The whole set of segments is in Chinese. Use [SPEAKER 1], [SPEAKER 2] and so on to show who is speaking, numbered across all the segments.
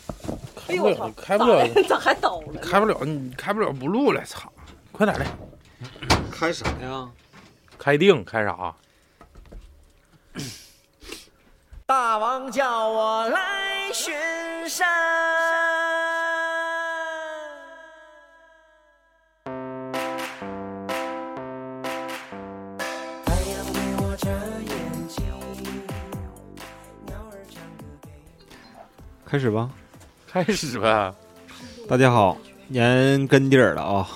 [SPEAKER 1] 哎
[SPEAKER 2] 开
[SPEAKER 1] 呦
[SPEAKER 2] 不
[SPEAKER 1] 我操
[SPEAKER 2] 了，，开不了，
[SPEAKER 1] 咋还倒了？
[SPEAKER 2] 开不了，你开不了不录了，操！快点来，
[SPEAKER 3] 开啥呀？
[SPEAKER 2] 开定开啥？
[SPEAKER 4] 大王叫我来巡山。太阳对我眨眼睛，鸟儿唱歌给。
[SPEAKER 3] 开始吧。
[SPEAKER 2] 开始呗。
[SPEAKER 3] 大家好，年跟底儿了啊、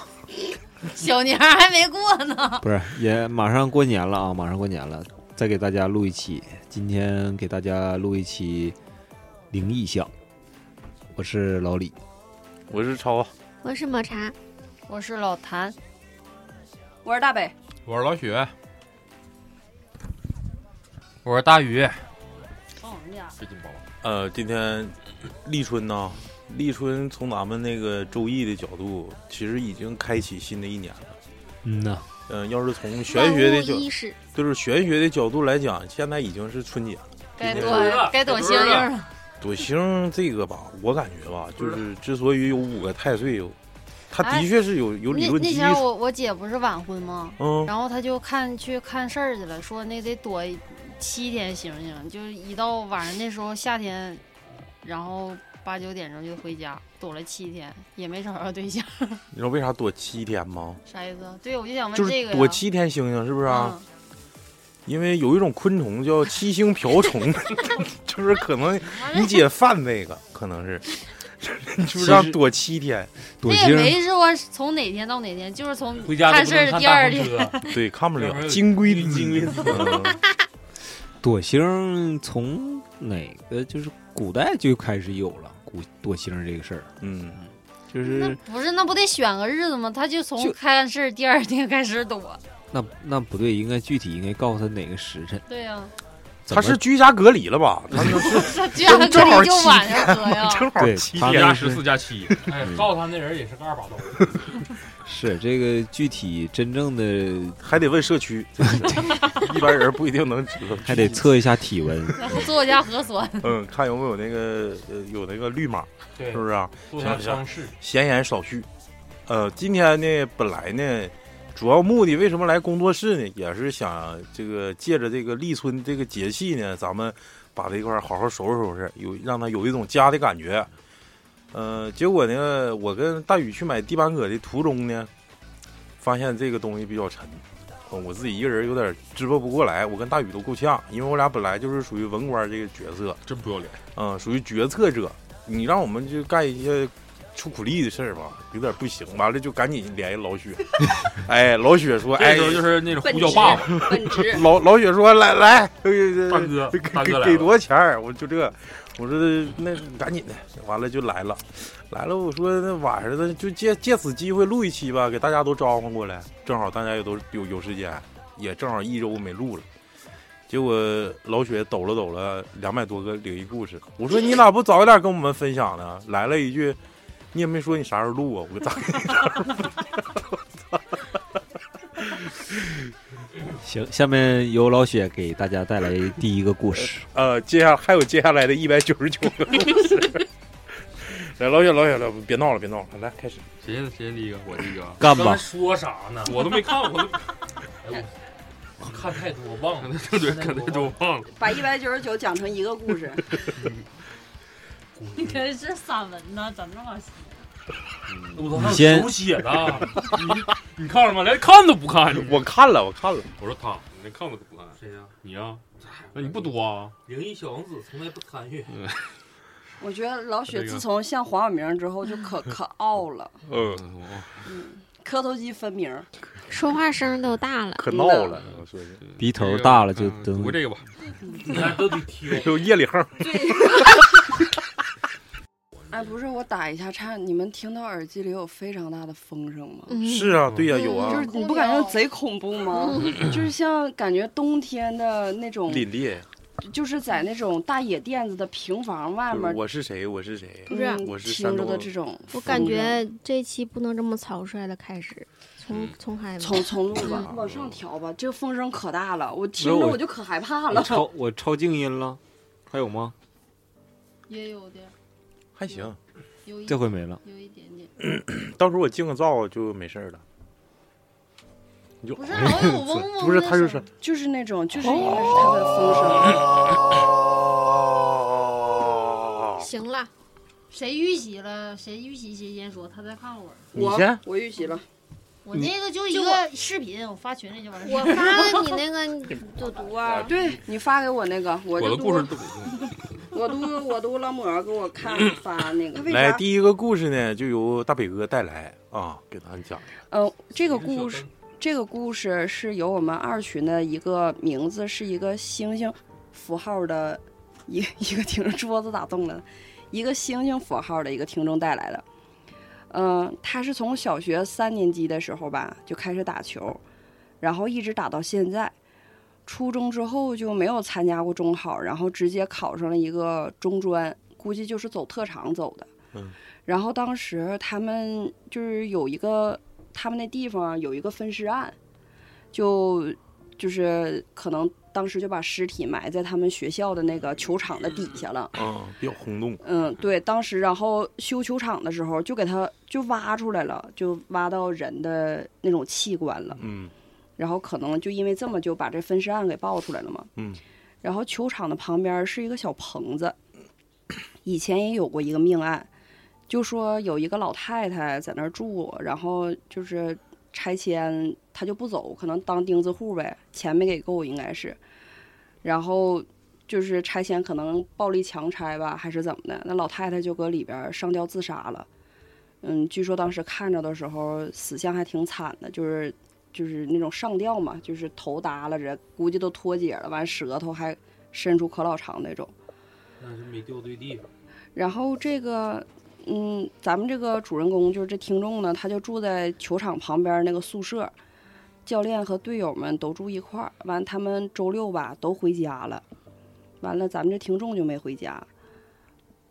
[SPEAKER 5] 小年儿还没过呢，
[SPEAKER 3] 不是也马上过年了啊，马上过年了，再给大家录一期。今天给大家录一期灵异项，我是老李。
[SPEAKER 2] 我是超，啊
[SPEAKER 6] 我是抹茶，
[SPEAKER 5] 我是老谭，
[SPEAKER 1] 我是大北，
[SPEAKER 7] 我是老许，我是大宇，
[SPEAKER 5] 帮我们家
[SPEAKER 2] 呃，今天立春呐，立春从咱们那个周易的角度，其实已经开启新的一年了。
[SPEAKER 3] 嗯呐，
[SPEAKER 2] 嗯、要是从玄学的角
[SPEAKER 6] 万物，一史，
[SPEAKER 2] 就是玄学的角度来讲，现在已经是春节了。
[SPEAKER 5] 该
[SPEAKER 2] 今
[SPEAKER 5] 躲
[SPEAKER 2] 天
[SPEAKER 5] 该躲星星了，
[SPEAKER 2] 躲星这个吧，我感觉吧，就是之所以有五个太岁，有，它
[SPEAKER 5] 嗯哎
[SPEAKER 2] 的确是有有理
[SPEAKER 5] 那
[SPEAKER 2] 论
[SPEAKER 5] 那
[SPEAKER 2] 基
[SPEAKER 5] 前儿
[SPEAKER 2] 础。
[SPEAKER 5] 我我姐不是晚婚吗？
[SPEAKER 2] 嗯，
[SPEAKER 5] 然后她就看去看事儿去了，说那得躲七天星星，就是一到晚上那时候夏天，然后八九点钟就回家，躲了七天也没找着对象，
[SPEAKER 2] 你知道为啥躲七天吗？
[SPEAKER 5] 啥意思？对，我就想问
[SPEAKER 2] 就
[SPEAKER 5] 啊这
[SPEAKER 2] 是
[SPEAKER 5] 个
[SPEAKER 2] 躲
[SPEAKER 5] 呀
[SPEAKER 2] 七天星星，是不是啊？
[SPEAKER 5] 嗯
[SPEAKER 2] 因为有一种昆虫叫七星瓢 虫，就是可能你姐犯那个，可能 是，你就是让躲七天，
[SPEAKER 3] 躲
[SPEAKER 5] 那也
[SPEAKER 3] 星
[SPEAKER 5] 没说从哪天到哪天，就是从
[SPEAKER 7] 回家
[SPEAKER 5] 看事儿的第二 天，
[SPEAKER 7] 天，
[SPEAKER 2] 对，看不
[SPEAKER 7] 要不
[SPEAKER 2] 了，
[SPEAKER 7] 然
[SPEAKER 2] 金龟子，
[SPEAKER 7] 金龟
[SPEAKER 2] 子，
[SPEAKER 3] 躲星从哪个就是古代就开始有了，古躲星这个事儿，
[SPEAKER 2] 嗯，
[SPEAKER 3] 就是
[SPEAKER 5] 那不是那不得选个日子吗？他就从
[SPEAKER 3] 就
[SPEAKER 5] 看事儿第二天开始躲。
[SPEAKER 3] 那那不对，应该具体应该告诉他哪个时辰。
[SPEAKER 5] 对啊呀、
[SPEAKER 3] 怎
[SPEAKER 2] 他
[SPEAKER 3] 么
[SPEAKER 2] 是居家隔离了 吧？他是
[SPEAKER 5] 他居然
[SPEAKER 2] 正
[SPEAKER 5] 可
[SPEAKER 2] 好
[SPEAKER 5] 以就
[SPEAKER 2] 七，
[SPEAKER 5] 晚上喝呀
[SPEAKER 2] 正好
[SPEAKER 3] 对
[SPEAKER 2] 七
[SPEAKER 3] 他
[SPEAKER 2] 天，
[SPEAKER 3] 那
[SPEAKER 7] 加
[SPEAKER 3] 是
[SPEAKER 7] 十四加七，哎，告他那人也是个二把刀，
[SPEAKER 3] 是这个具体真正的
[SPEAKER 2] 还得问社 区，一般人不一定能知道，
[SPEAKER 3] 还得测一下体温。
[SPEAKER 5] 然后做一下核酸。
[SPEAKER 2] 嗯，看有没有那个呃有那个绿码，
[SPEAKER 7] 对
[SPEAKER 2] 是，不是啊？
[SPEAKER 7] 做下伤势，
[SPEAKER 2] 闲言少叙。呃，今天呢，本来呢，主要目的为什么来工作室呢？也是想这个借着这个立春这个节气呢，咱们把这块儿好好收拾收拾，有让它有一种家的感觉。呃，结果呢，我跟大宇去买地板革的途中呢，发现这个东西比较沉。呃我自己一个人有点支棱不过来，我跟大宇都够呛，因为我俩本来就是属于文官这个角色，
[SPEAKER 7] 真不要脸。
[SPEAKER 2] 嗯，属于决策者。你让我们去干一些出苦力的事儿吧，有点不行。完了就赶紧联系老雪， 哎，老雪说，
[SPEAKER 7] 这
[SPEAKER 2] 哎，
[SPEAKER 7] 时，候就是那种
[SPEAKER 1] 本
[SPEAKER 7] 呼
[SPEAKER 1] 职
[SPEAKER 7] 叫爸爸，
[SPEAKER 1] 本职
[SPEAKER 2] 老老雪说，来来，呃
[SPEAKER 7] 大哥
[SPEAKER 2] 给
[SPEAKER 7] 大
[SPEAKER 2] 给
[SPEAKER 7] 哥来
[SPEAKER 2] 给
[SPEAKER 7] 了
[SPEAKER 2] 多少钱儿？我就这，我说那赶紧的，完了就来了，来了。我说那晚上的就借借此机会录一期吧，给大家都招呼过来，正好大家也都有有时间，也正好一周没录了。结果老雪抖了抖了两百多个灵异故事，我说你咋不早一点跟我们分享呢？来了一句，你也没说你啥时候录啊？我咋？
[SPEAKER 3] 行，下面由老雪给大家带来第一个故事。
[SPEAKER 2] 呃，接下还有接下来的一百九十九 个故事。来，老雪，老雪，老雪别闹了，别闹了，来开始。
[SPEAKER 7] 谁先谁先第一个？我第一个啊，
[SPEAKER 3] 干
[SPEAKER 8] 刚才
[SPEAKER 3] 吧，
[SPEAKER 8] 说啥呢？
[SPEAKER 7] 我都没看，我都。
[SPEAKER 8] 我看太多，我忘了
[SPEAKER 7] 对对，可能就忘了。
[SPEAKER 1] 把一百九十九讲成一个故事，
[SPEAKER 5] 你这是散文呢，怎么往西？
[SPEAKER 8] 我操，还
[SPEAKER 3] 你
[SPEAKER 8] 有
[SPEAKER 3] 先
[SPEAKER 8] 手写的， 你你看了吗？连看都不看。
[SPEAKER 2] 我看了，我看了，
[SPEAKER 7] 我说他，你连看都不看，
[SPEAKER 8] 谁呀？
[SPEAKER 7] 你呀？那你不多啊？哎
[SPEAKER 8] 灵异小王子从来不参与。
[SPEAKER 1] 我觉得老雪自从像黄晓明之后就可可傲了，
[SPEAKER 2] 嗯，
[SPEAKER 1] 磕头机分明。
[SPEAKER 6] 说话声都大了。
[SPEAKER 2] 可
[SPEAKER 1] 嗯
[SPEAKER 2] 闹了，我说是，
[SPEAKER 3] 鼻头大了就
[SPEAKER 7] 读
[SPEAKER 3] 等
[SPEAKER 7] 过这个吧。
[SPEAKER 8] 你看都得挑。
[SPEAKER 2] 就夜里横，
[SPEAKER 1] 对。哎，不是，我打一下岔，你们听到耳机里有非常大的风声吗？
[SPEAKER 6] 嗯，
[SPEAKER 2] 是啊，对呀，有
[SPEAKER 1] 就
[SPEAKER 2] 啊
[SPEAKER 1] 是，你不感觉贼恐怖吗？
[SPEAKER 6] 嗯
[SPEAKER 1] 就是像感觉冬天的那种，
[SPEAKER 2] 凛冽，
[SPEAKER 1] 就是在那种大野垫子的平房外
[SPEAKER 2] 就是
[SPEAKER 1] 面，
[SPEAKER 2] 我是谁，我是谁，
[SPEAKER 6] 不是啊
[SPEAKER 1] 嗯
[SPEAKER 2] 我是山
[SPEAKER 1] 听着
[SPEAKER 2] 东
[SPEAKER 1] 的这种风声，
[SPEAKER 6] 我感觉这期不能这么草率了，开始
[SPEAKER 2] 嗯
[SPEAKER 6] 从从海
[SPEAKER 1] 从
[SPEAKER 6] 从
[SPEAKER 1] 从路吧，往上调吧，这个风声可大了，我听着我就可害怕
[SPEAKER 3] 我
[SPEAKER 1] 了。
[SPEAKER 3] 超我超静音了，还有吗？
[SPEAKER 5] 也有的，
[SPEAKER 2] 还行。
[SPEAKER 5] 有一
[SPEAKER 3] 这回没了。
[SPEAKER 5] 有一点点，
[SPEAKER 2] 到时候我净个照就没事儿了。你就哎
[SPEAKER 5] 不是老有嗡嗡的
[SPEAKER 2] 不是，他就是
[SPEAKER 5] 声儿
[SPEAKER 1] 就是那种，就是因为是它的风声，
[SPEAKER 6] 行了，
[SPEAKER 5] 谁预习了，谁预习谁先说，他在看我。
[SPEAKER 2] 你先
[SPEAKER 1] 我我预习了，
[SPEAKER 5] 我那个就一个视频，我发群里就完事
[SPEAKER 6] 我
[SPEAKER 5] 儿。
[SPEAKER 6] 发了你那个你读读啊，
[SPEAKER 1] 对你发给我那个，我
[SPEAKER 7] 我
[SPEAKER 1] 就
[SPEAKER 7] 的
[SPEAKER 1] 读
[SPEAKER 7] 故事都不用
[SPEAKER 1] 我读我读劳模给我看
[SPEAKER 7] 嗯
[SPEAKER 1] 发那个，为
[SPEAKER 2] 来
[SPEAKER 1] 啥？
[SPEAKER 2] 第一个故事呢，就由大北哥带来啊，给咱讲一下。
[SPEAKER 1] 呃，这个故事，这个故事是由我们二群的一个名字是一个星星符号的一 一个听众桌子打动了，一个星星符号的一个听众带来的。嗯、他是从小学三年级的时候吧就开始打球，然后一直打到现在。初中之后就没有参加过中考，然后直接考上了一个中专，估计就是走特长走的。
[SPEAKER 2] 嗯。
[SPEAKER 1] 然后当时他们就是有一个他们那地方有一个分尸案，就就是可能当时就把尸体埋在他们学校的那个球场的底下了。
[SPEAKER 2] 啊，比较轰动。
[SPEAKER 1] 嗯，对，当时然后修球场的时候就给他就挖出来了，就挖到人的那种器官了。
[SPEAKER 2] 嗯
[SPEAKER 1] 然后可能就因为这么就把这分尸案给爆出来了嘛。
[SPEAKER 2] 嗯
[SPEAKER 1] 然后球场的旁边是一个小棚子，以前也有过一个命案，就说有一个老太太在那儿住，然后就是拆迁，她就不走，可能当钉子户呗，钱没给够应该是，然后就是拆迁可能暴力强拆吧，还是怎么的，那老太太就搁里边儿上吊自杀了。嗯，据说当时看着的时候，死相还挺惨的，就是就是那种上吊嘛，就是头耷拉着，估计都脱节了，完舌头还伸出可老长那种。
[SPEAKER 7] 那是嗯没掉对地上，
[SPEAKER 1] 然后这个，嗯，咱们这个主人公就是这听众呢，他就住在球场旁边那个宿舍，教练和队友们都住一块儿。完，他们周六吧都回家了，完了咱们这听众就没回家。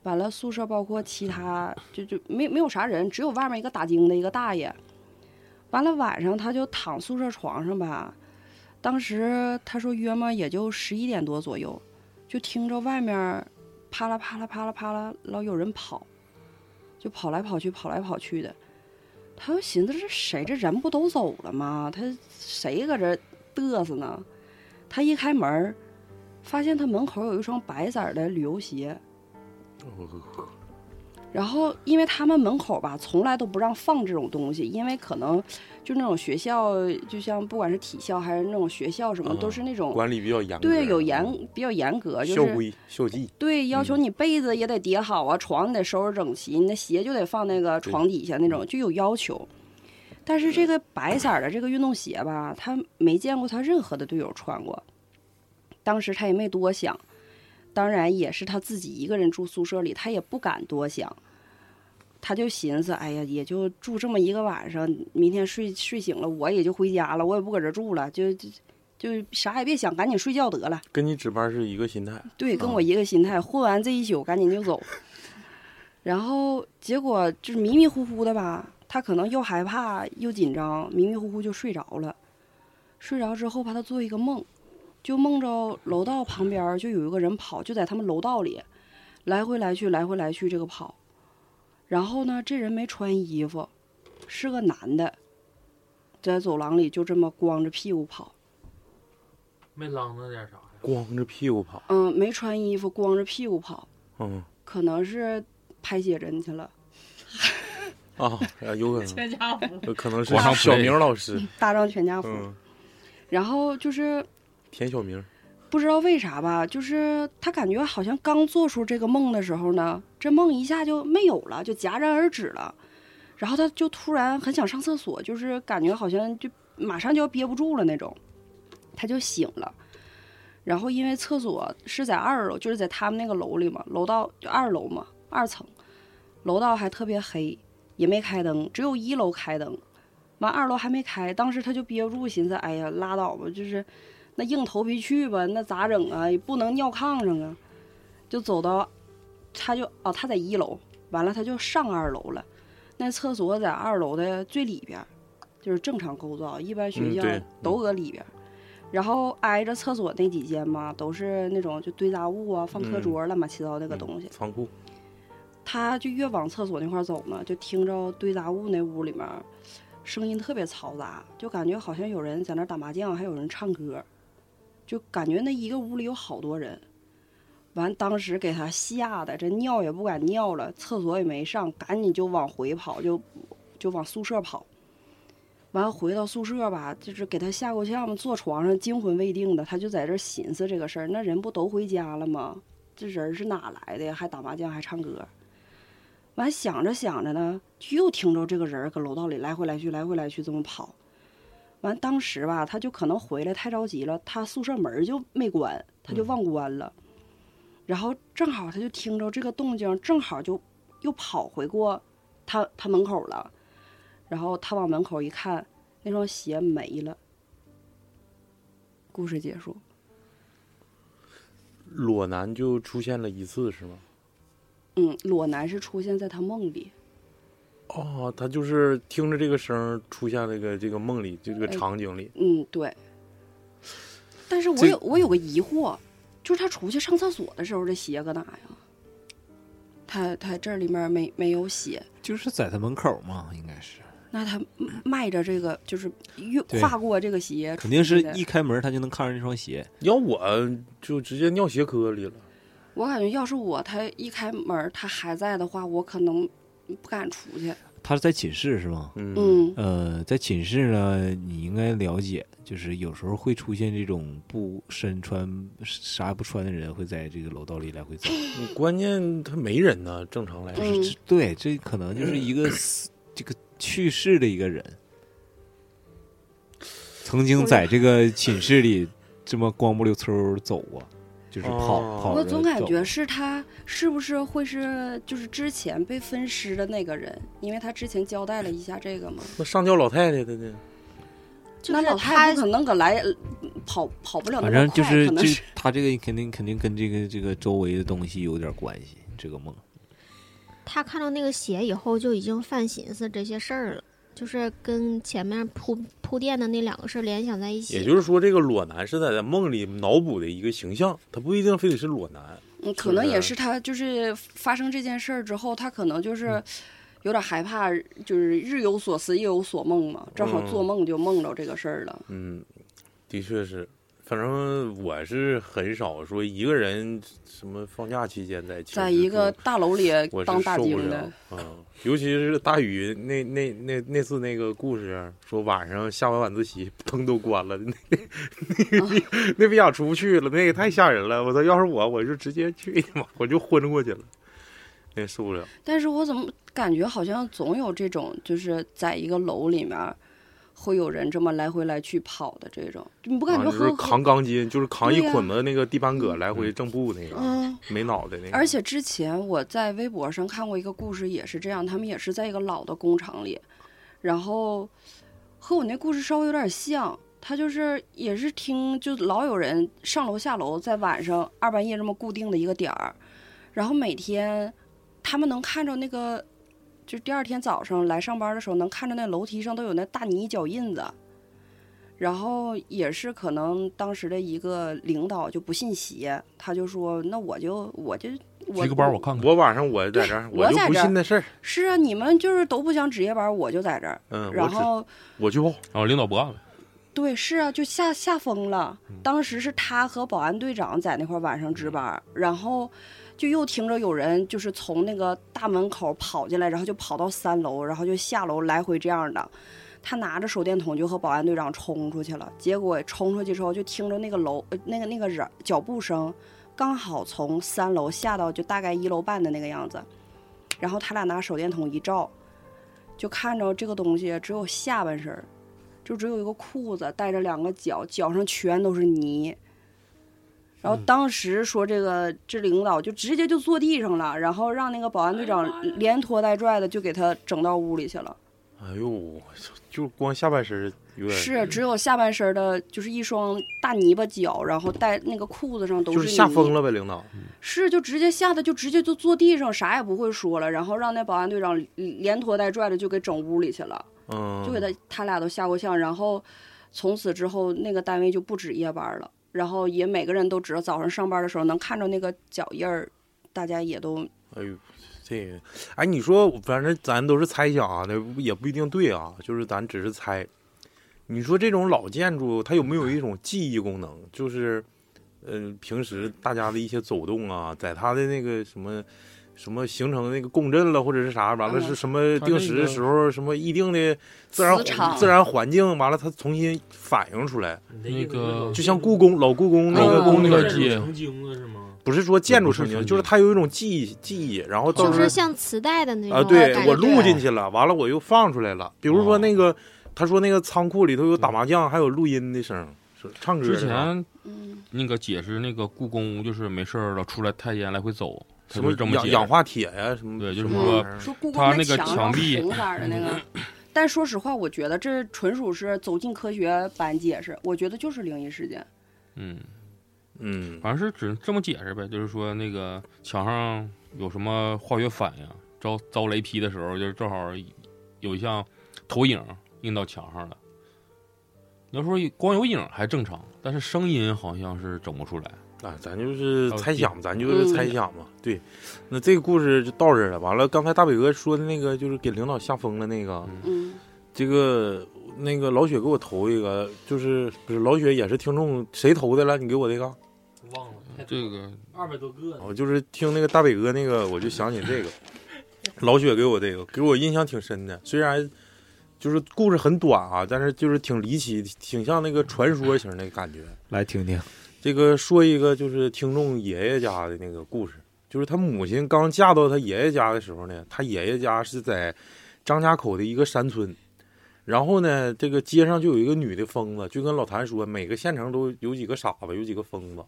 [SPEAKER 1] 完了，宿舍包括其他就就没没有啥人，只有外面一个打更的一个大爷。完了晚上他就躺宿舍床上吧，当时他说约莫也就十一点多左右，就听着外面啪啦啪啦啪啦啪啦，老有人跑，就跑来跑去，跑来跑去的。他就寻思这谁这人不都走了吗？他谁搁这嘚瑟呢？他一开门儿，发现他门口有一双白色儿的旅游鞋。然后，因为他们门口吧，从来都不让放这种东西，因为可能就那种学校，就像不管是体校还是那种学校什么，
[SPEAKER 2] 嗯
[SPEAKER 1] 都是那种
[SPEAKER 2] 管理比较严格。
[SPEAKER 1] 对有嗯严比较严格，就
[SPEAKER 2] 校
[SPEAKER 1] 是
[SPEAKER 2] 规校纪。
[SPEAKER 1] 对，要求
[SPEAKER 2] 嗯
[SPEAKER 1] 你被子也得叠好啊，床你得收拾整齐，你的鞋就得放那个
[SPEAKER 2] 对
[SPEAKER 1] 床底下那种，就有要求。但嗯是这个白色儿的这个运动鞋吧，他没见过他任何的队友穿过，当时他也没多想，当然也是他自己一个人住宿舍里，他也不敢多想。他就寻思，哎呀，也就住这么一个晚上，明天睡睡醒了，我也就回家了，我也不搁这住了，就就就啥也别想，赶紧睡觉得了。
[SPEAKER 2] 跟你值班是一个心态。
[SPEAKER 1] 对，跟我一个心态，混完这一宿赶紧就走。然后结果就是迷迷糊糊的吧，他可能又害怕又紧张，迷迷糊糊就睡着了。睡着之后吧，他做一个梦，就梦着楼道旁边儿就有一个人跑，就在他们楼道里来回来去，来回来去这个跑。然后呢，这人没穿衣服，是个男的，在走廊里就这么光着屁股跑。
[SPEAKER 7] 没啷着点啥呀？
[SPEAKER 2] 光着屁股跑。
[SPEAKER 1] 嗯，没穿衣服，光着屁股跑。
[SPEAKER 2] 嗯
[SPEAKER 1] 可能是拍写真去了。
[SPEAKER 2] 啊，啊有可能，
[SPEAKER 5] 全家福，
[SPEAKER 2] 有可能是
[SPEAKER 8] 我上
[SPEAKER 2] 小
[SPEAKER 8] play
[SPEAKER 2] 明老师。
[SPEAKER 1] 搭张全家福，
[SPEAKER 2] 嗯，
[SPEAKER 1] 然后就是
[SPEAKER 2] 田小明。
[SPEAKER 1] 不知道为啥吧，就是他感觉好像刚做出这个梦的时候呢，这梦一下就没有了，就戛然而止了。然后他就突然很想上厕所，就是感觉好像就马上就要憋不住了那种，他就醒了。然后因为厕所是在二楼，就是在他们那个楼里嘛，楼道就二楼嘛，二层，楼道还特别黑，也没开灯，只有一楼开灯。完二楼还没开，当时他就憋不住，寻思哎呀拉倒吧，就是那硬头皮去吧，那咋整啊？也不能尿炕上啊。就走到，他就哦，他在一楼，完了他就上二楼了。那厕所在二楼的最里边儿，就是正常构造，一般学
[SPEAKER 2] 嗯
[SPEAKER 1] 校
[SPEAKER 2] 对
[SPEAKER 1] 都搁里边儿。然后挨着厕所那几间嘛，都是那种就堆杂物啊、放课
[SPEAKER 2] 嗯
[SPEAKER 1] 桌儿乱七八糟那个
[SPEAKER 2] 嗯
[SPEAKER 1] 东西。
[SPEAKER 2] 仓库。
[SPEAKER 1] 他就越往厕所那块儿走呢，就听着堆杂物那屋里面儿声音特别嘈杂，就感觉好像有人在那儿打麻将，还有人唱歌，就感觉那一个屋里有好多人。完，当时给他吓得这尿也不敢尿了，厕所也没上，赶紧就往回跑，就就往宿舍跑。完回到宿舍吧，就是给他吓够呛嘛，坐床上惊魂未定的，他就在这儿寻思这个事儿。那人不都回家了吗？这人是哪来的呀？还打麻将，还唱歌。完想着想着呢，就又听着这个人儿搁楼道里来回来去，来回来去这么跑。完当时吧，他就可能回来太着急了，他宿舍门儿就没关，他就忘关了。然后正好他就听着这个动静，正好就又跑回过他他门口了。然后他往门口一看，那双鞋没了。故事结束。
[SPEAKER 2] 裸男就出现了一次是吗？
[SPEAKER 1] 嗯，裸男是出现在他梦里，
[SPEAKER 2] 哦，他就是听着这个声儿出现这个这个梦里，就这个
[SPEAKER 1] 哎
[SPEAKER 2] 场景里。
[SPEAKER 1] 嗯，对。但是我
[SPEAKER 2] 这
[SPEAKER 1] 有我有个疑惑，就是他出去上厕所的时候，这鞋搁哪呀？他他这里面没没有写，
[SPEAKER 3] 就是在他门口嘛，应该是，
[SPEAKER 1] 那他嗯迈着这个就是越
[SPEAKER 3] 对
[SPEAKER 1] 跨过这个鞋，
[SPEAKER 3] 肯定是
[SPEAKER 1] 出去的
[SPEAKER 3] 一开门他就能看着那双鞋。
[SPEAKER 2] 要我就直接尿鞋壳里了。
[SPEAKER 1] 我感觉要是我，他一开门他还在的话，我可能不敢出去。
[SPEAKER 3] 他是在寝室是吗？
[SPEAKER 2] 嗯
[SPEAKER 1] 嗯
[SPEAKER 3] 呃，在寝室呢，你应该了解，就是有时候会出现这种不身穿啥也不穿的人会在这个楼道里来回走。
[SPEAKER 2] 嗯关键他没人呢，正常来
[SPEAKER 3] 不
[SPEAKER 1] 哎
[SPEAKER 2] 说。
[SPEAKER 1] 嗯
[SPEAKER 3] 是这对，这可能就是一个死这个去世的一个人，曾经在这个寝室里这么光不溜秋儿走过，就是跑、
[SPEAKER 2] 哦
[SPEAKER 3] 跑
[SPEAKER 1] 我
[SPEAKER 3] 着走。
[SPEAKER 1] 总感觉是他是不是会是就是之前被分尸的那个人？因为他之前交代了一下这个嘛。
[SPEAKER 2] 那上吊老太太的呢？
[SPEAKER 6] 就
[SPEAKER 1] 那
[SPEAKER 6] 是
[SPEAKER 1] 老
[SPEAKER 6] 他
[SPEAKER 1] 太不可能搁来呃跑跑不了那
[SPEAKER 3] 反
[SPEAKER 1] 么
[SPEAKER 3] 正
[SPEAKER 1] 快，
[SPEAKER 3] 就是
[SPEAKER 1] 可能
[SPEAKER 3] 这
[SPEAKER 1] 是
[SPEAKER 3] 他这个肯定肯定跟这个这个周围的东西有点关系，这个梦。
[SPEAKER 6] 他看到那个鞋以后就已经犯寻思这些事儿了，就是跟前面铺铺垫的那两个事儿联想在一起。
[SPEAKER 2] 也就是说，这个裸男是在在梦里脑补的一个形象，他不一定非得是裸男。
[SPEAKER 1] 嗯可能也是他就是发生这件事儿之后，他可能就是
[SPEAKER 2] 嗯
[SPEAKER 1] 有点害怕，就是日有所思夜有所梦嘛，正好做梦就梦着这个事儿了。
[SPEAKER 2] 嗯，的确是。反正我是很少说一个人什么放假期间在寝室
[SPEAKER 1] 在一个
[SPEAKER 2] 住
[SPEAKER 1] 大楼里
[SPEAKER 2] 我
[SPEAKER 1] 当
[SPEAKER 2] 是
[SPEAKER 1] 大
[SPEAKER 2] 受不
[SPEAKER 1] 兵
[SPEAKER 2] 了
[SPEAKER 1] 的，
[SPEAKER 2] 嗯，尤其是大宇那那那那次那个故事，啊说晚上下完晚自习灯都关了，那
[SPEAKER 1] 啊
[SPEAKER 2] 那那逼俩出不去了，那个太吓人了。我操，要是我，我就直接去你妈，我就昏过去了，那受不了。
[SPEAKER 1] 但是我怎么感觉好像总有这种，就是在一个楼里面儿会有人这么来回来去跑的这种，你不感觉
[SPEAKER 2] 啊、就是
[SPEAKER 1] 和、
[SPEAKER 2] 扛钢筋，就是扛一
[SPEAKER 1] 对呀
[SPEAKER 2] 捆子那个地板革来回正步那个，
[SPEAKER 1] 嗯？
[SPEAKER 2] 没脑袋那个。
[SPEAKER 1] 而且之前我在微博上看过一个故事，也是这样，他们也是在一个老的工厂里，然后和我那故事稍微有点像。他就是也是听，就老有人上楼下楼，在晚上二半夜这么固定的一个点儿，然后每天他们能看着那个，就第二天早上来上班的时候，能看着那楼梯上都有那大泥脚印子。然后也是可能当时的一个领导就不信邪，他就说：“那我就我就我
[SPEAKER 8] 举个包我看看。
[SPEAKER 2] 我晚上我在这儿，
[SPEAKER 1] 嗯对我
[SPEAKER 2] 就
[SPEAKER 1] 在
[SPEAKER 2] 不
[SPEAKER 1] 这儿
[SPEAKER 2] 信那事儿，
[SPEAKER 1] 是啊，你们就是都不想值夜班，我就在这儿。
[SPEAKER 2] 嗯，我
[SPEAKER 1] 然
[SPEAKER 2] 只
[SPEAKER 1] 后
[SPEAKER 2] 我去后，
[SPEAKER 8] 然后哦领导不干了，
[SPEAKER 1] 对，是啊，就吓吓疯了。当时是他和保安队长在那块儿晚上值班儿，然后就又听着有人就是从那个大门口跑进来，然后就跑到三楼，然后就下楼来回这样的。他拿着手电筒就和保安队长冲出去了，结果冲出去之后就听着那个楼呃那个那个人脚步声，刚好从三楼下到就大概一楼半的那个样子，然后他俩拿手电筒一照，就看着这个东西只有下半身儿，就只有一个裤子带着两个脚，脚上全都是泥。然
[SPEAKER 2] 嗯
[SPEAKER 1] 后当时说这个这领导就直接就坐地上了，然后让那个保安队长连拖带拽的就给他整到屋里去了。
[SPEAKER 2] 哎呦，我操就光下半身儿有点
[SPEAKER 1] 是只有下半身儿的，就是一双大泥巴脚，然后带那个裤子上都
[SPEAKER 2] 就是吓
[SPEAKER 1] 泥
[SPEAKER 2] 疯了呗，领导。
[SPEAKER 1] 是，就直接吓得就直接就坐地上，啥也不会说了，然后让那保安队长连连拖带拽的就给整屋里去了，
[SPEAKER 2] 嗯，
[SPEAKER 1] 就给他他俩都吓够呛，然后从此之后那个单位就不值夜班了，然后也每个人都知道早上上班的时候能看着那个脚印儿，大家也都
[SPEAKER 2] 哎呦，这个，哎，你说，反正咱都是猜想啊，那也不一定对啊，就是咱只是猜。你说这种老建筑，它有没有一种记忆功能？就是，呃，平时大家的一些走动啊，在它的那个什么什么形成那个共振了，或者是啥，完了
[SPEAKER 1] 嗯
[SPEAKER 2] 是什么
[SPEAKER 8] 它
[SPEAKER 2] 定
[SPEAKER 8] 那
[SPEAKER 2] 时
[SPEAKER 8] 个
[SPEAKER 2] 时候，什么一定的自然
[SPEAKER 1] 磁场
[SPEAKER 2] 自然环境，完了它重新反映出来，
[SPEAKER 7] 你的意
[SPEAKER 8] 那
[SPEAKER 7] 思
[SPEAKER 8] 个
[SPEAKER 7] 是
[SPEAKER 2] 就像故宫老故宫那个
[SPEAKER 1] 嗯
[SPEAKER 2] 宫里
[SPEAKER 8] 那
[SPEAKER 2] 边
[SPEAKER 8] 个
[SPEAKER 2] 儿
[SPEAKER 7] 建筑
[SPEAKER 8] 街
[SPEAKER 7] 成精了是吗？
[SPEAKER 2] 不是说建筑
[SPEAKER 3] 不是
[SPEAKER 2] 成型，
[SPEAKER 3] 成
[SPEAKER 2] 就是
[SPEAKER 3] 型
[SPEAKER 2] 它有一种记忆记忆，然后到
[SPEAKER 6] 就
[SPEAKER 2] 时候
[SPEAKER 6] 是像磁带的那种
[SPEAKER 2] 啊，
[SPEAKER 6] 感
[SPEAKER 2] 对
[SPEAKER 6] 觉。
[SPEAKER 2] 我录进去了，完了我又放出来了。比如
[SPEAKER 8] 哦
[SPEAKER 2] 说那个，他说那个仓库里头有打麻将，还有录音的声儿，是唱歌
[SPEAKER 8] 嗯之
[SPEAKER 2] 的啊声儿。
[SPEAKER 8] 前
[SPEAKER 1] 嗯，
[SPEAKER 8] 那个解释，那个故宫就是没事儿了，出来太监来回走，
[SPEAKER 2] 什
[SPEAKER 8] 他就
[SPEAKER 2] 么
[SPEAKER 8] 是这么
[SPEAKER 2] 氧
[SPEAKER 8] 解
[SPEAKER 2] 氧
[SPEAKER 8] 释
[SPEAKER 2] 化铁呀，什么
[SPEAKER 8] 对就是
[SPEAKER 2] 什么
[SPEAKER 8] 说
[SPEAKER 2] 玩意儿
[SPEAKER 1] 说故宫
[SPEAKER 8] 它
[SPEAKER 1] 的
[SPEAKER 8] 那个
[SPEAKER 1] 墙
[SPEAKER 8] 墙
[SPEAKER 1] 上
[SPEAKER 8] 壁
[SPEAKER 1] 红色儿的那个， 但说实话，我觉得这纯属是走进科学版解释，我觉得就是灵异事件。
[SPEAKER 8] 嗯，
[SPEAKER 2] 嗯，
[SPEAKER 8] 反正是只能这么解释呗，就是说那个墙上有什么化学反应，遭遭雷劈的时候，就是正好有一项投影映到墙上了。你要说光有影还正常，但是声音好像是整不出来。
[SPEAKER 2] 啊，咱就是
[SPEAKER 8] 到
[SPEAKER 2] 猜
[SPEAKER 8] 地
[SPEAKER 2] 想，咱就是
[SPEAKER 1] 嗯
[SPEAKER 2] 猜想嘛。对，那这个故事就到这儿了。完了，刚才大伟哥说的那个，就是给领导吓疯了那个，
[SPEAKER 1] 嗯，
[SPEAKER 2] 这个那个老雪给我投一个，就是不是老雪也是听众谁投的了？你给我这个。
[SPEAKER 7] 忘了，
[SPEAKER 8] 这个
[SPEAKER 7] 二百多个呢，
[SPEAKER 2] 我就是听那个大北哥那个，我就想起这个，老雪给我这个，给我印象挺深的。虽然就是故事很短啊，但是就是挺离奇，挺像那个传说型的感觉。
[SPEAKER 3] 来听听。
[SPEAKER 2] 这个说一个就是听众爷爷家的那个故事，就是他母亲刚嫁到他爷爷家的时候呢，他爷爷家是在张家口的一个山村，然后呢，这个街上就有一个女的疯子，就跟老谭说，每个县城都有几个傻子，有几个疯子，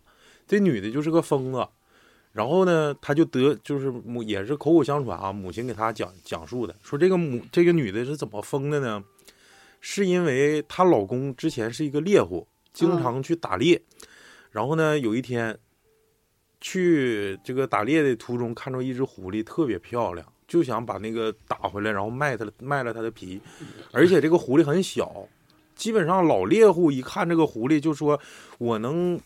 [SPEAKER 2] 这女的就是个疯子。然后呢，他就得就是母也是口口相传啊，母亲给他讲讲述的，说这个母这个女的是怎么疯的呢？是因为她老公之前是一个猎户，经
[SPEAKER 1] 嗯
[SPEAKER 2] 常去打猎，然后呢，有一天去这个打猎的途中，看着一只狐狸特别漂亮，就想把那个打回来，然后卖它卖了它的皮，而且这个狐狸很小，基本上老猎户一看这个狐狸就说我能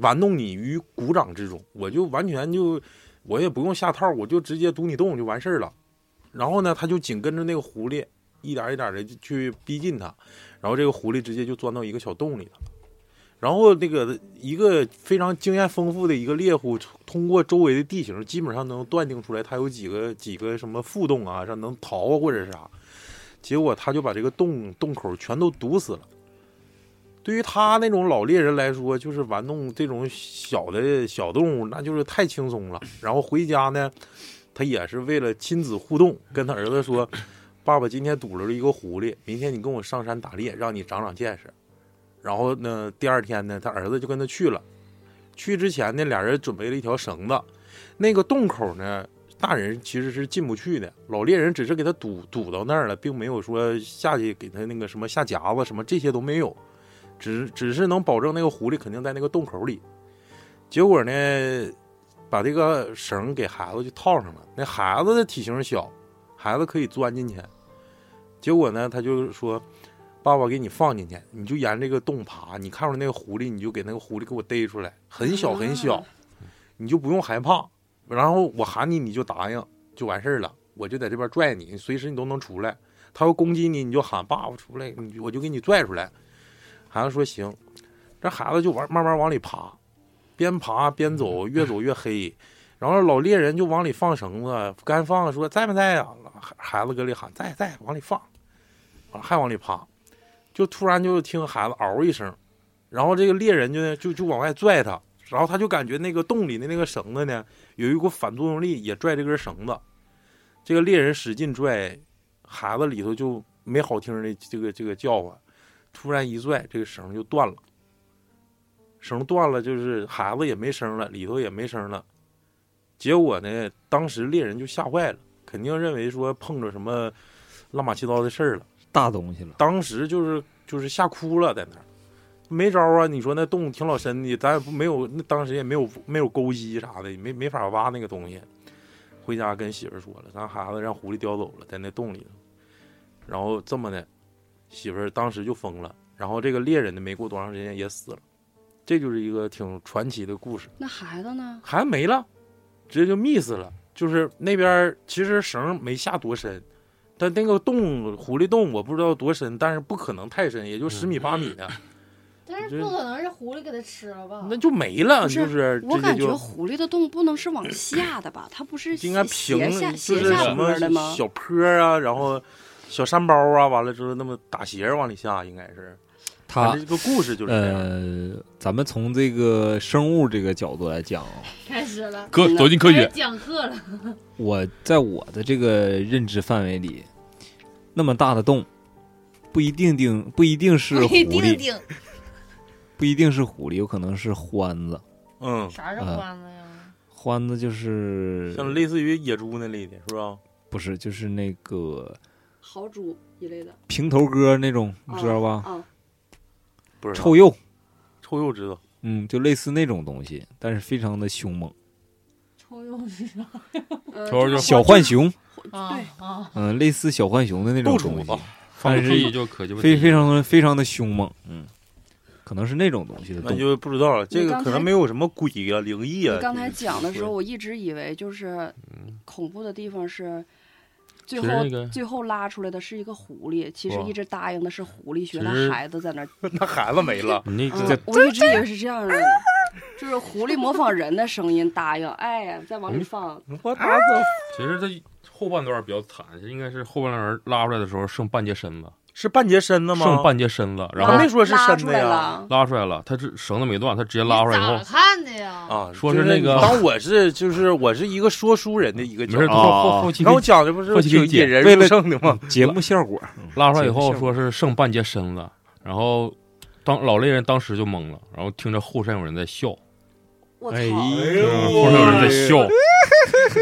[SPEAKER 2] 玩弄你于股掌之中，我就完全就我也不用下套，我就直接堵你洞就完事儿了。然后呢，他就紧跟着那个狐狸，一点一点的去逼近它，然后这个狐狸直接就钻到一个小洞里了。然后那个一个非常经验丰富的一个猎户，通过周围的地形，基本上能断定出来它有几个几个什么腹洞啊，让能逃啊或者是啥。结果他就把这个洞洞口全都堵死了。对于他那种老猎人来说，就是玩弄这种小的小动物，那就是太轻松了。然后回家呢，他也是为了亲子互动，跟他儿子说：“爸爸今天堵着了一个狐狸，明天你跟我上山打猎，让你长长见识。”然后呢，第二天呢，他儿子就跟他去了。去之前呢，俩人准备了一条绳子，那个洞口呢，大人其实是进不去的，老猎人只是给他堵堵到那儿了，并没有说下去给他那个什么下夹子什么这些都没有，只只是能保证那个狐狸肯定在那个洞口里。结果呢，把这个绳给孩子就套上了。那孩子的体型小，孩子可以钻进去。结果呢，他就说：“爸爸给你放进去，你就沿这个洞爬。你看着那个狐狸，你就给那个狐狸给我逮出来，很小很小，你就不用害怕。然后我喊你，你就答应，就完事儿了。我就在这边拽你，随时你都能出来。他要攻击你，你就喊爸爸出来，你就我就给你拽出来。”孩子说：“行。”这孩子就玩，慢慢往里爬，边爬边走，越走越黑。然后老猎人就往里放绳子，干放说在不在呀、孩孩子搁里喊在在，往里放，完了还往里爬，就突然就听孩子嗷一声，然后这个猎人就呢就就往外拽他，然后他就感觉那个洞里的那个绳子呢有一股反作用力，也拽这根绳子，这个猎人使劲拽，孩子里头就没好听的这个这个叫唤，突然一拽，这个绳就断了。绳断了，就是孩子也没声了，里头也没声了。结果呢，当时猎人就吓坏了，肯定认为说碰着什么乱码七糟的事儿了。
[SPEAKER 3] 大东西了，
[SPEAKER 2] 当时就是就是吓哭了，在那儿没招儿啊！你说那洞挺老深的，咱也不没有，那当时也没有没有钩机啥的，也没没法挖那个东西。回家跟媳妇儿说了，咱孩子让狐狸叼走了，在那洞里头。然后这么的，媳妇儿当时就疯了。然后这个猎人呢，没过多长时间也死了。这就是一个挺传奇的故事。
[SPEAKER 1] 那孩子呢？
[SPEAKER 2] 孩子没了，直接就 miss 了。就是那边儿其实绳没下多深，但那个洞狐狸洞我不知道多深，但是不可能太深，也就
[SPEAKER 3] 嗯
[SPEAKER 2] 十米八米的，
[SPEAKER 5] 但
[SPEAKER 2] 是不
[SPEAKER 5] 可能是狐狸给它吃了吧
[SPEAKER 2] 那就没了，
[SPEAKER 1] 嗯不是
[SPEAKER 2] 就是
[SPEAKER 1] 我
[SPEAKER 2] 直接
[SPEAKER 1] 感觉
[SPEAKER 2] 就
[SPEAKER 1] 狐狸的洞不能是往下的吧？它不是
[SPEAKER 2] 应该
[SPEAKER 1] 斜
[SPEAKER 2] 平
[SPEAKER 1] 斜下，
[SPEAKER 2] 就
[SPEAKER 1] 斜
[SPEAKER 2] 是
[SPEAKER 1] 下
[SPEAKER 2] 什
[SPEAKER 1] 坡
[SPEAKER 2] 么
[SPEAKER 1] 的吗？
[SPEAKER 2] 小坡啊，然后小山包啊，完了之后那么打斜着往里下，应该是。反
[SPEAKER 3] 它
[SPEAKER 2] 正这个故事就是这样。
[SPEAKER 3] 呃，咱们从这个生物这个角度来讲 啊，
[SPEAKER 5] 开始了，
[SPEAKER 8] 科走进科学，
[SPEAKER 5] 讲课了。
[SPEAKER 3] 我在我的这个认知范围里，那么大的洞，不一定定不一定是狐狸，不一定是狐狸，有可能是獾子。
[SPEAKER 2] 嗯，
[SPEAKER 5] 啥是欢子呀？
[SPEAKER 3] 獾子就是
[SPEAKER 2] 像类似于野猪那类的，是吧？
[SPEAKER 3] 不是就是那个
[SPEAKER 1] 豪猪一类的，
[SPEAKER 3] 平头哥那种，你
[SPEAKER 1] 啊
[SPEAKER 3] 知道吧？
[SPEAKER 1] 啊，
[SPEAKER 2] 不是
[SPEAKER 3] 臭鼬，
[SPEAKER 2] 臭鼬知道，
[SPEAKER 3] 嗯，就类似那种东西，但是非常的凶猛。
[SPEAKER 5] 抽佣是啥？
[SPEAKER 1] 呃
[SPEAKER 8] 头儿就
[SPEAKER 3] 小浣熊，
[SPEAKER 5] 啊 啊！
[SPEAKER 3] 嗯、类似小浣熊的那种
[SPEAKER 2] 斗
[SPEAKER 3] 东
[SPEAKER 2] 主
[SPEAKER 3] 西
[SPEAKER 2] 吧，
[SPEAKER 8] 放
[SPEAKER 3] 但
[SPEAKER 8] 个屁
[SPEAKER 3] 是
[SPEAKER 8] 就可鸡巴
[SPEAKER 3] 非非
[SPEAKER 8] 常
[SPEAKER 3] 常的非常的凶猛，嗯，可能是那种东西的
[SPEAKER 2] 那
[SPEAKER 3] 洞。
[SPEAKER 2] 就不知道了。这
[SPEAKER 1] 你
[SPEAKER 2] 个
[SPEAKER 1] 刚
[SPEAKER 2] 可
[SPEAKER 1] 才
[SPEAKER 2] 能没有什么鬼啊、灵异啊。
[SPEAKER 1] 你刚才
[SPEAKER 2] 就是
[SPEAKER 1] 讲的时候，
[SPEAKER 2] 说，嗯
[SPEAKER 1] 我一直以为就是恐怖的地方是最
[SPEAKER 8] 其实
[SPEAKER 1] 后
[SPEAKER 8] 那个
[SPEAKER 1] 最后拉出来的是一个狐狸，其实
[SPEAKER 8] 不
[SPEAKER 1] 一直答应的是狐狸学
[SPEAKER 8] 其
[SPEAKER 1] 他
[SPEAKER 8] 实
[SPEAKER 1] 孩子在那儿。
[SPEAKER 2] 那孩子没了，
[SPEAKER 8] 你那
[SPEAKER 1] 嗯
[SPEAKER 8] 个
[SPEAKER 1] 我一直以为是这样的，就是狐狸模仿人的声音答应，哎，再往里
[SPEAKER 8] 嗯
[SPEAKER 1] 放。
[SPEAKER 2] 我打走
[SPEAKER 8] 其实它后半段比较惨，应该是后半段拉出来的时候剩半截身子，
[SPEAKER 2] 是半截身子吗？
[SPEAKER 8] 剩半截身子，然
[SPEAKER 2] 我
[SPEAKER 8] 后
[SPEAKER 2] 没说是
[SPEAKER 1] 拉
[SPEAKER 2] 伸
[SPEAKER 1] 出
[SPEAKER 2] 的
[SPEAKER 1] 来
[SPEAKER 2] 呀
[SPEAKER 1] 了，
[SPEAKER 8] 拉出来了，它这绳子没断，它直接拉出来以后
[SPEAKER 5] 咋，看的呀？
[SPEAKER 2] 啊，
[SPEAKER 8] 说
[SPEAKER 2] 就是
[SPEAKER 8] 那个
[SPEAKER 2] 当我是就是我是一个说书人的一个
[SPEAKER 8] 没
[SPEAKER 2] 角
[SPEAKER 8] 事，
[SPEAKER 2] 度。
[SPEAKER 3] 啊
[SPEAKER 8] 后后后期
[SPEAKER 2] 你看我讲的不是
[SPEAKER 8] 后期给
[SPEAKER 2] 挺
[SPEAKER 8] 你
[SPEAKER 2] 引
[SPEAKER 8] 解
[SPEAKER 2] 人
[SPEAKER 3] 为
[SPEAKER 2] 入
[SPEAKER 3] 了
[SPEAKER 2] 胜的吗？
[SPEAKER 3] 节目效果，嗯
[SPEAKER 8] 拉出来以后
[SPEAKER 3] 节目效果
[SPEAKER 8] 说是剩半截身子，然后当老类人当时就懵了，然后听着后山有人在笑，
[SPEAKER 1] 我
[SPEAKER 3] 哎
[SPEAKER 1] 操！
[SPEAKER 8] 嗯后山有人在笑，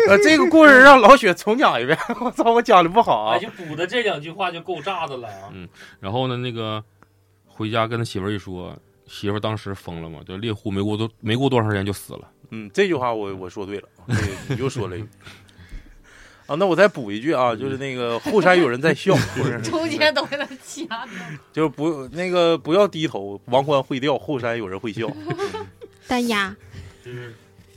[SPEAKER 2] 呃，这个故事让老雪重讲一遍。 我操，我讲的不好啊
[SPEAKER 7] 哎，！就补的这两句话就够炸的了啊！
[SPEAKER 8] 然后呢，那个回家跟他媳妇儿一说，媳妇儿当时疯了嘛，就猎户没过多没过多长时间就死了。
[SPEAKER 2] 嗯，这句话我我说对了，对你又说了一句。啊，那我再补一句啊，就是那 个后山有人在笑，不是
[SPEAKER 5] 中间都给它掐住。
[SPEAKER 2] 就是不那个不要低头，王冠会掉，后山有人 会笑。
[SPEAKER 6] 单压
[SPEAKER 7] 就是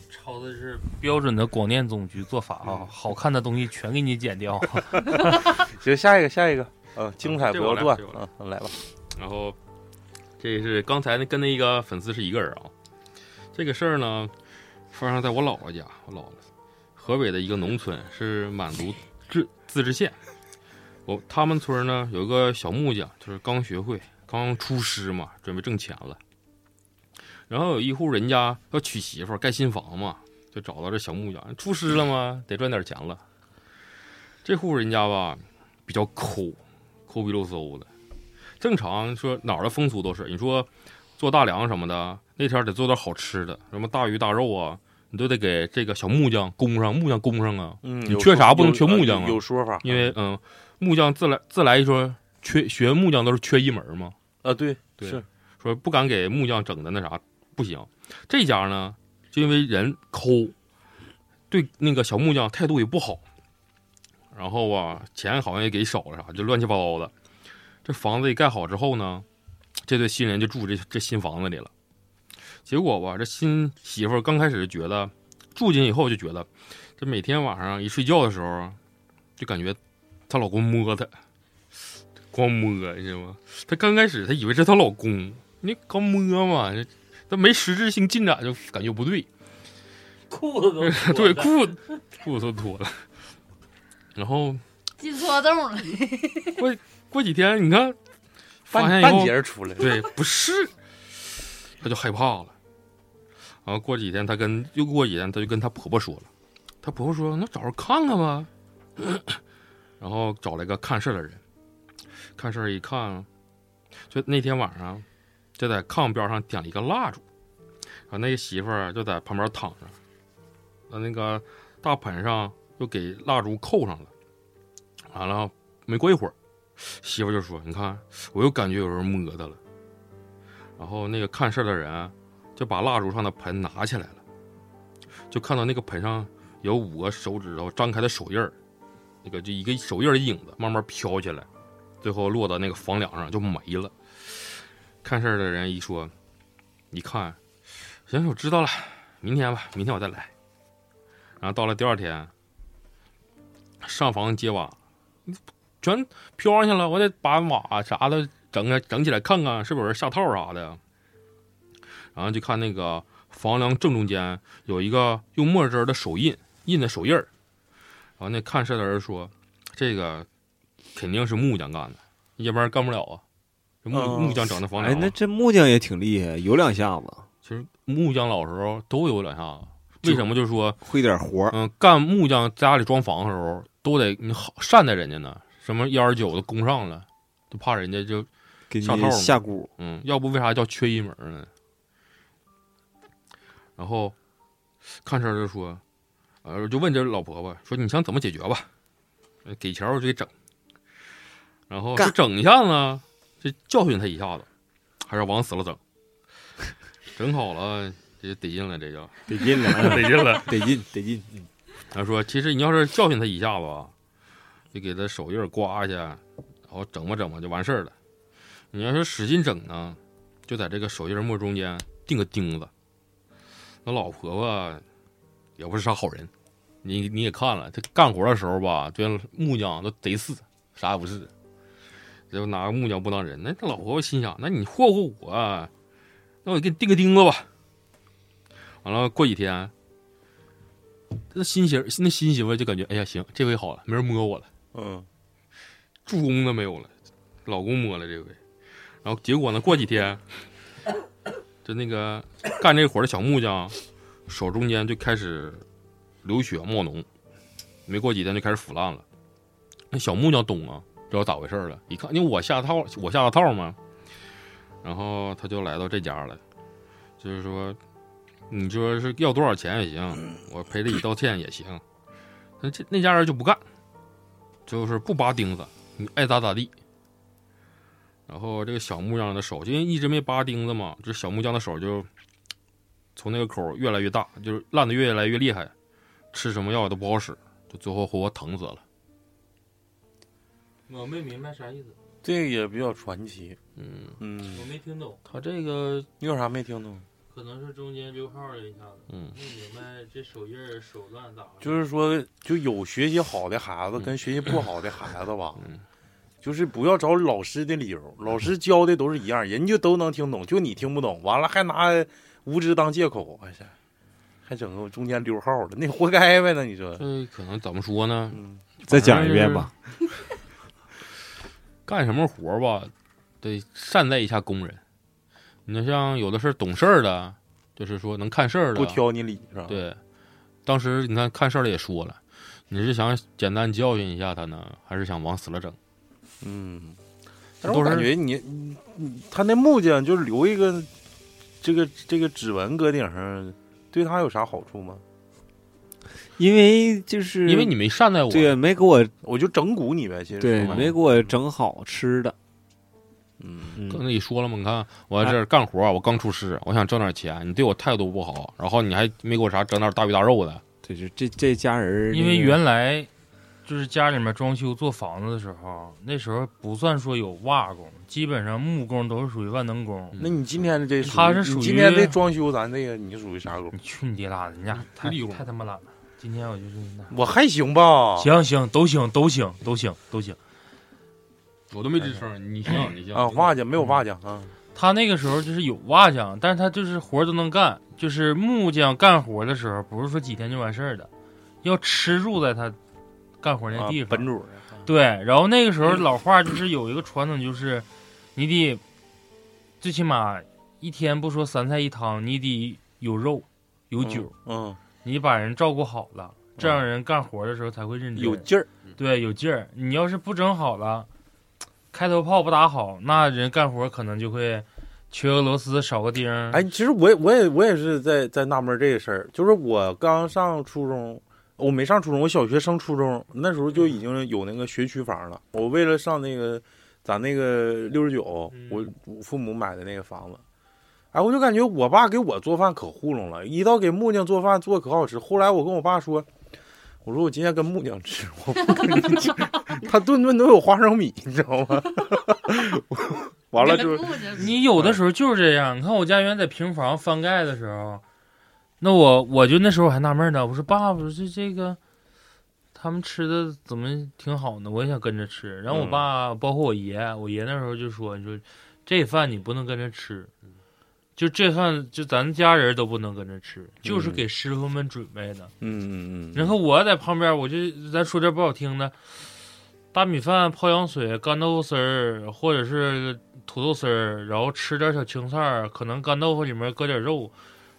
[SPEAKER 7] 抄的是标准的广电总局做法啊，好看的东西全给你剪掉。啊
[SPEAKER 2] 行，下一个，下一个，嗯，精彩
[SPEAKER 8] 啊这
[SPEAKER 2] 不要
[SPEAKER 8] 我来
[SPEAKER 2] 断
[SPEAKER 8] 这我，来
[SPEAKER 2] 嗯，来吧，
[SPEAKER 8] 然后这是刚才那跟那一个粉丝是一个人啊。这个事儿呢，发生在我姥姥家，我姥姥河北的一个农村，是满族自自治县。我他们村呢有一个小木匠，就是刚学会，刚出师嘛，准备挣钱了。然后有一户人家要娶媳妇儿，盖新房嘛，就找到这小木匠，出师了嘛，得赚点钱了。这户人家吧，比较抠，抠鼻漏搜的。正常说哪儿的风俗都是，你说做大梁什么的，那天儿得做点好吃的，什么大鱼大肉啊，你都得给这个小木匠供上，木匠供上啊，
[SPEAKER 2] 嗯，
[SPEAKER 8] 你
[SPEAKER 2] 有
[SPEAKER 8] 缺
[SPEAKER 2] 说
[SPEAKER 8] 啥不
[SPEAKER 2] 有
[SPEAKER 8] 能缺木
[SPEAKER 2] 呃
[SPEAKER 8] 匠
[SPEAKER 2] 有
[SPEAKER 8] 啊
[SPEAKER 2] 有说法，
[SPEAKER 8] 因为嗯，木匠自来自来一说缺学木匠都是缺一门儿嘛，
[SPEAKER 2] 啊，对，
[SPEAKER 8] 对
[SPEAKER 2] 是，
[SPEAKER 8] 说不敢给木匠整的那啥不行。这家呢，就因为人抠，对那个小木匠态度也不好，然后啊，钱好像也给少了啥，就乱七八糟的。这房子一盖好之后呢，这对新人就住这这新房子里了。结果吧，这新媳妇儿刚开始就觉得住进以后就觉得，这每天晚上一睡觉的时候，啊就感觉她老公摸她， 光摸，你知道吗？她刚开始她以为是她老公，你刚摸嘛，这她没实质性进展就感觉不对，
[SPEAKER 7] 裤子都是
[SPEAKER 8] 对，裤裤子都脱了。 然后
[SPEAKER 5] 进错洞了，
[SPEAKER 8] 过几天你看，发
[SPEAKER 2] 半
[SPEAKER 8] 现以
[SPEAKER 2] 半
[SPEAKER 8] 后
[SPEAKER 2] 截儿出来了，
[SPEAKER 8] 对，不是，她就害怕了。然后过几天她跟又过几天她就跟她婆婆说了，她婆婆说那找人看看吧， 然后找了一个看事儿的人，看事儿一看，就那天晚上就在炕边上点了一个蜡烛，然后那个媳妇儿就在旁边躺着，那那个大盆上又给蜡烛扣上了，完了没过一会儿，媳妇儿就说：“你看，我又感觉有人摸她了。”然后那个看事儿的人啊就把蜡烛上的盆拿起来了，就看到那个盆上有五个手指头张开的手印儿，那个就一个手印儿的影子慢慢飘起来，最后落到那个房梁上就没了。看事儿的人一说，一看，行，我知道了，明天吧，明天我再来。然后到了第二天，上房揭瓦，全飘上去了，我得把瓦啥的整个整起来看看是不是有人下套啥的。然后就看那个房梁正中间有一个用墨汁儿的手印印的手印儿，然后那看事儿的人说，这个肯定是木匠干的，要不然干不了啊。这木、
[SPEAKER 2] 哦
[SPEAKER 8] 木匠整的房梁
[SPEAKER 3] 哎
[SPEAKER 8] 啊、，
[SPEAKER 3] 那这木匠也挺厉害，有两下子，
[SPEAKER 8] 其实木匠老时候都有两下子，为什么？就是说
[SPEAKER 3] 会点活儿。
[SPEAKER 8] 嗯，干木匠家里装房的时候，都得你好善待人家呢，什么幺二九都供上了，都怕人家就
[SPEAKER 3] 给你
[SPEAKER 8] 下套儿
[SPEAKER 3] 下蛊，
[SPEAKER 8] 嗯，要不为啥叫缺一门儿呢？然后看事儿就说，呃，就问这老婆婆说你想怎么解决吧，呃给钱儿我就给整，然后就
[SPEAKER 3] 干
[SPEAKER 8] 整一下呢，就教训他一下子，还是往死了整， 整好了这得劲了，这就
[SPEAKER 3] 得劲了，
[SPEAKER 8] 得劲了。
[SPEAKER 3] 得劲，得劲。嗯
[SPEAKER 8] 他说：“其实你要是教训他一下子啊，就给他手印儿刮一下，然后整吧整吧就完事儿了。你要是使劲整呢，就在这个手印儿末中间钉个钉子。那老婆婆也不是啥好人，你你也看了，这干活的时候吧，对木匠都贼似，啥也不是，就拿木匠不当人。那这老婆婆心想：那你霍霍我，啊那我给你钉个钉子吧。完了，过几天。”那新媳妇那新媳妇就感觉，哎呀，行，这回好了，没人摸我了，
[SPEAKER 2] 嗯，
[SPEAKER 8] 助攻都没有了，老公摸了这回。然后结果呢，过几天，就那个干这活的小木匠手中间就开始流血冒脓，没过几天就开始腐烂了。那小木匠懂啊，知道咋回事儿了，一看，因为我下套，我下了套嘛，然后他就来到这家了，就是说，你说是要多少钱也行，我赔礼道歉也行。那这那家人就不干，就是不扒钉子，你爱咋咋地。然后这个小木匠的手，因为一直没扒钉子嘛，这小木匠的手就从那个口儿越来越大，就是烂的越来越厉害，吃什么药都不好使，就最后活活疼死了。
[SPEAKER 7] 我没明白啥意思，
[SPEAKER 2] 这个也比较传奇。
[SPEAKER 8] 嗯，
[SPEAKER 2] 嗯，
[SPEAKER 7] 没听懂，
[SPEAKER 8] 他这个，
[SPEAKER 2] 你有啥没听懂？
[SPEAKER 7] 可能是中间溜号了一下子，
[SPEAKER 8] 嗯，
[SPEAKER 7] 没明白这手印儿手段咋回事
[SPEAKER 2] 就是说，就有学习好的孩子跟学习不好的孩子吧，
[SPEAKER 8] 嗯
[SPEAKER 2] 就是不要找老师的理由，老师教的都是一样，人家都能听懂，就你听不懂，完了还拿无知当借口，还是还整个中间溜号了，那活该呗？那你说，
[SPEAKER 8] 这可能怎么说呢？
[SPEAKER 2] 嗯
[SPEAKER 3] 再讲一遍吧。
[SPEAKER 8] 干什么活儿吧，得善待一下工人。你像有的是懂事儿的，就是说能看事儿的，
[SPEAKER 2] 不挑你理是吧？，
[SPEAKER 8] 对，当时你看看事儿的也说了，你是想简单教训一下他呢，还是想往死了整？
[SPEAKER 2] 嗯，
[SPEAKER 8] 这
[SPEAKER 2] 但是我
[SPEAKER 8] 都是
[SPEAKER 2] 感觉你你你他那木匠就留一个这个这个指纹搁顶上，对他有啥好处吗？
[SPEAKER 3] 因为就是
[SPEAKER 8] 因为你没善待我，
[SPEAKER 3] 对没给我
[SPEAKER 2] 我就整蛊你呗，其实
[SPEAKER 3] 对
[SPEAKER 2] 说白了
[SPEAKER 3] 没给我整好吃的，
[SPEAKER 2] 嗯
[SPEAKER 8] 刚
[SPEAKER 3] 嗯，
[SPEAKER 8] 才你说了嘛，你看我在这儿干活儿，我刚出师，我想挣点钱，你对我态度不好，然后你还没给我啥整点大鱼大肉的，
[SPEAKER 3] 对，就这这家人儿
[SPEAKER 7] 因为
[SPEAKER 3] 那个
[SPEAKER 7] 原来就是家里面装修做房子的时候，那时候不算说有瓦工，基本上木工都是属于万能工。
[SPEAKER 8] 嗯
[SPEAKER 2] 那你今天的这属于
[SPEAKER 7] 他是属于
[SPEAKER 2] 你今天这装修，咱这个你就属于啥狗？
[SPEAKER 7] 你去你爹拉的，你俩太
[SPEAKER 8] 利用
[SPEAKER 7] 太他妈懒了。今天我就是那，
[SPEAKER 2] 我还行吧，
[SPEAKER 7] 行行都行都行都行都行。
[SPEAKER 8] 我都没吱声。你像你像
[SPEAKER 2] 啊，瓦匠没有瓦匠啊，
[SPEAKER 7] 他那个时候就是有瓦匠，但是他就是活儿都能干，就是木匠干活的时候，不是说几天就完事儿的，要吃住在他干活那
[SPEAKER 2] 啊
[SPEAKER 7] 地方。
[SPEAKER 2] 本主儿
[SPEAKER 7] 对，然后那个时候老话就是有一个传统，就是你得最起码一天不说三菜一汤，你得有肉有酒，，
[SPEAKER 2] 嗯，
[SPEAKER 7] 你把人照顾好了，这样人干活的时候才会认
[SPEAKER 2] 嗯
[SPEAKER 7] 真，
[SPEAKER 2] 有劲儿，
[SPEAKER 7] 对有劲儿。你要是不整好了，开头炮不打好，那人干活可能就会缺个螺丝少个钉儿。
[SPEAKER 2] 哎，其实我也我也我也是在在纳闷这个事儿，就是我刚上初中，我没上初中，我小学升初中那时候就已经有那个学区房了。我为了上那个咱那个六十九，
[SPEAKER 7] 嗯
[SPEAKER 2] 我我父母买的那个房子，哎，我就感觉我爸给我做饭可糊弄了，一到给木匠做饭做可好吃。后来我跟我爸说。我说我今天跟木匠吃，我不跟你吃， 他顿顿都有花生米，你知道吗？ 我完了之后，
[SPEAKER 7] 你有的时候就是这样。你看我家原来在平房翻盖的时候，那我我就那时候还纳闷呢，我说爸爸，我说这这个他他们吃的怎么挺好呢？我也想跟着吃。然后我爸，包括我爷，我爷那时候就说：“你说这饭你不能跟着吃，就这饭就咱家人都不能跟着吃，就是给师傅们准备的。
[SPEAKER 2] 嗯嗯嗯，
[SPEAKER 7] 然后我在旁边，我就咱说点不好听的，大米饭、泡羊水、干豆腐丝儿，或者是土豆丝儿，然后吃点小青菜儿，可能干豆腐里面搁点肉，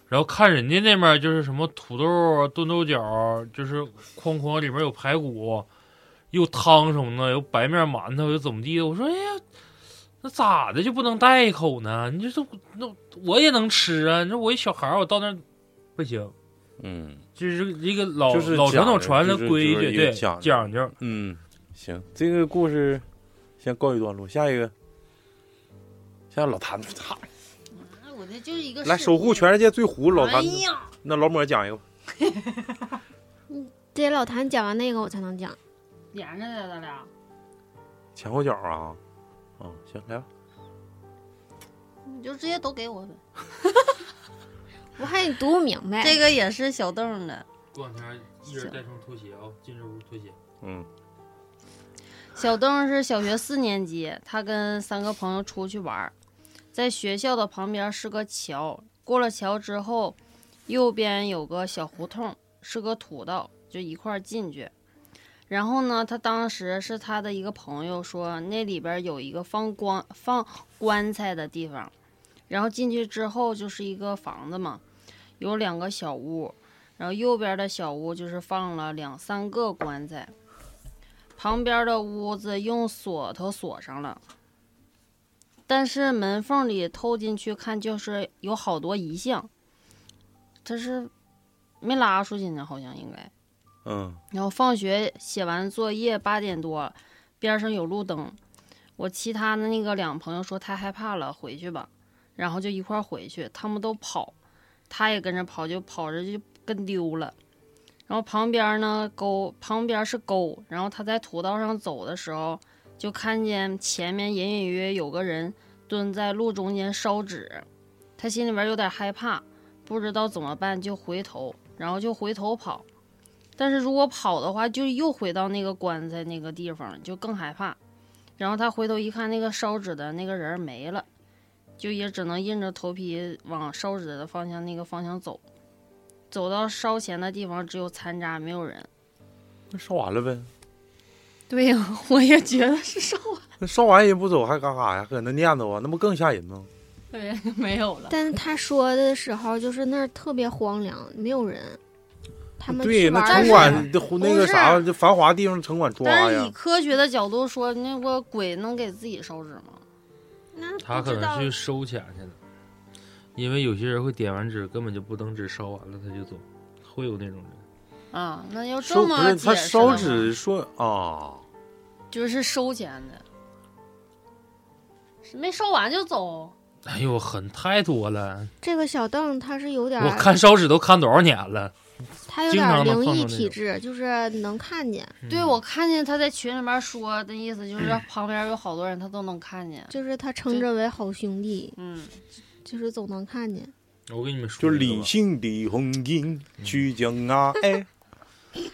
[SPEAKER 7] 然后看人家那边就是什么土豆啊、炖豆角儿，就是哐哐里面有排骨，又汤什么的，有白面馒头，又怎么地的。我说，哎呀，那咋的就不能带一口呢？你这都那我也能吃啊！你说我一小孩儿，我到那儿不行。
[SPEAKER 2] 嗯
[SPEAKER 7] 就是一个老
[SPEAKER 2] 就是
[SPEAKER 7] 老传
[SPEAKER 2] 讲
[SPEAKER 7] 统
[SPEAKER 2] 究
[SPEAKER 7] 传的
[SPEAKER 2] 就是
[SPEAKER 7] 规
[SPEAKER 2] 就是
[SPEAKER 7] 矩，
[SPEAKER 2] 一个
[SPEAKER 7] 对
[SPEAKER 2] 讲究
[SPEAKER 7] 讲究。
[SPEAKER 2] 嗯，行，这个故事先告一段落，下一个，下一个老谭，操
[SPEAKER 5] 那哎我这就是一个
[SPEAKER 2] 来
[SPEAKER 5] 事
[SPEAKER 2] 守护全世界最虎老
[SPEAKER 5] 哎
[SPEAKER 2] 谭，
[SPEAKER 5] 呀，
[SPEAKER 2] 那老抹讲一个吧。
[SPEAKER 6] 得老谭讲完那个我才能讲。
[SPEAKER 5] 连着的咱俩。
[SPEAKER 2] 前后脚啊，啊，行，来吧，
[SPEAKER 5] 你就直接都给我呗。
[SPEAKER 6] 我还得读不明白。
[SPEAKER 5] 这个也是小邓的，
[SPEAKER 7] 过两天一
[SPEAKER 5] 人
[SPEAKER 7] 带双拖鞋啊，进这屋拖鞋。
[SPEAKER 2] 嗯
[SPEAKER 5] 小邓是小学四年级，他跟三个朋友出去玩儿，在学校的旁边是个桥，过了桥之后，右边有个小胡同，是个土道，就一块儿进去。然后呢，他当时是他的一个朋友说，那里边有一个放棺放棺材的地方，然后进去之后就是一个房子嘛，有两个小屋，然后右边的小屋就是放了两三个棺材。旁边的屋子用锁头锁上了，但是门缝里透进去看，就是有好多遗像，他是没拉出去呢，好像应该。
[SPEAKER 2] 嗯
[SPEAKER 5] 然后放学写完作业八点多，边上有路灯，我其他的那个两朋友说太害怕了，回去吧，然后就一块儿回去，他们都跑，他也跟着跑，就跑着就跟丢了。然后旁边呢沟，旁边是沟，然后他在土道上走的时候，就看见前面隐隐约约有个人蹲在路中间烧纸，他心里边有点害怕，不知道怎么办，就回头，然后就回头跑。但是如果跑的话，就又回到那个棺材那个地方，就更害怕。然后他回头一看，那个烧纸的那个人没了，就也只能硬着头皮往烧纸的方向那个方向走。走到烧钱的地方，只有残渣，没有人。
[SPEAKER 2] 那烧完了呗，
[SPEAKER 5] 对呀、 我也觉得是烧啊完，
[SPEAKER 2] 那烧完人不走还干啥呀？还搁那念叨啊，那不更吓人吗？
[SPEAKER 5] 对， 没有了。
[SPEAKER 6] 但是他说的时候，就是那儿特别荒凉，没有人。他们
[SPEAKER 2] 对，
[SPEAKER 6] 去玩
[SPEAKER 2] 那
[SPEAKER 6] 儿
[SPEAKER 2] 城
[SPEAKER 6] 去了
[SPEAKER 2] 管这胡那
[SPEAKER 5] 不
[SPEAKER 2] 个
[SPEAKER 5] 是
[SPEAKER 2] 啥，这繁华地方城管抓
[SPEAKER 5] 但是以
[SPEAKER 2] 呀。
[SPEAKER 5] 科学的角度说，那个鬼能给自己烧纸吗？
[SPEAKER 6] 那
[SPEAKER 7] 他
[SPEAKER 6] 不
[SPEAKER 7] 可
[SPEAKER 6] 知道
[SPEAKER 7] 能去收钱去了，因为有些人会点完纸根本就不等纸烧完了他就走，会有那种人。
[SPEAKER 5] 啊，那要这
[SPEAKER 2] 收不
[SPEAKER 5] 么
[SPEAKER 2] 是
[SPEAKER 5] 解
[SPEAKER 2] 他
[SPEAKER 5] 释的话
[SPEAKER 2] 烧纸说啊，
[SPEAKER 5] 就是收钱的，是没烧完就走。
[SPEAKER 7] 哎呦，很太多了，
[SPEAKER 6] 这个小邓他是有点
[SPEAKER 7] 我
[SPEAKER 6] 儿，
[SPEAKER 7] 看烧纸都看多少年了。
[SPEAKER 6] 他有
[SPEAKER 7] 经
[SPEAKER 6] 点儿
[SPEAKER 7] 常能
[SPEAKER 6] 灵
[SPEAKER 7] 碰
[SPEAKER 6] 异
[SPEAKER 7] 到那
[SPEAKER 6] 体
[SPEAKER 7] 种
[SPEAKER 6] 质，就是能看见，
[SPEAKER 2] 嗯
[SPEAKER 5] 对，我看见他在群里面说的意 思就是旁边有好多人，他都能看见。
[SPEAKER 6] 就是他称
[SPEAKER 5] 就
[SPEAKER 6] 之为好兄弟，
[SPEAKER 5] 嗯，
[SPEAKER 6] 就是总能看见。
[SPEAKER 7] 嗯我跟你们说，
[SPEAKER 2] 就是理性的红缨曲江啊，哎，
[SPEAKER 7] 嗯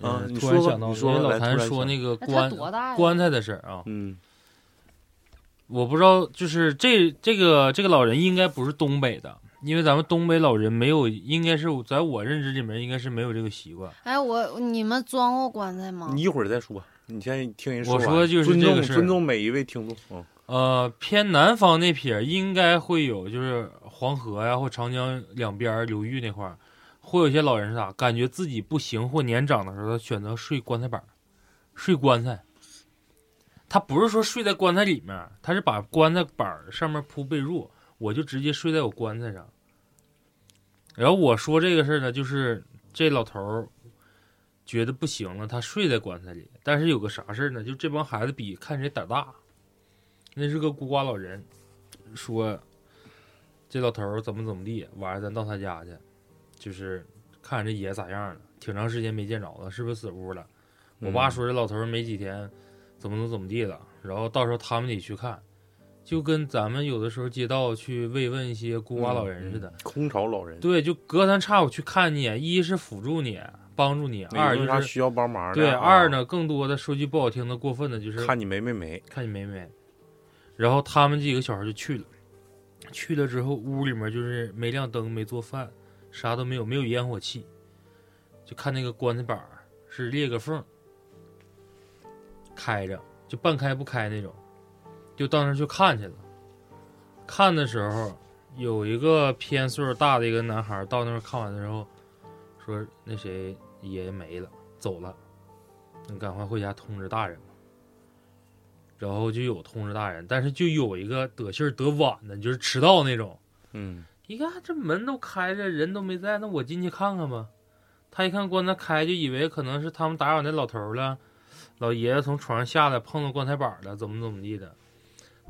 [SPEAKER 2] 啊你
[SPEAKER 7] 突然
[SPEAKER 2] 说吧
[SPEAKER 7] 想到
[SPEAKER 2] 你说吧
[SPEAKER 7] 老
[SPEAKER 2] 来突
[SPEAKER 7] 谭
[SPEAKER 2] 然
[SPEAKER 7] 说
[SPEAKER 2] 想
[SPEAKER 7] 那个
[SPEAKER 5] 那他
[SPEAKER 7] 棺
[SPEAKER 5] 多大呀？
[SPEAKER 7] 棺材的事儿啊，
[SPEAKER 2] 嗯
[SPEAKER 7] 我不知道，就是这这个这个老人应该不是东北的，因为咱们东北老人没有，应该是在我认知里面应该是没有这个习惯。
[SPEAKER 5] 哎，我你们装过棺材吗
[SPEAKER 2] 你？一会儿再说，你先听人
[SPEAKER 7] 我
[SPEAKER 2] 完
[SPEAKER 7] 说就是
[SPEAKER 2] 尊
[SPEAKER 7] 这个
[SPEAKER 2] 重
[SPEAKER 7] 事儿
[SPEAKER 2] 尊重每一位听众，嗯
[SPEAKER 7] 呃，偏南方那撇儿应该会有，就是黄河呀或长江两边儿流域那块儿，会有些老人是啥，感觉自己不行或年长的时候，他选择睡棺材板儿，睡棺材。他不是说睡在棺材里面儿，他是把棺材板儿上面铺被褥，我就直接睡在我棺材上。然后我说这个事儿呢，就是这老头儿觉得不行了，他睡在棺材里。但是有个啥事儿呢？就这帮孩子比看谁胆儿大。那是个孤寡老人，说这老头儿怎么怎么地，晚上咱到他家去，就是看这爷咋样了，挺长时间没见着了，是不是死屋了？我爸说这老头儿没几天，怎么能怎么地了，然后到时候他们得去看，就跟咱们有的时候街道去慰问一些孤寡老人似的，
[SPEAKER 2] 嗯
[SPEAKER 7] 嗯
[SPEAKER 2] 空巢老人，
[SPEAKER 7] 对，就隔三差五去看你，一是辅助你，帮助你，
[SPEAKER 2] 哪个
[SPEAKER 7] 二就
[SPEAKER 2] 地方
[SPEAKER 7] 是
[SPEAKER 2] 需要帮忙的
[SPEAKER 7] 对
[SPEAKER 2] 啊
[SPEAKER 7] 二，呢，更多的说句不好听的，过分的就是
[SPEAKER 2] 看你没没没，
[SPEAKER 7] 看你没没。然后他们几个小孩就去了，去了之后屋里面就是没亮灯，没做饭，啥都没有，没有烟火气，就看那个棺材板儿是裂个缝儿，开着就半开不开那种，就当时去看去了。看的时候有一个偏岁数大的一个男孩儿到那儿看完之后，说那谁爷爷没了，走了，你赶快回家通知大人。然后就有通知大人，但是就有一个得信儿得晚的，就是迟到那种。
[SPEAKER 2] 嗯，
[SPEAKER 7] 一看这门都开着，人都没在，那我进去看看吧。他一看棺材开，就以为可能是他们打扰那老头儿了，老爷子从床上下来碰到棺材板儿了，怎么怎么地的。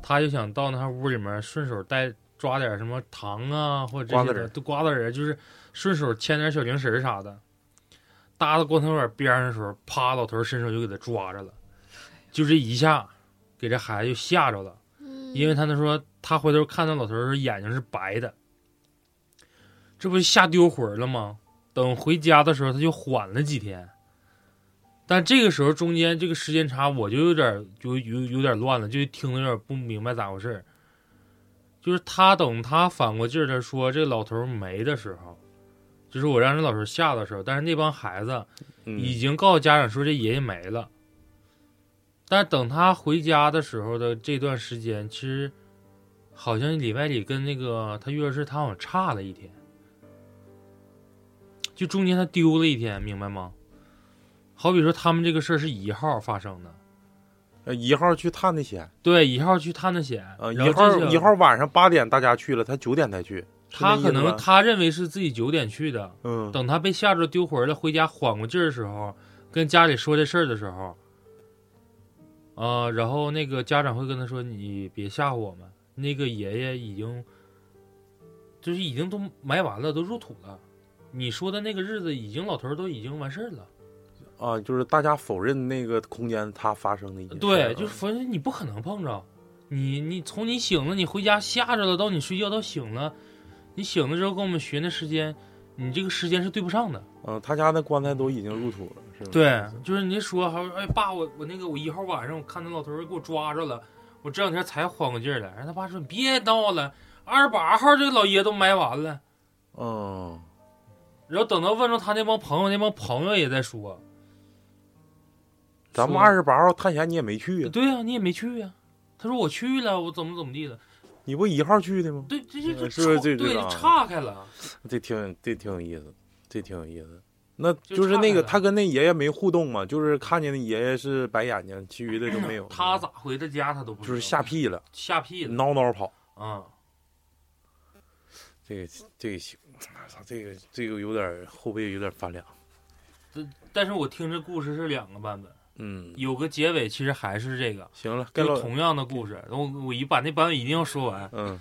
[SPEAKER 7] 他就想到那屋里面顺手带抓点什么糖啊，或者这些
[SPEAKER 2] 瓜子
[SPEAKER 7] 的
[SPEAKER 2] 仁儿
[SPEAKER 7] 对瓜子仁儿，就是顺手牵点小零食儿啥的。搭到棺材板边上的时候，啪，老头儿伸手就给他抓着了，就这一下，给这孩子就吓着了。
[SPEAKER 6] 嗯
[SPEAKER 2] 嗯
[SPEAKER 7] 因为他那说他回头看到老头儿时眼睛是白的，这不就吓丢魂儿了吗？等回家的时候他就缓了几天，但这个时候中间这个时间差我就有点儿就有有点儿乱了，就听得有点儿不明白咋回事儿。就是他等他反过劲儿来说这老头儿没的时候，就是我让这老头儿吓的时候，但是那帮孩子
[SPEAKER 2] 嗯
[SPEAKER 7] 已经告诉家长说这爷爷没了。但是等他回家的时候的这段时间，其实好像里外里跟那个他月儿是他好像差了一天，就中间他丢了一天，明白吗？好比说他们这个事儿是一号发生的，
[SPEAKER 2] 呃一号去探的险，
[SPEAKER 7] 对，一号去探的险，
[SPEAKER 2] 呃，
[SPEAKER 7] 然
[SPEAKER 2] 一
[SPEAKER 7] 后
[SPEAKER 2] 号
[SPEAKER 7] 这些
[SPEAKER 2] 一号晚上八点大家去了，他九点才去，是那
[SPEAKER 7] 他
[SPEAKER 2] 意
[SPEAKER 7] 可
[SPEAKER 2] 思
[SPEAKER 7] 能
[SPEAKER 2] 吧
[SPEAKER 7] 他认为是自己九点去的，
[SPEAKER 2] 嗯，
[SPEAKER 7] 等他被吓着丢魂儿了，回家缓过劲儿的时候，跟家里说这事儿的时候，啊、然后那个家长会跟他说：“你别吓唬我们，那个爷爷已经，就是已经都埋完了，都入土了。你说的那个日子，已经老头儿都已经完事儿了。
[SPEAKER 2] 啊，就是大家否认那个空间它发生的一件事儿
[SPEAKER 7] 对，
[SPEAKER 2] 啊
[SPEAKER 7] 就是反正你不可能碰着，你你从你醒了，你回家吓着了，到你睡觉到醒了，你醒了之后跟我们学那时间，你这个时间是对不上的。”
[SPEAKER 2] 嗯，他家那棺材都已经入土了，是吧？
[SPEAKER 7] 对，就是你说，还说，哎爸，我我那个我一号晚上我看那老头儿给我抓着了，我这两天才缓过劲儿来。然后他爸说你别闹了，二十八号这个老爷都埋完了。
[SPEAKER 2] 嗯，
[SPEAKER 7] 然后等到问着他那帮朋友，那帮朋友也在说，
[SPEAKER 2] 咱们
[SPEAKER 7] 说
[SPEAKER 2] 二十八号探险你也没去啊，
[SPEAKER 7] 对呀、你也没去呀、他说我去了，我怎么怎么地了。
[SPEAKER 2] 你不一号去的吗？
[SPEAKER 7] 对，这这这
[SPEAKER 2] 呃是不是这
[SPEAKER 7] 对
[SPEAKER 2] 这
[SPEAKER 7] 就
[SPEAKER 2] 个
[SPEAKER 7] 岔开
[SPEAKER 2] 啊
[SPEAKER 7] 了。
[SPEAKER 2] 这挺这挺有意思，这挺有意思。那
[SPEAKER 7] 就
[SPEAKER 2] 就是
[SPEAKER 7] 差
[SPEAKER 2] 那
[SPEAKER 7] 开
[SPEAKER 2] 个
[SPEAKER 7] 了
[SPEAKER 2] 他跟那爷爷没互动嘛，就是看见那爷爷是白眼睛，其余的都没有。
[SPEAKER 7] 他咋回的家他都不知
[SPEAKER 2] 就
[SPEAKER 7] 道
[SPEAKER 2] 是吓屁了，
[SPEAKER 7] 吓屁了
[SPEAKER 2] 挠挠跑。
[SPEAKER 7] 啊、
[SPEAKER 2] 这个这个行，我操，这个这个有点儿后背有点儿发凉。
[SPEAKER 7] 但是我听这故事是两个版本，
[SPEAKER 2] 嗯，
[SPEAKER 7] 有个结尾其实还是这个。
[SPEAKER 2] 行了，该
[SPEAKER 7] 就
[SPEAKER 2] 老
[SPEAKER 7] 同样的故事，我我一把那版本一定要说完。
[SPEAKER 2] 嗯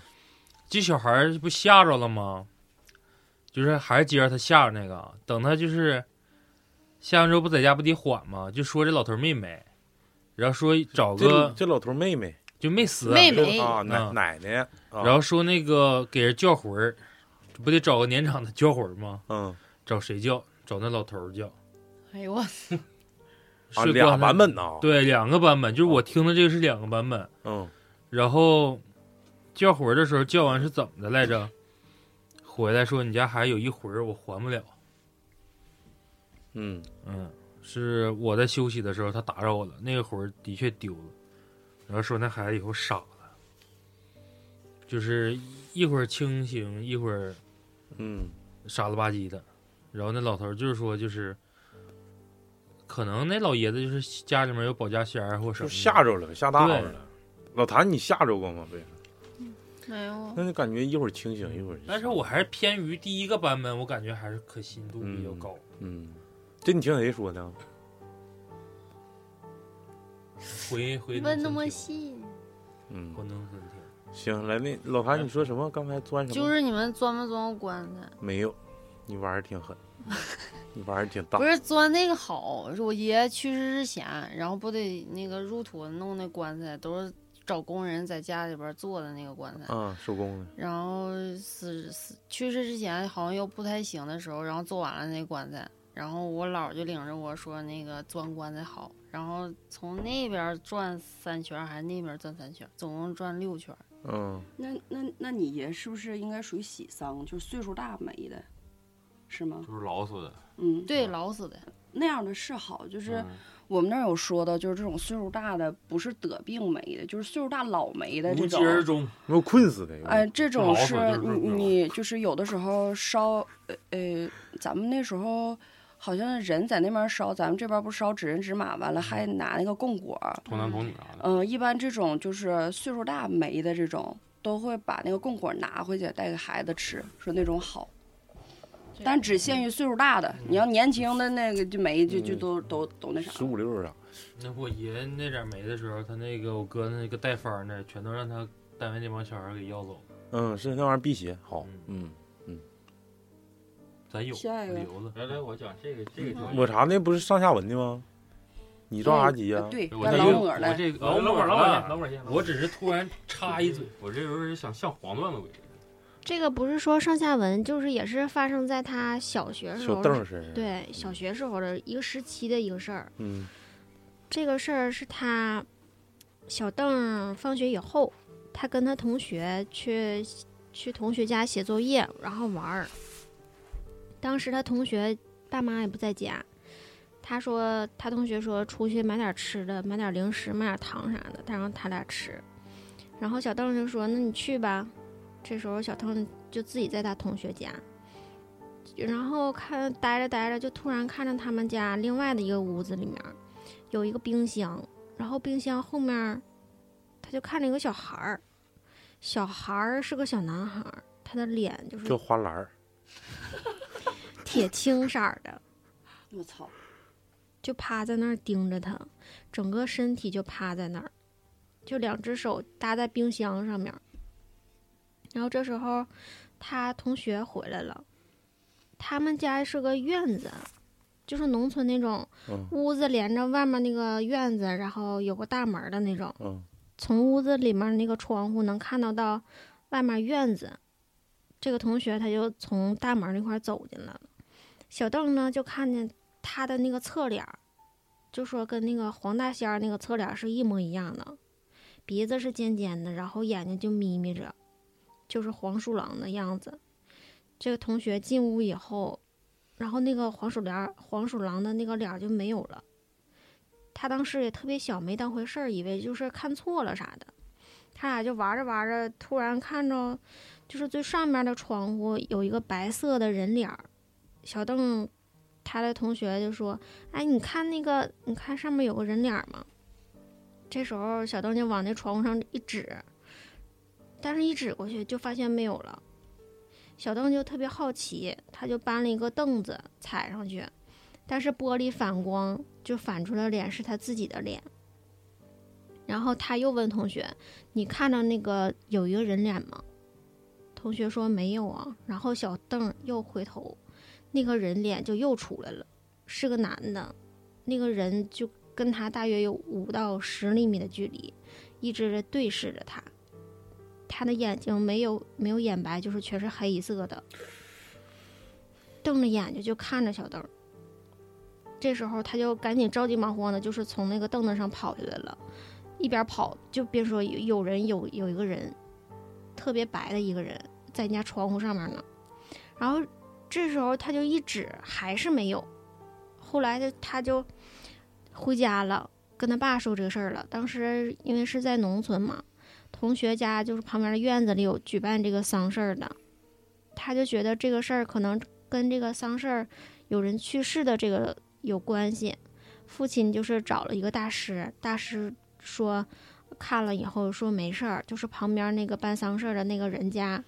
[SPEAKER 7] 这小孩儿不吓着了吗？就是还是接着他吓着那个，啊等他就是吓完之后不在家不得缓吗？就说这老头儿没没，然后说找
[SPEAKER 2] 这
[SPEAKER 7] 个
[SPEAKER 2] 这老头儿妹妹
[SPEAKER 7] 就没死，
[SPEAKER 5] 妹妹
[SPEAKER 2] 啊奶
[SPEAKER 7] 嗯
[SPEAKER 2] 奶奶啊，
[SPEAKER 7] 然后说那个给人叫魂儿，这不得找个年长的叫魂儿吗？
[SPEAKER 2] 嗯
[SPEAKER 7] 找谁叫？找那老头儿叫。
[SPEAKER 5] 哎呦我，
[SPEAKER 2] 啊
[SPEAKER 7] 是
[SPEAKER 2] 俩
[SPEAKER 7] 棺材
[SPEAKER 2] 版本呢，
[SPEAKER 7] 对，两个版本，就是我听的这个是两个版本。
[SPEAKER 2] 嗯
[SPEAKER 7] 然后叫魂儿的时候叫完是怎么的来着？回来说你家还有一魂儿，我还不了。
[SPEAKER 2] 嗯
[SPEAKER 7] 嗯，是我在休息的时候，他打扰我了，那个魂儿的确丢了，然后说那孩子以后傻了，就是一会儿清醒，一会儿
[SPEAKER 2] 嗯
[SPEAKER 7] 傻了吧唧的。然后那老头儿就是说，就是可能那老爷子就是家里面有保家仙儿或什
[SPEAKER 2] 就
[SPEAKER 7] 么的，
[SPEAKER 2] 吓着了，吓大
[SPEAKER 7] 对
[SPEAKER 2] 了了。老谭，你吓着过吗？被
[SPEAKER 5] 哎呦，
[SPEAKER 2] 那就感觉一会儿清醒一会儿就醒。
[SPEAKER 7] 但是我还是偏于第一个版本，我感觉还是可信度比较
[SPEAKER 2] 嗯
[SPEAKER 7] 高。
[SPEAKER 2] 嗯，这你听谁说的？
[SPEAKER 7] 回回农
[SPEAKER 6] 问那
[SPEAKER 7] 村
[SPEAKER 6] 么
[SPEAKER 7] 听，
[SPEAKER 6] 细，
[SPEAKER 2] 嗯
[SPEAKER 7] 回，农村听。
[SPEAKER 2] 行，来那老谭，你说什么？刚才钻什么？
[SPEAKER 5] 就是你们钻没钻过棺材？
[SPEAKER 2] 没有，你玩儿挺狠，你玩儿挺大
[SPEAKER 5] 不。是钻那个好，是我爷去世之前，然后不得那个入土弄那棺材，都是找工人在家里边做的那个棺材。
[SPEAKER 2] 啊，手工的，
[SPEAKER 5] 然后死死去世之前好像又不太行的时候，然后做完了那棺材，然后我姥儿就领着我说那个钻棺材好，然后从那边儿转三圈儿，还是那边儿转三圈儿，总共转六圈儿。
[SPEAKER 2] 嗯，
[SPEAKER 1] 那那那你爷是不是应该属于喜丧，就是岁数大没的，是吗？
[SPEAKER 8] 就是老死的，
[SPEAKER 1] 嗯，
[SPEAKER 5] 对，老死的，
[SPEAKER 1] 那样的是好，就是
[SPEAKER 8] 嗯
[SPEAKER 1] 我们那儿有说的，就是这种岁数大的不是得病没的，就是岁数大老没的这
[SPEAKER 7] 无疾
[SPEAKER 1] 种。
[SPEAKER 7] 而终。
[SPEAKER 2] 没有困死的。
[SPEAKER 1] 哎，这种
[SPEAKER 7] 老死
[SPEAKER 1] 是
[SPEAKER 7] 就是这
[SPEAKER 1] 你
[SPEAKER 7] 种
[SPEAKER 1] 你就是有的时候烧，呃呃，咱们那时候好像人在那边烧，咱们这边不是烧纸人纸马，完了还
[SPEAKER 7] 嗯
[SPEAKER 1] 拿那个供果儿。
[SPEAKER 8] 童男童女啥的，
[SPEAKER 1] 嗯、一般这种就是岁数大没的这种，都会把那个供果儿拿回去带给孩子吃，说那种好。但只限
[SPEAKER 7] 嗯
[SPEAKER 1] 于岁数大的，你要年轻的那个就没，就就
[SPEAKER 2] 嗯
[SPEAKER 1] 都都都那啥
[SPEAKER 2] 十。五六啥，
[SPEAKER 7] 那我爷那点儿没的时候，他那个我哥那个带方的，全都让他单位那帮小孩儿给要走了。
[SPEAKER 2] 嗯，是那玩意儿辟邪，好，嗯，
[SPEAKER 7] 咱有
[SPEAKER 5] 啊
[SPEAKER 1] 下一个
[SPEAKER 7] 留
[SPEAKER 8] 来
[SPEAKER 7] 着，
[SPEAKER 8] 来，我讲这个这
[SPEAKER 5] 嗯
[SPEAKER 8] 个
[SPEAKER 2] 抹茶嗯那不是上下文的吗？你着啥急
[SPEAKER 1] 呃
[SPEAKER 2] 呀？
[SPEAKER 1] 对，
[SPEAKER 8] 我
[SPEAKER 1] 该
[SPEAKER 8] 这
[SPEAKER 1] 老
[SPEAKER 8] 个
[SPEAKER 1] 母
[SPEAKER 8] 我
[SPEAKER 1] 儿了。
[SPEAKER 7] 这个
[SPEAKER 8] 老
[SPEAKER 7] 老
[SPEAKER 8] 老
[SPEAKER 7] 板
[SPEAKER 8] 板老板
[SPEAKER 7] 老板老
[SPEAKER 8] 老
[SPEAKER 7] 板
[SPEAKER 8] 板
[SPEAKER 7] 先，
[SPEAKER 8] 我
[SPEAKER 7] 啊我
[SPEAKER 8] 只是突然
[SPEAKER 7] 插一嘴，
[SPEAKER 8] 我这时候是想像黄段子鬼，
[SPEAKER 6] 这个不是说上下文，就是也是发生在他小学时
[SPEAKER 2] 小
[SPEAKER 6] 候，
[SPEAKER 2] 凳儿身上，，
[SPEAKER 6] 对小学时候的一个时期的一个事儿。
[SPEAKER 2] 嗯
[SPEAKER 6] 这个事儿是他小邓儿放学以后，他跟他同学去去同学家写作业，然后玩儿。当时他同学爸妈也不在家，他说他同学说出去买点吃的，买点零食，买点糖啥的，他让他俩吃。然后小邓就说：“那你去吧。”这时候小邓就自己在他同学家，然后看待着待着，就突然看着他们家另外的一个屋子里面有一个冰箱，然后冰箱后面儿他就看着一个小孩儿，小孩儿是个小男孩儿，他的脸就是
[SPEAKER 2] 叫花篮儿，
[SPEAKER 6] 铁青色儿的，
[SPEAKER 1] 我操！
[SPEAKER 6] 就趴在那儿盯着他，整个身体就趴在那儿，就两只手搭在冰箱上面儿。然后这时候，他同学回来了，他们家是个院子，就是农村那种
[SPEAKER 2] 嗯
[SPEAKER 6] 屋子连着外面那个院子，然后有个大门儿的那种。
[SPEAKER 2] 嗯，
[SPEAKER 6] 从屋子里面那个窗户能看到到外面院子。这个同学他就从大门那块儿走进来了，小邓呢就看见他的那个侧脸儿，就说跟那个黄大仙儿那个侧脸儿是一模一样的，鼻子是尖尖的，然后眼睛就眯眯着，就是黄鼠狼的样子。这个同学进屋以后，然后那个黄鼠狼黄鼠狼的那个脸儿就没有了。他当时也特别小，没当回事儿，以为就是看错了啥的。他俩就玩着玩着，突然看着，就是最上面的窗户有一个白色的人脸儿。小邓，他的同学就说：“哎，你看那个，你看上面有个人脸儿吗？”这时候，小邓就往那窗户上一指，但是一指过去就发现没有了。小邓就特别好奇，他就搬了一个凳子踩上去，但是玻璃反光就反出了脸是他自己的脸。然后他又问同学：“你看到那个有一个人脸吗？”同学说：“没有啊。”然后小邓又回头，那个人脸就又出来了，是个男的。那个人就跟他大约有五到十厘米的距离，一直在对视着他。他的眼睛没有没有眼白，就是全是黑色的，瞪着眼睛就看着小邓。这时候他就赶紧着急忙慌的，就是从那个凳子上跑下来了，一边跑就边说有有人有有一个人，特别白的一个人在人家窗户上面呢。然后这时候他就一指，还是没有。后来就他就回家了，跟他爸说这个事儿了。当时因为是在农村嘛，同学家就是旁边的院子里有举办这个丧事儿的，他就觉得这个事儿可能跟这个丧事儿有人去世的这个有关系。父亲就是找了一个大师，大师说看了以后说没事儿，就是旁边那个办丧事儿的那个人家，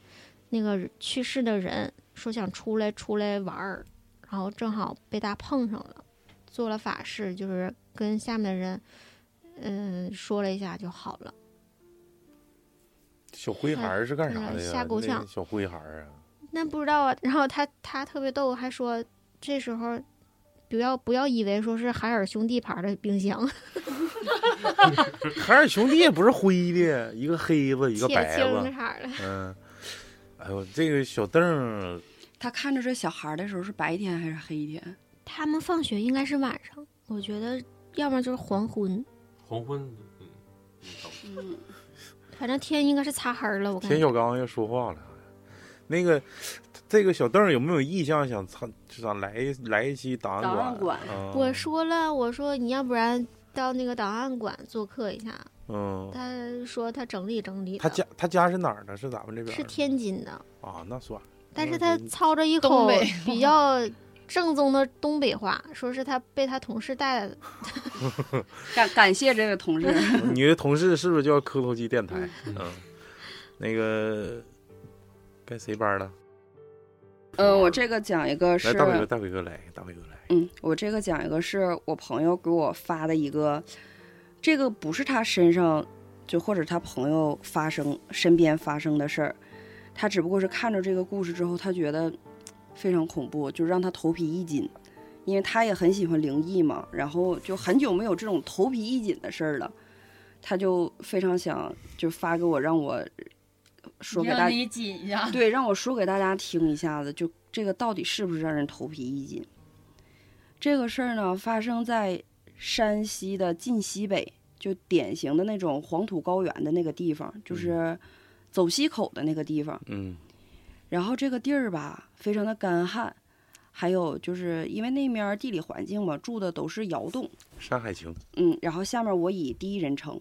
[SPEAKER 6] 那个去世的人说想出来出来玩儿，然后正好被他碰上了，做了法事，就是跟下面的人，嗯、说了一下就好了。
[SPEAKER 2] 小灰孩儿是干啥的呀？
[SPEAKER 6] 吓够呛
[SPEAKER 2] 那小灰孩儿啊，
[SPEAKER 6] 那不知道啊。然后他他特别逗，还说这时候不要不要以为说是海尔兄弟牌的冰箱，
[SPEAKER 2] 海尔兄弟也不是灰的，一个黑子，一
[SPEAKER 6] 铁
[SPEAKER 2] 个白
[SPEAKER 6] 青
[SPEAKER 2] 子，
[SPEAKER 6] 色的。
[SPEAKER 2] 嗯，哎呦，这个小凳儿
[SPEAKER 1] 他看着这小孩儿的时候是白天还是黑天？
[SPEAKER 6] 他们放学应该是晚上，我觉得要么就是黄昏，
[SPEAKER 8] 黄昏，嗯，
[SPEAKER 1] 嗯，
[SPEAKER 6] 反正天应该是擦黑儿了。我看
[SPEAKER 2] 田小刚要说话了，那个这个小邓有没有意向想参，就想来一来一期档
[SPEAKER 1] 档
[SPEAKER 2] 馆？
[SPEAKER 1] 案馆
[SPEAKER 2] 啊
[SPEAKER 6] 我说了，我说你要不然到那个档案馆做客一下。
[SPEAKER 2] 嗯，
[SPEAKER 6] 他说他整理整理的，
[SPEAKER 2] 他家他家是哪儿的？是咱们这边儿
[SPEAKER 6] 是
[SPEAKER 2] 的
[SPEAKER 6] 天津的，
[SPEAKER 2] 啊，那算了。
[SPEAKER 6] 但是
[SPEAKER 2] 那
[SPEAKER 6] 他
[SPEAKER 2] 就
[SPEAKER 6] 操着一
[SPEAKER 5] 东
[SPEAKER 6] 口
[SPEAKER 5] 北
[SPEAKER 6] 比较正宗的东北话，说是他被他同事带来的。
[SPEAKER 1] 感感谢这位同志，
[SPEAKER 2] 你的同事是不是叫磕头机电台？
[SPEAKER 8] 嗯
[SPEAKER 2] 嗯，那个该谁班了？
[SPEAKER 1] 嗯，我这个讲一个
[SPEAKER 2] 来
[SPEAKER 1] 是，
[SPEAKER 2] 大伟哥，大伟哥来，大伟哥来。
[SPEAKER 1] 嗯，我这个讲一个是我朋友给我发的一个，这个不是他身上就或者他朋友发生身边发生的事儿，他只不过是看着这个故事之后，他觉得非常恐怖，就让他头皮一紧，因为他也很喜欢灵异嘛，然后就很久没有这种头皮一紧的事儿了，他就非常想就发给我，让我说给大啊
[SPEAKER 5] 让
[SPEAKER 1] 家，
[SPEAKER 5] 你紧一 下。
[SPEAKER 1] 对，让我说给大家听一下子，就这个到底是不是让人头皮一紧？这个事儿呢，发生在山西的晋西北，就典型的那种黄土高原的那个地方，就是走西口的那个地方。
[SPEAKER 2] 嗯
[SPEAKER 1] 然后这个地儿吧，非常的干旱，还有就是因为那面儿地理环境嘛，住的都是窑洞。，
[SPEAKER 2] 山海情，
[SPEAKER 1] 嗯，然后下面我以第一人称，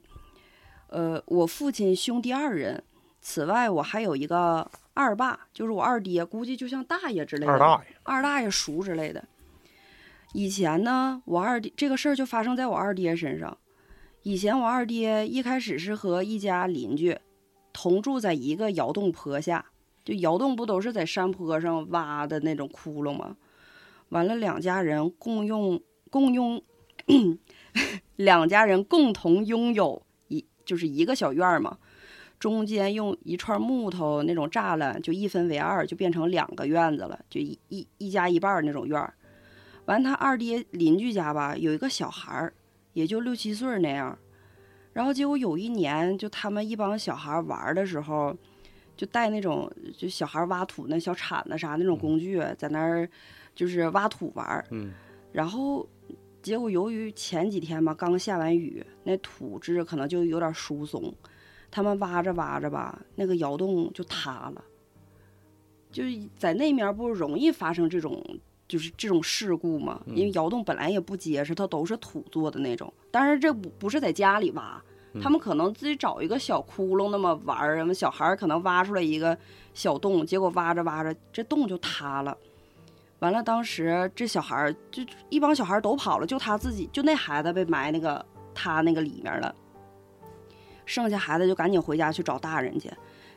[SPEAKER 1] 呃，我父亲兄弟二人，此外我还有一个二爸，就是我二爹，估计就像大爷之类的，
[SPEAKER 2] 二大爷，
[SPEAKER 1] 二大爷叔之类的。以前呢，我二爹这个事儿就发生在我二爹身上。以前我二爹一开始是和一家邻居同住在一个窑洞坡下，就窑洞不都是在山坡上挖的那种窟窿吗？完了，两家人共用共用， 两家人共同拥有一就是一个小院儿嘛，中间用一串木头那种栅栏就一分为二，就变成两个院子了，就一一一家一半儿那种院儿。完，他二爹邻居家吧有一个小孩儿，也就六七岁儿那样儿。然后结果有一年，就他们一帮小孩儿玩儿的时候，就带那种就小孩儿挖土那小铲子啥那种工具，在那儿就是挖土玩儿。
[SPEAKER 2] 嗯，
[SPEAKER 1] 然后结果由于前几天嘛刚下完雨，那土质可能就有点疏松，他们挖着挖着吧，那个窑洞就塌了。就是在那面不容易发生这种就是这种事故嘛，因为窑洞本来也不结实，它都是土做的那种。但是这不不是在家里挖，他们可能自己找一个小窟窿那么玩儿，什么小孩儿可能挖出来一个小洞，结果挖着挖着这洞就塌了。完了，当时这小孩儿就一帮小孩儿都跑了，就他自己，就那孩子被埋那个他那个里面了。剩下孩子就赶紧回家去找大人去。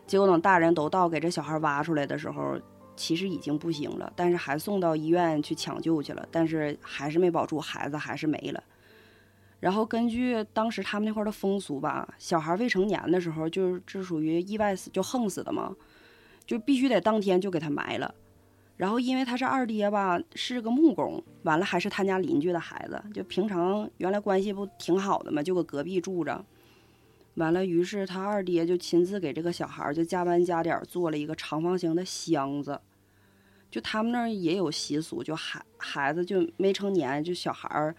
[SPEAKER 1] 结果等大人都到给这小孩挖出来的时候，其实已经不行了，但是还送到医院去抢救去了，但是还是没保住，孩子还是没了。然后根据当时他们那块儿的风俗吧，小孩未成年的时候就是这属于意外死，就横死的嘛，就必须得当天就给他埋了。然后因为他是二爹吧，是个木工，完了还是他家邻居的孩子，就平常原来关系不挺好的嘛，就搁隔壁住着。完了，于是他二爹就亲自给这个小孩儿就加班加点儿做了一个长方形的箱子。就他们那儿也有习俗，就孩孩子就没成年，就小孩儿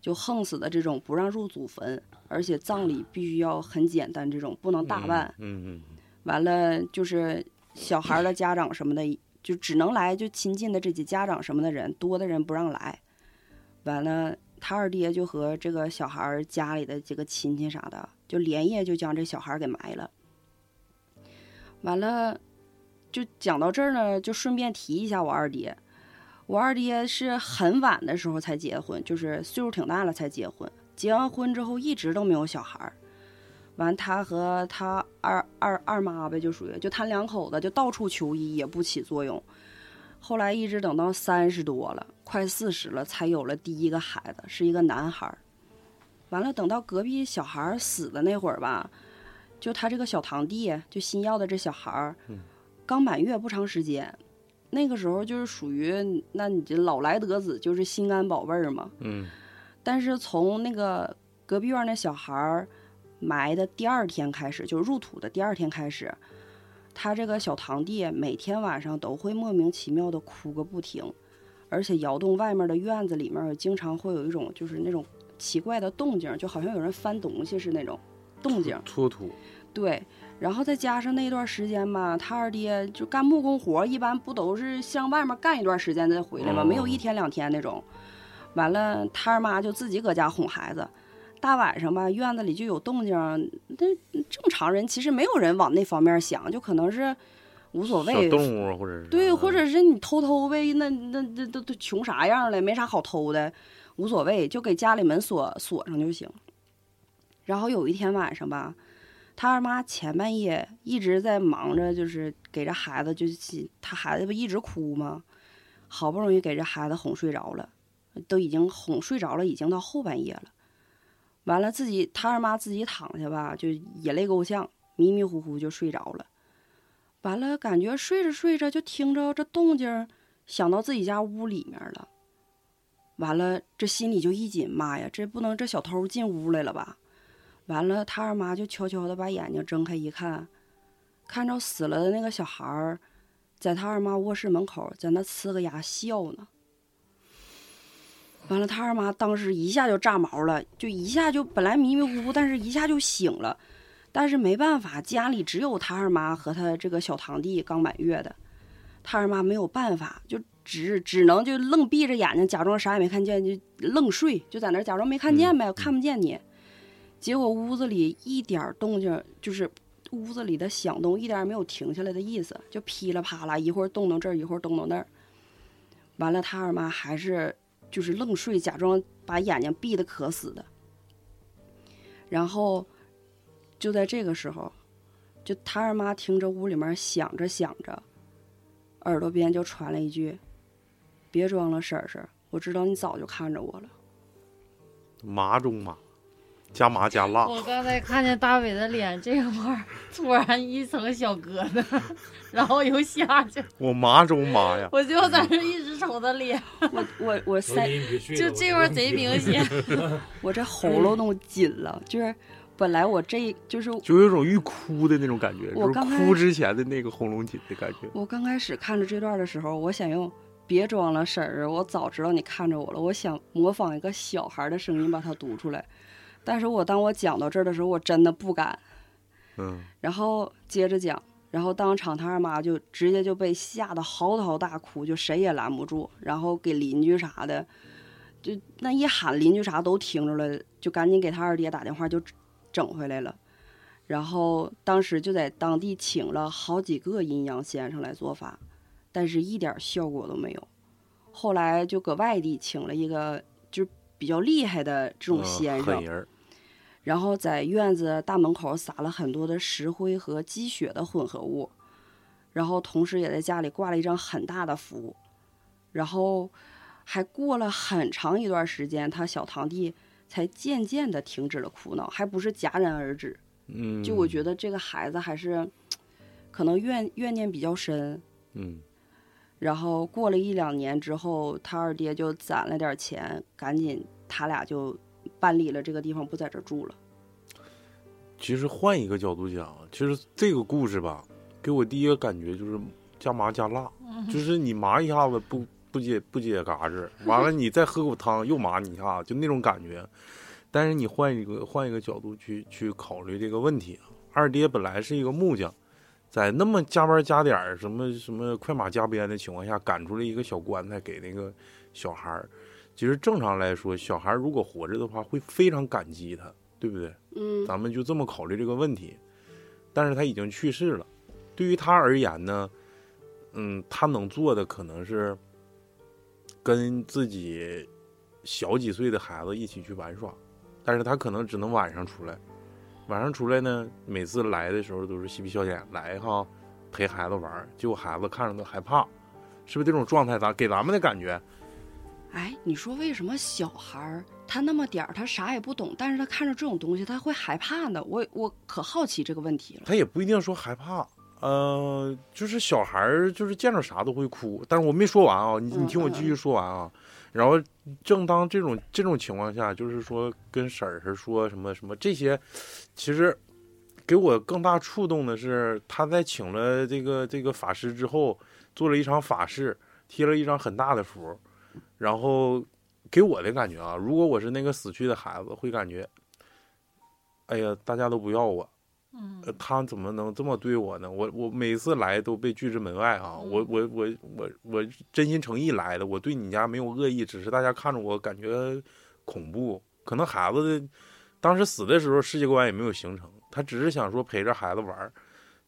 [SPEAKER 1] 就横死的这种不让入祖坟，而且葬礼必须要很简单，这种不能大办。
[SPEAKER 2] 嗯嗯
[SPEAKER 1] 完了就是小孩儿的家长什么的，就只能来就亲近的这些家长什么的人，多的人不让来。完了，他二爹就和这个小孩儿家里的这个亲戚啥的，就连夜就将这小孩儿给埋了。完了，就讲到这儿呢，就顺便提一下我二爹。我二爹是很晚的时候才结婚，就是岁数挺大了才结婚。结完婚之后一直都没有小孩儿，完，他和他二二二妈呗，就属于就他两口子就到处求医，也不起作用。后来一直等到三十多了，快四十了，才有了第一个孩子，是一个男孩儿。完了，等到隔壁小孩儿死的那会儿吧，就他这个小堂弟，就新要的这小孩儿，刚满月不长时间，那个时候就是属于，那你这老来得子，就是心肝宝贝儿嘛。
[SPEAKER 2] 嗯
[SPEAKER 1] 但是从那个隔壁院儿那小孩儿埋的第二天开始，就是入土的第二天开始，他这个小堂弟每天晚上都会莫名其妙的哭个不停，而且窑洞外面的院子里面儿经常会有一种就是那种奇怪的动静，就好像有人翻东西是那种动静。
[SPEAKER 2] 脱土，
[SPEAKER 1] 对，然后再加上那段时间吧，他二爹就干木工活儿，一般不都是向外面干一段时间再回来吗？没有
[SPEAKER 2] 嗯
[SPEAKER 1] 一天两天那种。完了，他二妈就自己搁家哄孩子，大晚上吧，院子里就有动静儿，那正常人其实没有人往那方面想，就可能是无所
[SPEAKER 2] 小
[SPEAKER 1] 谓，
[SPEAKER 2] 动物或者是
[SPEAKER 1] 对，
[SPEAKER 2] 啥
[SPEAKER 1] 或者是你偷偷呗，那那那都都穷啥样了，没啥好偷的，无所谓，就给家里门锁锁上就行。然后有一天晚上吧，他二妈前半夜一直在忙着，就是给这孩子，就是他孩子不一直哭吗？好不容易给这孩子哄睡着了，都已经哄睡着了，已经到后半夜了。完了，自己他二妈自己躺下吧，就也累够呛，迷迷糊糊就睡着了。完了，感觉睡着睡着就听着这动静儿，想到自己家屋里面了。完了，这心里就一紧，妈呀，这不能这小偷进屋来了吧？完了，他二妈就悄悄的把眼睛睁开一看，看着死了的那个小孩儿，在他二妈卧室门口，在那呲个牙笑呢。完了，他二妈当时一下就炸毛了，就一下就本来迷迷糊糊，但是一下就醒了。但是没办法，家里只有他二妈和他这个小堂弟刚满月的，他二妈没有办法，就只只能就愣闭着眼睛，假装啥也没看见，就愣睡，就在那儿假装没看见呗，我看不见你。结果屋子里一点儿动静儿，就是屋子里的响动一点儿没有停下来的意思，就噼里啪啦，一会儿动动这儿，一会儿动动那儿。完了，他二妈还是就是愣睡，假装把眼睛闭得可死的。然后就在这个时候，就他二妈听着屋里面响着响着，耳朵边就传来一句：“别装了，婶婶，我知道你早就看着我了。”
[SPEAKER 2] 麻中麻，加麻加辣，
[SPEAKER 5] 我刚才看见大伟的脸这块儿突然一层小疙瘩， 然后又下去，
[SPEAKER 2] 我麻中麻呀，
[SPEAKER 5] 我就在这一直瞅他脸，
[SPEAKER 1] 我我我三
[SPEAKER 5] 就这块儿贼明 显。
[SPEAKER 1] 我这喉咙都紧了，就是本来我这就是
[SPEAKER 2] 就有一种欲哭的那种感觉，
[SPEAKER 1] 我
[SPEAKER 2] 就是
[SPEAKER 1] 刚才
[SPEAKER 2] 哭之前的那个喉咙紧的感觉。
[SPEAKER 1] 我刚开始看着这段的时候，我想用“别装了，婶儿，我早知道你看着我了”，我想模仿一个小孩的声音把它读出来，但是我当我讲到这儿的时候，我真的不敢。
[SPEAKER 2] 嗯，
[SPEAKER 1] 然后接着讲，然后当场他二妈就直接就被吓得嚎啕大哭，就谁也拦不住，然后给邻居啥的，就那一喊邻居啥都听着了，就赶紧给他二爹打电话就整回来了。然后当时就在当地请了好几个阴阳先生来做法，但是一点效果都没有。后来就搁外地请了一个就是比较厉害的这种
[SPEAKER 2] 嗯
[SPEAKER 1] 先生
[SPEAKER 2] 狠，人儿，
[SPEAKER 1] 然后在院子大门口撒了很多的石灰和积雪的混合物，然后同时也在家里挂了一张很大的符，然后还过了很长一段时间，他小堂弟才渐渐的停止了哭闹，还不是戛然而止。
[SPEAKER 2] 嗯，
[SPEAKER 1] 就我觉得这个孩子还是可能怨怨念比较深，
[SPEAKER 2] 嗯，
[SPEAKER 1] 然后过了一两年之后，他二爹就攒了点钱，赶紧他俩就搬离了这个地方，不在这儿住了。
[SPEAKER 2] 其实换一个角度讲，其实这个故事吧，给我第一个感觉就是加麻加辣，就是你麻一下子不不解不解嘎吱，完了你再喝口汤又麻你一下，就那种感觉。但是你换一个换一个角度去去考虑这个问题啊，二爹本来是一个木匠，在那么加班加点儿什么什么快马加鞭的情况下，赶出来一个小棺材给那个小孩儿。其实正常来说，小孩儿如果活着的话，会非常感激他，对不对？
[SPEAKER 1] 嗯，
[SPEAKER 2] 咱们就这么考虑这个问题。但是他已经去世了，对于他而言呢，嗯，他能做的可能是跟自己小几岁的孩子一起去玩耍，但是他可能只能晚上出来。晚上出来呢，每次来的时候都是嬉皮笑脸来哈，陪孩子玩儿，结果孩子看着都害怕，是不是这种状态咱给咱们的感觉？
[SPEAKER 1] 哎，你说为什么小孩儿他那么点儿，他啥也不懂，但是他看着这种东西他会害怕呢？我我可好奇这个问题了。
[SPEAKER 2] 他也不一定说害怕，呃，就是小孩儿就是见着啥都会哭。但是我没说完啊，你你
[SPEAKER 1] 嗯
[SPEAKER 2] 听我继续说完啊。然后，正当这种这种情况下，就是说跟婶儿是说什么什么这些，其实给我更大触动的是，他在请了这个这个法师之后，做了一场法事，贴了一张很大的符，然后给我的感觉啊，如果我是那个死去的孩子，会感觉，哎呀，大家都不要我，
[SPEAKER 5] 嗯
[SPEAKER 2] 呃，他怎么能这么对我呢？我我每次来都被拒之门外啊！
[SPEAKER 5] 嗯
[SPEAKER 2] 我我我我我真心诚意来的，我对你家没有恶意，只是大家看着我感觉恐怖。可能孩子的当时死的时候世界观也没有形成，他只是想说陪着孩子玩儿。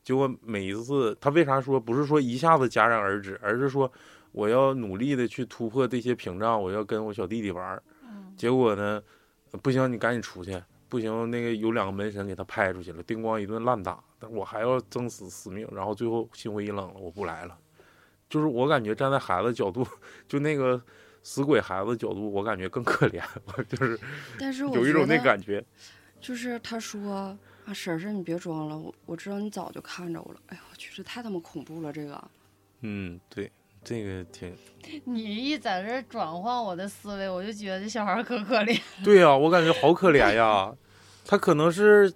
[SPEAKER 2] 结果每一次他为啥说不是说一下子戛然而止，而是说我要努力的去突破这些屏障，我要跟我小弟弟玩儿。
[SPEAKER 5] 嗯
[SPEAKER 2] 结果呢，呃不行，你赶紧出去，不行，那个有两个门神给他拍出去了，叮咣一顿烂打，但我还要争死死命，然后最后心灰意冷了，我不来了。就是我感觉站在孩子角度，就那个死鬼孩子角度，我感觉更可怜，我 就是
[SPEAKER 1] 但是我
[SPEAKER 2] 有一
[SPEAKER 1] 觉
[SPEAKER 2] 种那
[SPEAKER 1] 得
[SPEAKER 2] 感觉。
[SPEAKER 1] 就是他说啊，婶婶你别装了，我我知道你早就看着我了。哎呦我去，这太他妈恐怖了！这个
[SPEAKER 2] 嗯，对，这个
[SPEAKER 1] 哎
[SPEAKER 2] 挺
[SPEAKER 5] 你一在这儿转换我的思维，我就觉得这小孩儿可可怜。
[SPEAKER 2] 对呀、我感觉好可怜呀。他可能是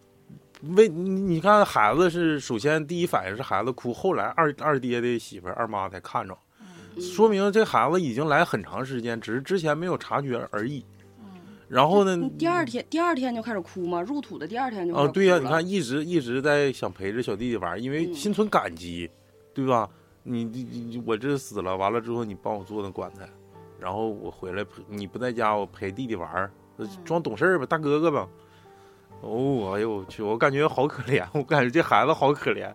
[SPEAKER 2] 为你你看孩子是首先第一反应是孩子哭，后来二二爹的媳妇儿二妈才看着。
[SPEAKER 1] 嗯
[SPEAKER 2] 说明这孩子已经来很长时间，只是之前没有察觉而已。
[SPEAKER 5] 嗯
[SPEAKER 2] 然后呢
[SPEAKER 1] 你，第二天第二天就开始哭吗？入土的第二天就开
[SPEAKER 2] 啊，
[SPEAKER 1] 始
[SPEAKER 2] 对呀、你
[SPEAKER 1] 哭了
[SPEAKER 2] 看一直一直在想陪着小弟弟玩儿，因为
[SPEAKER 1] 嗯
[SPEAKER 2] 心存感激，对吧？你你你我这死了，完了之后你帮我做那棺材，然后我回来陪你不在家，我陪弟弟玩儿，呃
[SPEAKER 5] 嗯
[SPEAKER 2] 装懂事儿吧，大哥哥吧。哦，哎呦我去，我感觉好可怜，我感觉这孩子好可怜。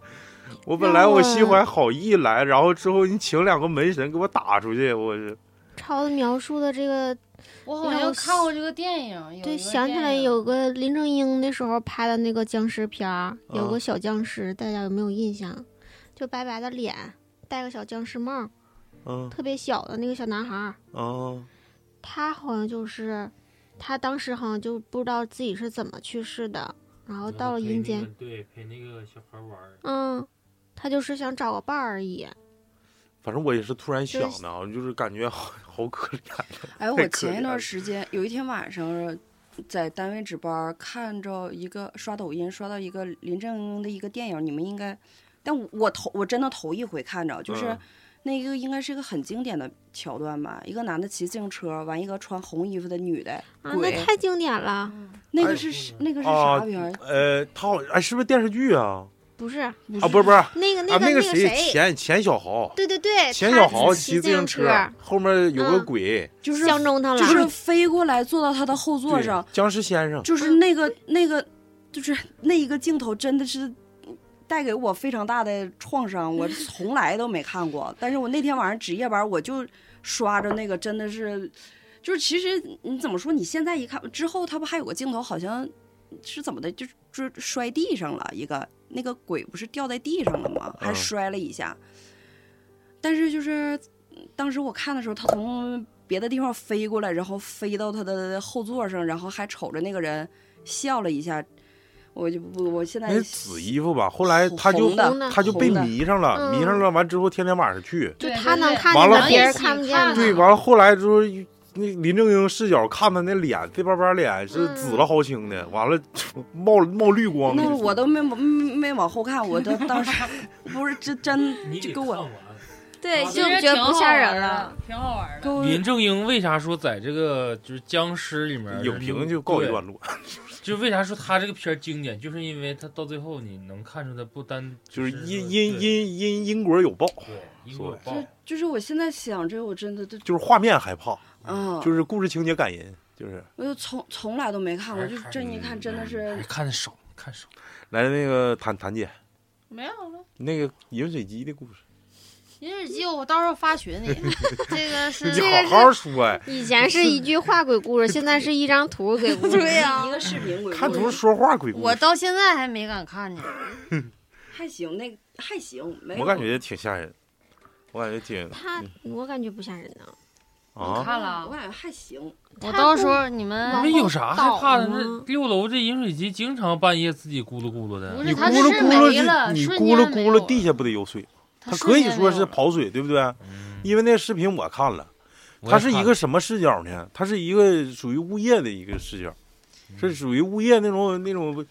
[SPEAKER 2] 我本来
[SPEAKER 6] 让
[SPEAKER 2] 我
[SPEAKER 6] 我
[SPEAKER 2] 心怀好意来，然后之后你请两个门神给我打出去，我是
[SPEAKER 6] 超子描述的这个，
[SPEAKER 5] 我好像看过这个电影，有
[SPEAKER 6] 对，
[SPEAKER 5] 一个
[SPEAKER 6] 想起来
[SPEAKER 5] 电影
[SPEAKER 6] 有个林正英的时候拍的那个僵尸片儿，有
[SPEAKER 2] 啊
[SPEAKER 6] 个小僵尸，大家有没有印象？就白白的脸，戴个小僵尸帽，
[SPEAKER 2] 嗯
[SPEAKER 6] 特别小的那个小男孩儿，
[SPEAKER 2] 嗯
[SPEAKER 6] 他好像就是，他当时好像就不知道自己是怎么去世的，然后到了阴间，，
[SPEAKER 7] 对，陪那个小孩玩儿。
[SPEAKER 6] 嗯，他就是想找个伴儿而已。啊
[SPEAKER 2] 反正我也是突然想
[SPEAKER 6] 是
[SPEAKER 2] 的，啊，就是感觉好好可怜。
[SPEAKER 1] 哎，
[SPEAKER 2] 太
[SPEAKER 1] 我
[SPEAKER 2] 可
[SPEAKER 1] 前
[SPEAKER 2] 怜
[SPEAKER 1] 一
[SPEAKER 2] 了
[SPEAKER 1] 段时间有一天晚上在单位值班儿，看着一个刷抖音刷到一个林正英的一个电影，你们应该，但我我头我真的头一回看着，就是
[SPEAKER 2] 嗯
[SPEAKER 1] 那个应该是一个很经典的桥段吧，一个男的骑自行车，完一个穿红衣服的女的
[SPEAKER 6] 啊，那
[SPEAKER 1] 鬼，
[SPEAKER 6] 太经典了，
[SPEAKER 1] 那
[SPEAKER 2] 哎
[SPEAKER 1] 个是那个是
[SPEAKER 2] 啊
[SPEAKER 1] 啥片儿？
[SPEAKER 2] 呃，他好哎，是不是电视剧啊？
[SPEAKER 6] 不是
[SPEAKER 2] 啊，不是不是啊，
[SPEAKER 6] 那个那
[SPEAKER 2] 那
[SPEAKER 6] 个、那
[SPEAKER 2] 个
[SPEAKER 6] 谁，
[SPEAKER 2] 钱钱小豪，
[SPEAKER 6] 对对对，
[SPEAKER 2] 钱
[SPEAKER 6] 他
[SPEAKER 2] 小豪
[SPEAKER 6] 骑
[SPEAKER 2] 自
[SPEAKER 6] 自
[SPEAKER 2] 行
[SPEAKER 6] 车，
[SPEAKER 2] 后面有个
[SPEAKER 6] 嗯
[SPEAKER 2] 鬼，
[SPEAKER 1] 就是
[SPEAKER 6] 相中他了，
[SPEAKER 1] 就是飞过来坐到他的后座
[SPEAKER 2] 对
[SPEAKER 1] 上，
[SPEAKER 2] 僵尸先生，
[SPEAKER 1] 就是那个那个就是那一个镜头真的是带给我非常大的创伤，我从来都没看过。但是我那天晚上值夜班，我就刷着那个，真的是，就是其实你怎么说？你现在一看之后，他不还有个镜头，好像是怎么的，就就摔地上了一个，那个鬼不是掉在地上了吗？还
[SPEAKER 2] 嗯
[SPEAKER 1] 摔了一下。但是就是当时我看的时候，他从别的地方飞过来，然后飞到他的后座上，然后还瞅着那个人笑了一下。我就不，我现在
[SPEAKER 2] 那是哎紫衣服吧？后来他就
[SPEAKER 1] 红的
[SPEAKER 6] 红的
[SPEAKER 2] 他就被
[SPEAKER 1] 红的
[SPEAKER 2] 迷上了，
[SPEAKER 6] 嗯
[SPEAKER 2] 迷上了，完之后天天晚上去，
[SPEAKER 6] 就
[SPEAKER 5] 对
[SPEAKER 6] 他
[SPEAKER 5] 对
[SPEAKER 6] 能
[SPEAKER 5] 对
[SPEAKER 6] 看
[SPEAKER 2] 完
[SPEAKER 6] 见
[SPEAKER 2] 了
[SPEAKER 6] 的，别人
[SPEAKER 5] 后
[SPEAKER 6] 看不见
[SPEAKER 5] 看
[SPEAKER 6] 的，
[SPEAKER 2] 对，完了后来之后。那林正英视角看他那脸，这巴巴脸是
[SPEAKER 6] 嗯
[SPEAKER 2] 紫了好青的，完了冒冒绿光
[SPEAKER 1] 那我
[SPEAKER 2] 的。
[SPEAKER 1] 都没没没往后看，我都当时不是这真
[SPEAKER 7] 你
[SPEAKER 1] 就给
[SPEAKER 7] 得看
[SPEAKER 1] 我
[SPEAKER 7] 完。
[SPEAKER 6] 对，就
[SPEAKER 7] 啊
[SPEAKER 5] 其实挺
[SPEAKER 6] 觉得不
[SPEAKER 5] 好
[SPEAKER 6] 吓
[SPEAKER 5] 玩
[SPEAKER 6] 人
[SPEAKER 5] 儿
[SPEAKER 6] 了
[SPEAKER 5] 的。，挺好玩儿
[SPEAKER 1] 给
[SPEAKER 5] 的。
[SPEAKER 1] 我
[SPEAKER 7] 林正英为啥说在这个就是僵尸里面
[SPEAKER 2] 影评就告一段落，
[SPEAKER 7] 对就为啥说他这个片儿经典，就是因为他到最后你能看出他不单
[SPEAKER 2] 就是
[SPEAKER 7] 说
[SPEAKER 2] 因因因因因果有报，
[SPEAKER 7] 对因果报
[SPEAKER 1] 就就是我现在想这个，我真的都
[SPEAKER 2] 就是画面害怕，
[SPEAKER 1] 啊，
[SPEAKER 5] 嗯
[SPEAKER 2] 就是故事情节感人，就是
[SPEAKER 1] 我就从从来都没看过，
[SPEAKER 7] 还是
[SPEAKER 1] 就
[SPEAKER 7] 看
[SPEAKER 1] 真一看真的
[SPEAKER 7] 还
[SPEAKER 1] 是
[SPEAKER 7] 是哎看的少，看少。
[SPEAKER 2] 来那个谭谭姐
[SPEAKER 5] 没有了，
[SPEAKER 2] 那个饮水机的故事，
[SPEAKER 5] 饮水机我到时候 发群里。这嗯个是
[SPEAKER 2] 你
[SPEAKER 6] 这个
[SPEAKER 2] 好好说呀、
[SPEAKER 6] 以前是一句话鬼故事，现在是一张图鬼故事。
[SPEAKER 5] 对呀
[SPEAKER 1] 一个视频鬼
[SPEAKER 2] 看
[SPEAKER 1] 故
[SPEAKER 2] 图
[SPEAKER 1] 事
[SPEAKER 2] 说话鬼故
[SPEAKER 5] 我
[SPEAKER 2] 事，
[SPEAKER 5] 到现在还没敢看呢。
[SPEAKER 1] 还行，那还行，没
[SPEAKER 2] 我
[SPEAKER 1] 有
[SPEAKER 2] 感觉挺吓人，我感觉挺
[SPEAKER 6] 他，我感觉不吓人呢。
[SPEAKER 5] 你
[SPEAKER 2] 啊，
[SPEAKER 5] 看了
[SPEAKER 1] 我感觉还行，
[SPEAKER 5] 我
[SPEAKER 6] 他
[SPEAKER 5] 到
[SPEAKER 6] 不
[SPEAKER 5] 时候你们
[SPEAKER 6] 往
[SPEAKER 7] 那
[SPEAKER 6] 后
[SPEAKER 7] 有啥害怕的？
[SPEAKER 6] 倒
[SPEAKER 7] 那
[SPEAKER 6] 吗
[SPEAKER 7] 六楼这饮水机经常半夜自己咕噜咕噜的。
[SPEAKER 5] 不
[SPEAKER 2] 你
[SPEAKER 5] 是
[SPEAKER 2] 咕
[SPEAKER 5] 它
[SPEAKER 2] 噜
[SPEAKER 5] 是
[SPEAKER 2] 咕
[SPEAKER 5] 没
[SPEAKER 2] 噜，
[SPEAKER 5] 了
[SPEAKER 2] 你
[SPEAKER 5] 瞬
[SPEAKER 2] 咕
[SPEAKER 5] 间
[SPEAKER 2] 噜
[SPEAKER 5] 没
[SPEAKER 2] 咕
[SPEAKER 5] 有
[SPEAKER 2] 噜，
[SPEAKER 5] 了
[SPEAKER 2] 地下不得有水？
[SPEAKER 5] 它
[SPEAKER 2] 它
[SPEAKER 5] 瞬
[SPEAKER 2] 可以
[SPEAKER 5] 间没
[SPEAKER 2] 说
[SPEAKER 5] 有
[SPEAKER 2] 是
[SPEAKER 5] 了
[SPEAKER 2] 跑水，对不对？
[SPEAKER 7] 嗯
[SPEAKER 2] 因为那视频我看了，
[SPEAKER 7] 我也
[SPEAKER 2] 它是一
[SPEAKER 7] 看
[SPEAKER 2] 个什么视角呢？它是一个属于物业的一个视角，
[SPEAKER 7] 嗯
[SPEAKER 2] 是属于物业那种那种，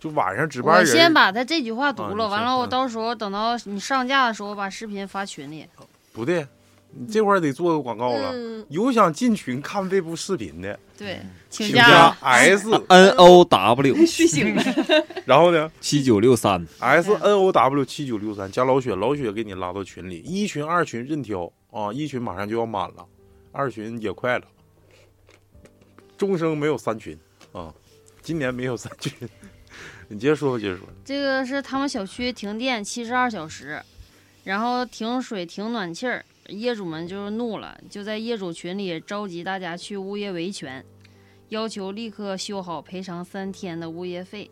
[SPEAKER 2] 就晚上值班
[SPEAKER 5] 我
[SPEAKER 2] 人。
[SPEAKER 5] 先把他这句话
[SPEAKER 2] 啊
[SPEAKER 5] 读
[SPEAKER 2] 你
[SPEAKER 5] 了，
[SPEAKER 2] 先
[SPEAKER 5] 完了我
[SPEAKER 2] 嗯哦
[SPEAKER 5] 到时候等到你上架的时候，我把视频发群里。
[SPEAKER 2] 不对，你这块儿得做个广告了。
[SPEAKER 6] 嗯，
[SPEAKER 2] 有想进群看这部视频的，
[SPEAKER 5] 对，
[SPEAKER 2] 嗯请
[SPEAKER 5] 假
[SPEAKER 2] S，
[SPEAKER 3] N O W
[SPEAKER 1] 睡醒了，
[SPEAKER 2] 然后呢
[SPEAKER 3] 七九六三，
[SPEAKER 2] S N O W 七九六三加老雪，老雪给你拉到群里，一群二群任挑啊，一群马上就要满了，二群也快了，终生没有三群啊，今年没有三群。 你接着说吧，接着说。
[SPEAKER 5] 这个是他们小区停电七十二小时，然后停水停暖气儿，业主们就是怒了，就在业主群里召集大家去物业维权，要求立刻修好，赔偿三天的物业费。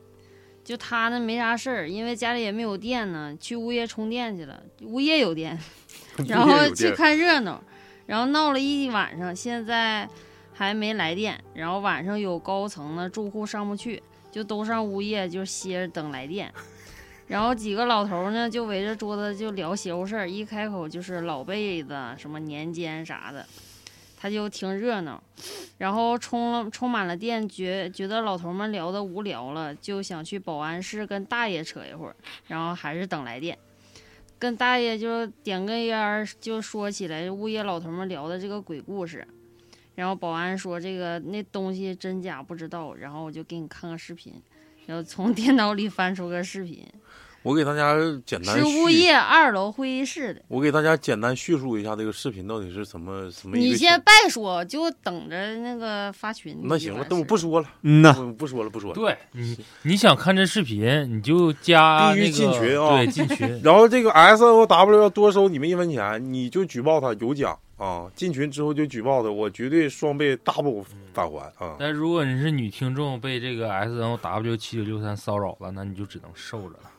[SPEAKER 5] 就他呢没啥事儿，因为家里也没有电呢，去物业充电去了，物业有电， 然后去看热闹，然后闹了一晚上，现在还没来电，然后晚上有高层呢住户上不去，就都上物业就歇着等来电。然后几个老头儿呢，就围着桌子就聊邪乎事儿，一开口就是老辈子、什么年间啥的，他就挺热闹。然后充了充满了电，觉觉得老头们聊的无聊了，就想去保安室跟大爷扯一会儿，然后还是等来电。跟大爷就点根烟儿，就说起来物业老头们聊的这个鬼故事。然后保安说这个那东西真假不知道，然后我就给你看个视频，然后从电脑里翻出个视频，
[SPEAKER 2] 我给大家简单
[SPEAKER 5] 是物
[SPEAKER 2] 叙，
[SPEAKER 5] 业二楼会议室的。
[SPEAKER 2] 我给大家简单叙述一下这个视频到底是什么什么一个
[SPEAKER 5] 你
[SPEAKER 2] 情
[SPEAKER 5] 先别说，就等着那个发群。
[SPEAKER 2] 那行了，那我不说了，
[SPEAKER 3] 嗯呐，
[SPEAKER 2] 我不说了，不说了。
[SPEAKER 7] 对你，你想看这视频，你就加
[SPEAKER 2] 必须
[SPEAKER 7] 那
[SPEAKER 2] 进
[SPEAKER 7] 个
[SPEAKER 2] 群啊。
[SPEAKER 7] 对，进群
[SPEAKER 2] 然后这个 S O W 要多收你们一分钱，你就举报他有奖啊！进群之后就举报他，我绝对双倍 double 返还啊！
[SPEAKER 7] 但如果你是女听众被这个 S N O W 七九六三骚扰了，那你就只能受着了。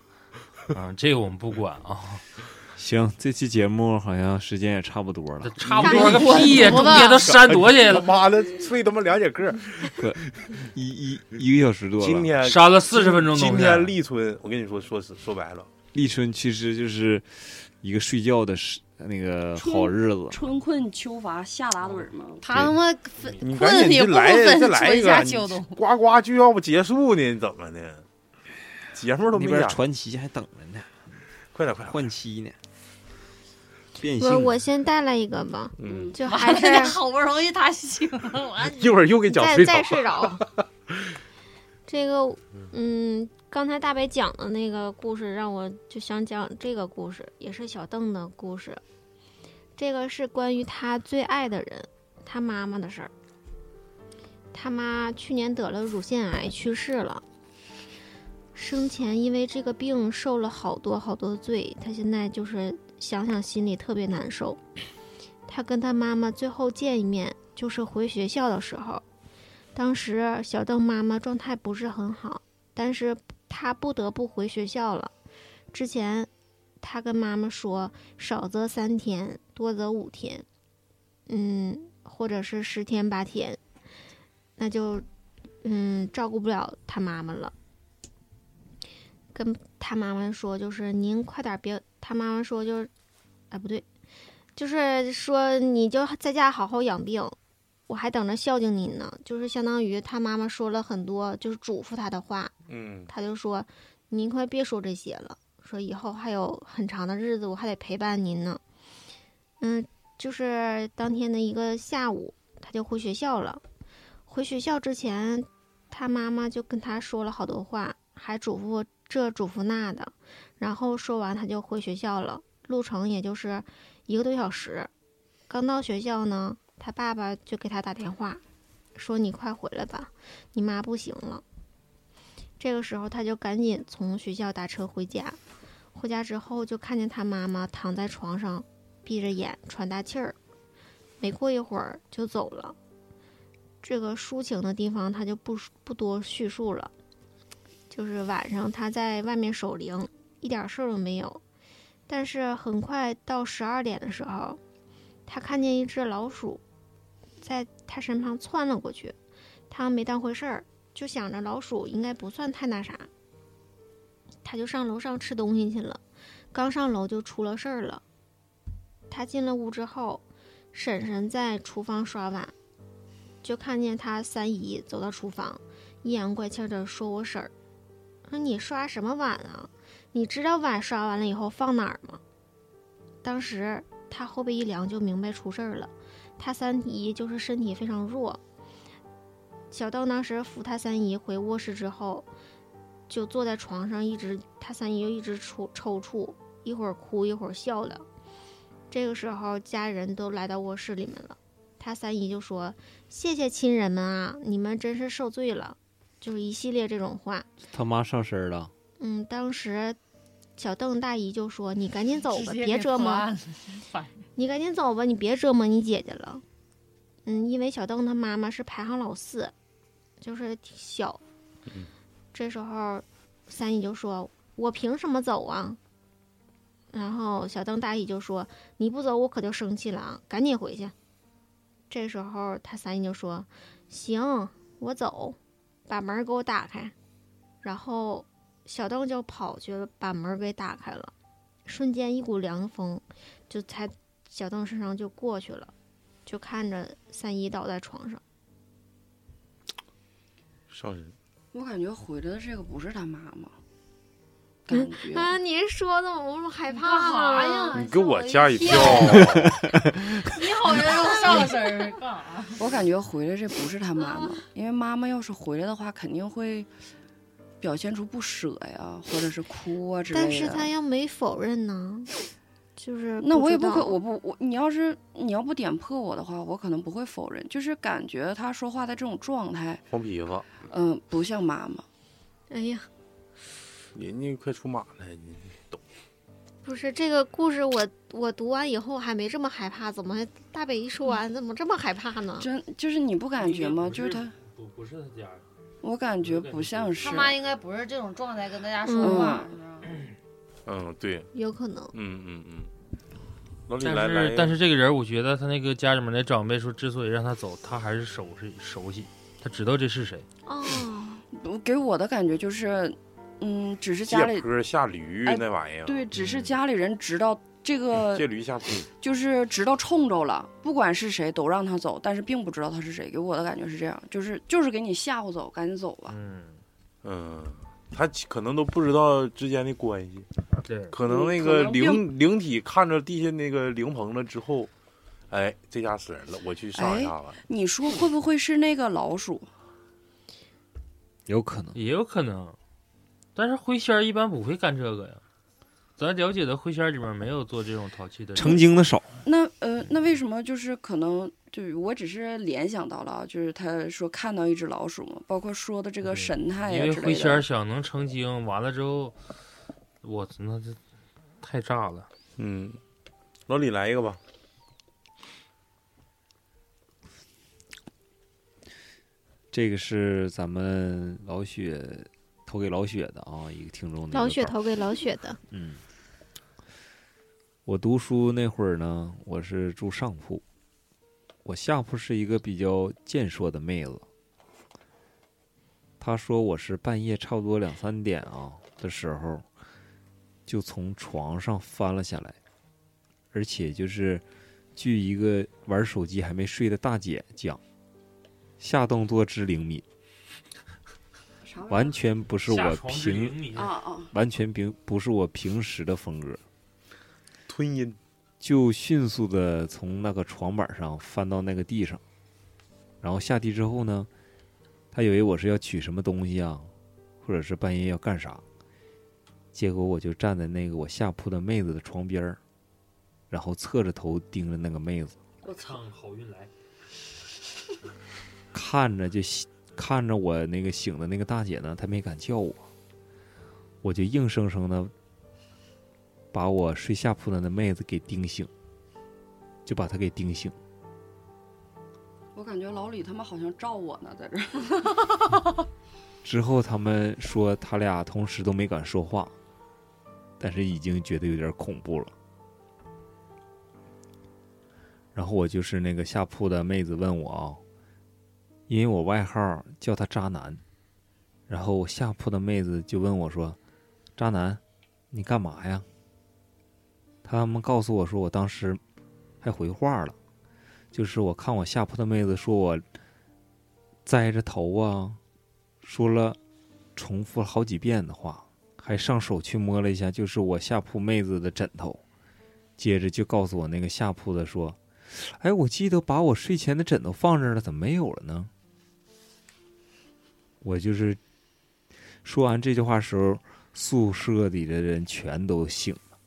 [SPEAKER 7] 嗯，这个我们不管啊，
[SPEAKER 3] 行，这期节目好像时间也差不多了
[SPEAKER 7] 这，差不多个屁呀，
[SPEAKER 5] 差不多
[SPEAKER 7] 中
[SPEAKER 5] 吧
[SPEAKER 7] 间都删多去
[SPEAKER 2] 他
[SPEAKER 7] 了，
[SPEAKER 2] 妈的，睡他妈两节课。
[SPEAKER 3] 一一一个小时多了。
[SPEAKER 2] 今天
[SPEAKER 7] 删了四十分钟东西。
[SPEAKER 2] 今天立春，我跟你说，说实说白了，
[SPEAKER 3] 立春其实就是一个睡觉的时那个好日子，
[SPEAKER 1] 春困秋乏夏打盹儿嘛。
[SPEAKER 5] 他他妈分
[SPEAKER 2] 你赶
[SPEAKER 5] 困
[SPEAKER 2] 紧
[SPEAKER 5] 也
[SPEAKER 2] 就
[SPEAKER 5] 不
[SPEAKER 2] 来
[SPEAKER 5] 分
[SPEAKER 2] 再来一
[SPEAKER 5] 春
[SPEAKER 2] 个啊
[SPEAKER 5] 夏，秋冬。
[SPEAKER 2] 你呱呱就要不结束呢，你怎么的？节目都
[SPEAKER 3] 那
[SPEAKER 2] 没
[SPEAKER 3] 边
[SPEAKER 2] 演，
[SPEAKER 3] 传奇还等着呢，
[SPEAKER 2] 快点快点！
[SPEAKER 3] 换妻呢，变
[SPEAKER 6] 我
[SPEAKER 3] 性。
[SPEAKER 6] 我先带来一个吧，
[SPEAKER 2] 嗯，
[SPEAKER 6] 就还
[SPEAKER 5] 完了，
[SPEAKER 6] 是
[SPEAKER 5] 好不容易他醒了，完
[SPEAKER 2] 一会儿又给讲
[SPEAKER 6] 再
[SPEAKER 2] 睡着
[SPEAKER 6] 再。睡着。这个，嗯，刚才大白讲的那个故事，让我就想讲这个故事，也是小邓的故事。这个是关于他最爱的人，他妈妈的事儿。他妈去年得了乳腺癌去世了，生前因为这个病受了好多好多罪，他现在就是想想心里特别难受。他跟他妈妈最后见一面，就是回学校的时候，当时小邓妈妈状态不是很好，但是她不得不回学校了。之前她跟妈妈说，少则三天，多则五天，嗯，或者是十天八天，那就嗯照顾不了他妈妈了。跟他妈妈说，就是您快点别，他妈妈说就是，哎不对，就是说你就在家好好养病，我还等着孝敬你呢。就是相当于他妈妈说了很多，就是嘱咐他的话，
[SPEAKER 2] 嗯，
[SPEAKER 6] 他就说：“您快别说这些了，说以后还有很长的日子，我还得陪伴您呢。”嗯，就是当天的一个下午，他就回学校了。回学校之前，他妈妈就跟他说了好多话，还嘱咐这嘱咐那的。然后说完，他就回学校了。路程也就是一个多小时。刚到学校呢，他爸爸就给他打电话，说：“你快回来吧，你妈不行了。”这个时候，他就赶紧从学校打车回家。回家之后，就看见他妈妈躺在床上，闭着眼喘大气儿。没过一会儿就走了。这个抒情的地方，他就不说不多叙述了。就是晚上他在外面守灵，一点事儿都没有。但是很快到十二点的时候，他看见一只老鼠在他身旁窜了过去，他没当回事儿，就想着老鼠应该不算太那啥，他就上楼上吃东西去了。刚上楼就出了事儿了。他进了屋之后，婶婶在厨房刷碗，就看见他三姨走到厨房，阴阳怪气的说：“我婶儿，说你刷什么碗啊？你知道碗刷完了以后放哪儿吗？”当时他后背一凉就明白出事儿了。他三姨就是身体非常弱，小道当时扶他三姨回卧室之后，就坐在床上，一直他三姨就一直抽抽搐，一会儿哭一会儿笑了。这个时候家人都来到卧室里面了，他三姨就说：“谢谢亲人们啊，你们真是受罪了。”就是一系列这种话。
[SPEAKER 3] 他妈上身了，
[SPEAKER 6] 嗯，当时小邓大姨就说：“你赶紧走吧，别折磨，你赶紧走吧，你别折磨你姐姐了。”嗯，因为小邓他妈妈是排行老四，就是挺小。
[SPEAKER 2] 嗯
[SPEAKER 6] 这时候三姨就说：“我凭什么走啊？”然后小邓大姨就说：“你不走，我可就生气了啊！赶紧回去。”这时候他三姨就说：“行，我走，把门给我打开。”然后小邓就跑去把门给打开了，瞬间一股凉风就才小邓身上就过去了，就看着三姨倒在床上。
[SPEAKER 2] 上身。
[SPEAKER 1] 我感觉回来的这个不是他妈妈，感
[SPEAKER 6] 嗯
[SPEAKER 1] 觉、
[SPEAKER 6] 啊，你一说的我我害怕
[SPEAKER 5] 干啥
[SPEAKER 6] 了
[SPEAKER 5] 呀？
[SPEAKER 2] 哎你给我吓一跳，
[SPEAKER 5] 你好像又上身儿干啥？
[SPEAKER 1] 我感觉回来这不是他妈妈，因为妈妈要是回来的话，肯定会表现出不舍呀，或者是哭啊之类的。
[SPEAKER 6] 但是他要没否认呢，就是
[SPEAKER 1] 那我也
[SPEAKER 6] 知
[SPEAKER 1] 不
[SPEAKER 6] 道
[SPEAKER 1] 可，我不我你要是你要不点破我的话，我可能不会否认，就是感觉他说话的这种状态，
[SPEAKER 2] 黄皮子，
[SPEAKER 1] 嗯、不像妈妈。
[SPEAKER 6] 哎呀，
[SPEAKER 2] 人家快出马了，你
[SPEAKER 6] 不是这个故事我，我读完以后还没这么害怕，怎么大北一说完，怎么这么害怕呢？
[SPEAKER 1] 真就是你不感觉吗？
[SPEAKER 7] 应该不
[SPEAKER 1] 就是他，
[SPEAKER 7] 不不是他家人，
[SPEAKER 1] 我感觉不像是
[SPEAKER 5] 他。妈应该不是这种状态跟大家说
[SPEAKER 6] 嗯
[SPEAKER 5] 话，你知道吗？
[SPEAKER 2] 嗯，对，
[SPEAKER 6] 有可能，
[SPEAKER 2] 嗯嗯嗯。老李来
[SPEAKER 7] 但
[SPEAKER 2] 来
[SPEAKER 7] 是，但是这个人，我觉得他那个家里面的长辈说，之所以让他走，他还是熟悉熟悉，他知道这是谁。
[SPEAKER 6] 哦，
[SPEAKER 1] 我给我的感觉就是，嗯，只是家
[SPEAKER 2] 借
[SPEAKER 1] 里
[SPEAKER 2] 坡下驴
[SPEAKER 1] 哎
[SPEAKER 2] 那玩意儿，
[SPEAKER 1] 对，只是
[SPEAKER 7] 嗯
[SPEAKER 1] 家里人知道这个
[SPEAKER 2] 借驴下坡，
[SPEAKER 1] 就是知道冲着了，不管是谁都让他走，但是并不知道他是谁。给我的感觉是这样，就是就是给你吓唬走，赶紧走
[SPEAKER 3] 啊
[SPEAKER 1] 吧。
[SPEAKER 7] 嗯，
[SPEAKER 2] 嗯，他可能都不知道之间的关系，
[SPEAKER 7] 对，
[SPEAKER 2] 可能那
[SPEAKER 1] 嗯可
[SPEAKER 2] 个
[SPEAKER 1] 能
[SPEAKER 2] 灵灵体看着地下那个灵棚了之后，哎，这家死人了，我去上一
[SPEAKER 1] 哎
[SPEAKER 2] 下吧。
[SPEAKER 1] 你说会不会是那个老鼠？
[SPEAKER 3] 有可能。
[SPEAKER 7] 也有可能，但是灰仙儿一般不会干这个呀。咱了解的灰仙儿里面没有做这种淘气的人，
[SPEAKER 3] 成精的少，
[SPEAKER 1] 那呃，那为什么就是可能对我只是联想到了啊，就是他说看到一只老鼠嘛，包括说的这个
[SPEAKER 7] 对
[SPEAKER 1] 神
[SPEAKER 3] 啊
[SPEAKER 1] 态
[SPEAKER 7] 嗯因
[SPEAKER 1] 呀
[SPEAKER 7] 为
[SPEAKER 1] 之类
[SPEAKER 7] 灰仙儿
[SPEAKER 1] 的。
[SPEAKER 7] 想能成精，完了之后，我操，那这太炸了。
[SPEAKER 2] 嗯，老李来一个吧，
[SPEAKER 3] 这个是咱们老雪投给老雪的啊，一个听众的一个
[SPEAKER 6] 老雪
[SPEAKER 3] 稿
[SPEAKER 6] 投给老雪的，
[SPEAKER 3] 嗯，我读书那会儿呢，我是住上铺，我下铺是一个比较健硕的妹子。她说我是半夜差不多两三点啊的时候，就从床上翻了下来，而且就是据一个玩手机还没睡的大姐讲，下动作之灵敏，
[SPEAKER 1] 啥玩意
[SPEAKER 3] 完全不是我平
[SPEAKER 1] 儿啊啊！
[SPEAKER 3] 完全平不是我平时的风格。
[SPEAKER 2] 吞音，
[SPEAKER 3] 就迅速的从那个床板上翻到那个地上，然后下地之后呢，他以为我是要取什么东西啊，或者是半夜要干啥，结果我就站在那个我下铺的妹子的床边儿，然后侧着头盯着那个妹子，
[SPEAKER 7] 我操，好运来，
[SPEAKER 3] 看着就醒看着我那个醒的那个大姐呢，她没敢叫我，我就硬生生的把我睡下铺的那妹子给盯醒，就把她给盯醒。
[SPEAKER 1] 我感觉老李他们好像照我呢，在这儿。
[SPEAKER 3] 之后他们说他俩同时都没敢说话，但是已经觉得有点恐怖了。然后我就是那个下铺的妹子问我啊，因为我外号叫她渣男，然后我下铺的妹子就问我说：“渣男，你干嘛呀？”他们告诉我说，我当时还回话了，就是我看我下铺的妹子说我栽着头啊，说了重复了好几遍的话，还上手去摸了一下，就是我下铺妹子的枕头，接着就告诉我那个下铺的说：“哎，我记得把我睡前的枕头放这儿了，怎么没有了呢？”我就是说完这句话时候，宿舍里的人全都醒了，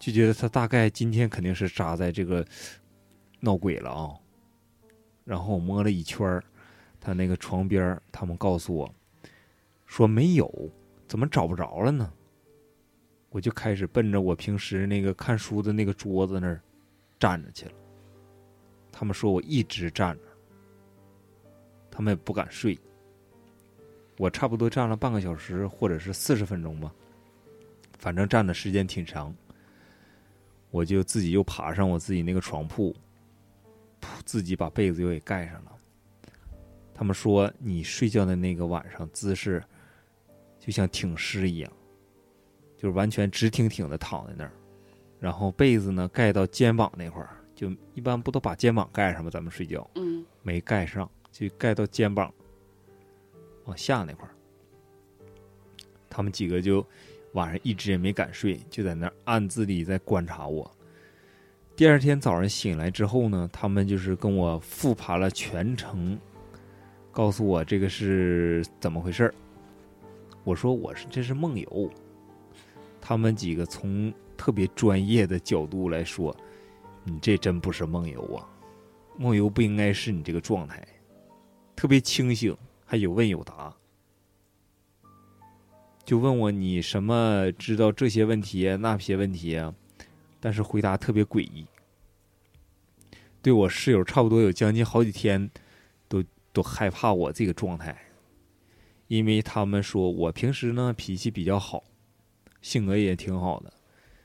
[SPEAKER 3] 就觉得他大概今天肯定是扎在这个闹鬼了啊。然后我摸了一圈儿，他那个床边儿，他们告诉我说没有，怎么找不着了呢？我就开始奔着我平时那个看书的那个桌子那儿站着去了。他们说我一直站着，他们也不敢睡。我差不多站了半个小时，或者是四十分钟吧，反正站的时间挺长。我就自己又爬上我自己那个床铺，铺自己把被子又给盖上了。他们说你睡觉的那个晚上姿势就像挺尸一样。就是完全直挺挺的躺在那儿，然后被子呢盖到肩膀那块儿，就一般不都把肩膀盖上吗？咱们睡觉
[SPEAKER 1] 嗯，
[SPEAKER 3] 没盖上，就盖到肩膀往下那块儿。他们几个就晚上一直也没敢睡，就在那儿暗自里在观察我。第二天早上醒来之后呢，他们就是跟我复盘了全程，告诉我这个是怎么回事儿。我说我是这是梦游，他们几个从特别专业的角度来说，你这真不是梦游啊，梦游不应该是你这个状态，特别清醒，还有问有答，就问我你什么知道这些问题那些问题啊，但是回答特别诡异，对我室友差不多有将近好几天都都害怕我这个状态，因为他们说我平时呢脾气比较好。性格也挺好的，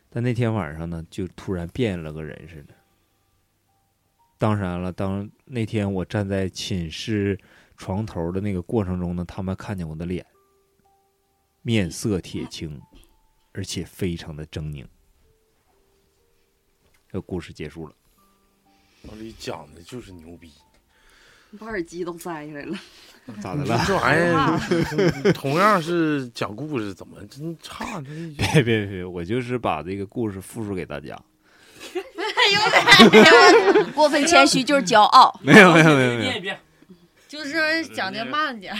[SPEAKER 3] 但那天晚上呢，就突然变了个人似的。当然了，当那天我站在寝室床头的那个过程中呢，他们看见我的脸，面色铁青，而且非常的狰狞。这故事结束了，
[SPEAKER 2] 老李讲的就是牛逼，
[SPEAKER 1] 把耳机都塞下来 了。
[SPEAKER 2] 嗯
[SPEAKER 3] 咋 的了？
[SPEAKER 2] 这玩意儿 同样是讲故事，怎么真差呢？
[SPEAKER 3] 别别别，我就是把这个故事复述给大家。
[SPEAKER 9] 过分谦虚就是骄傲。
[SPEAKER 3] 没有没有 没有没有
[SPEAKER 7] 念一。遍，
[SPEAKER 5] 就是讲的慢点儿。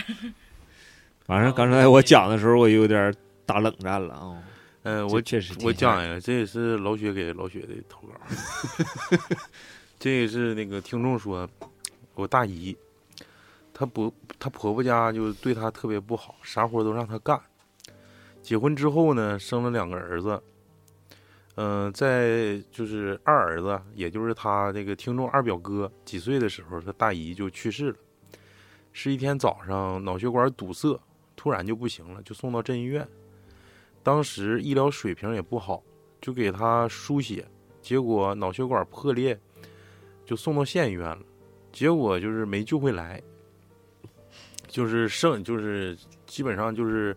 [SPEAKER 3] 反
[SPEAKER 2] 哦
[SPEAKER 3] 正刚才我讲的时候，我有点打冷战了啊、
[SPEAKER 2] 呃，
[SPEAKER 3] 这
[SPEAKER 2] 我
[SPEAKER 3] 确实挺
[SPEAKER 2] 我
[SPEAKER 3] 吓
[SPEAKER 2] 讲
[SPEAKER 3] 人
[SPEAKER 2] 一个，这也是老雪给老雪的投稿， 这也是那个听众说，我大姨，她婆她婆婆家就对她特别不好，啥活都让她干。结婚之后呢，生了两个儿子，嗯、在就是二儿子，也就是他这个听众二表哥几岁的时候，他大姨就去世了，是一天早上脑血管堵塞，突然就不行了，就送到镇医院。当时医疗水平也不好，就给他输血，结果脑血管破裂，就送到县医院了，结果就是没救回来，就是剩就是基本上就是，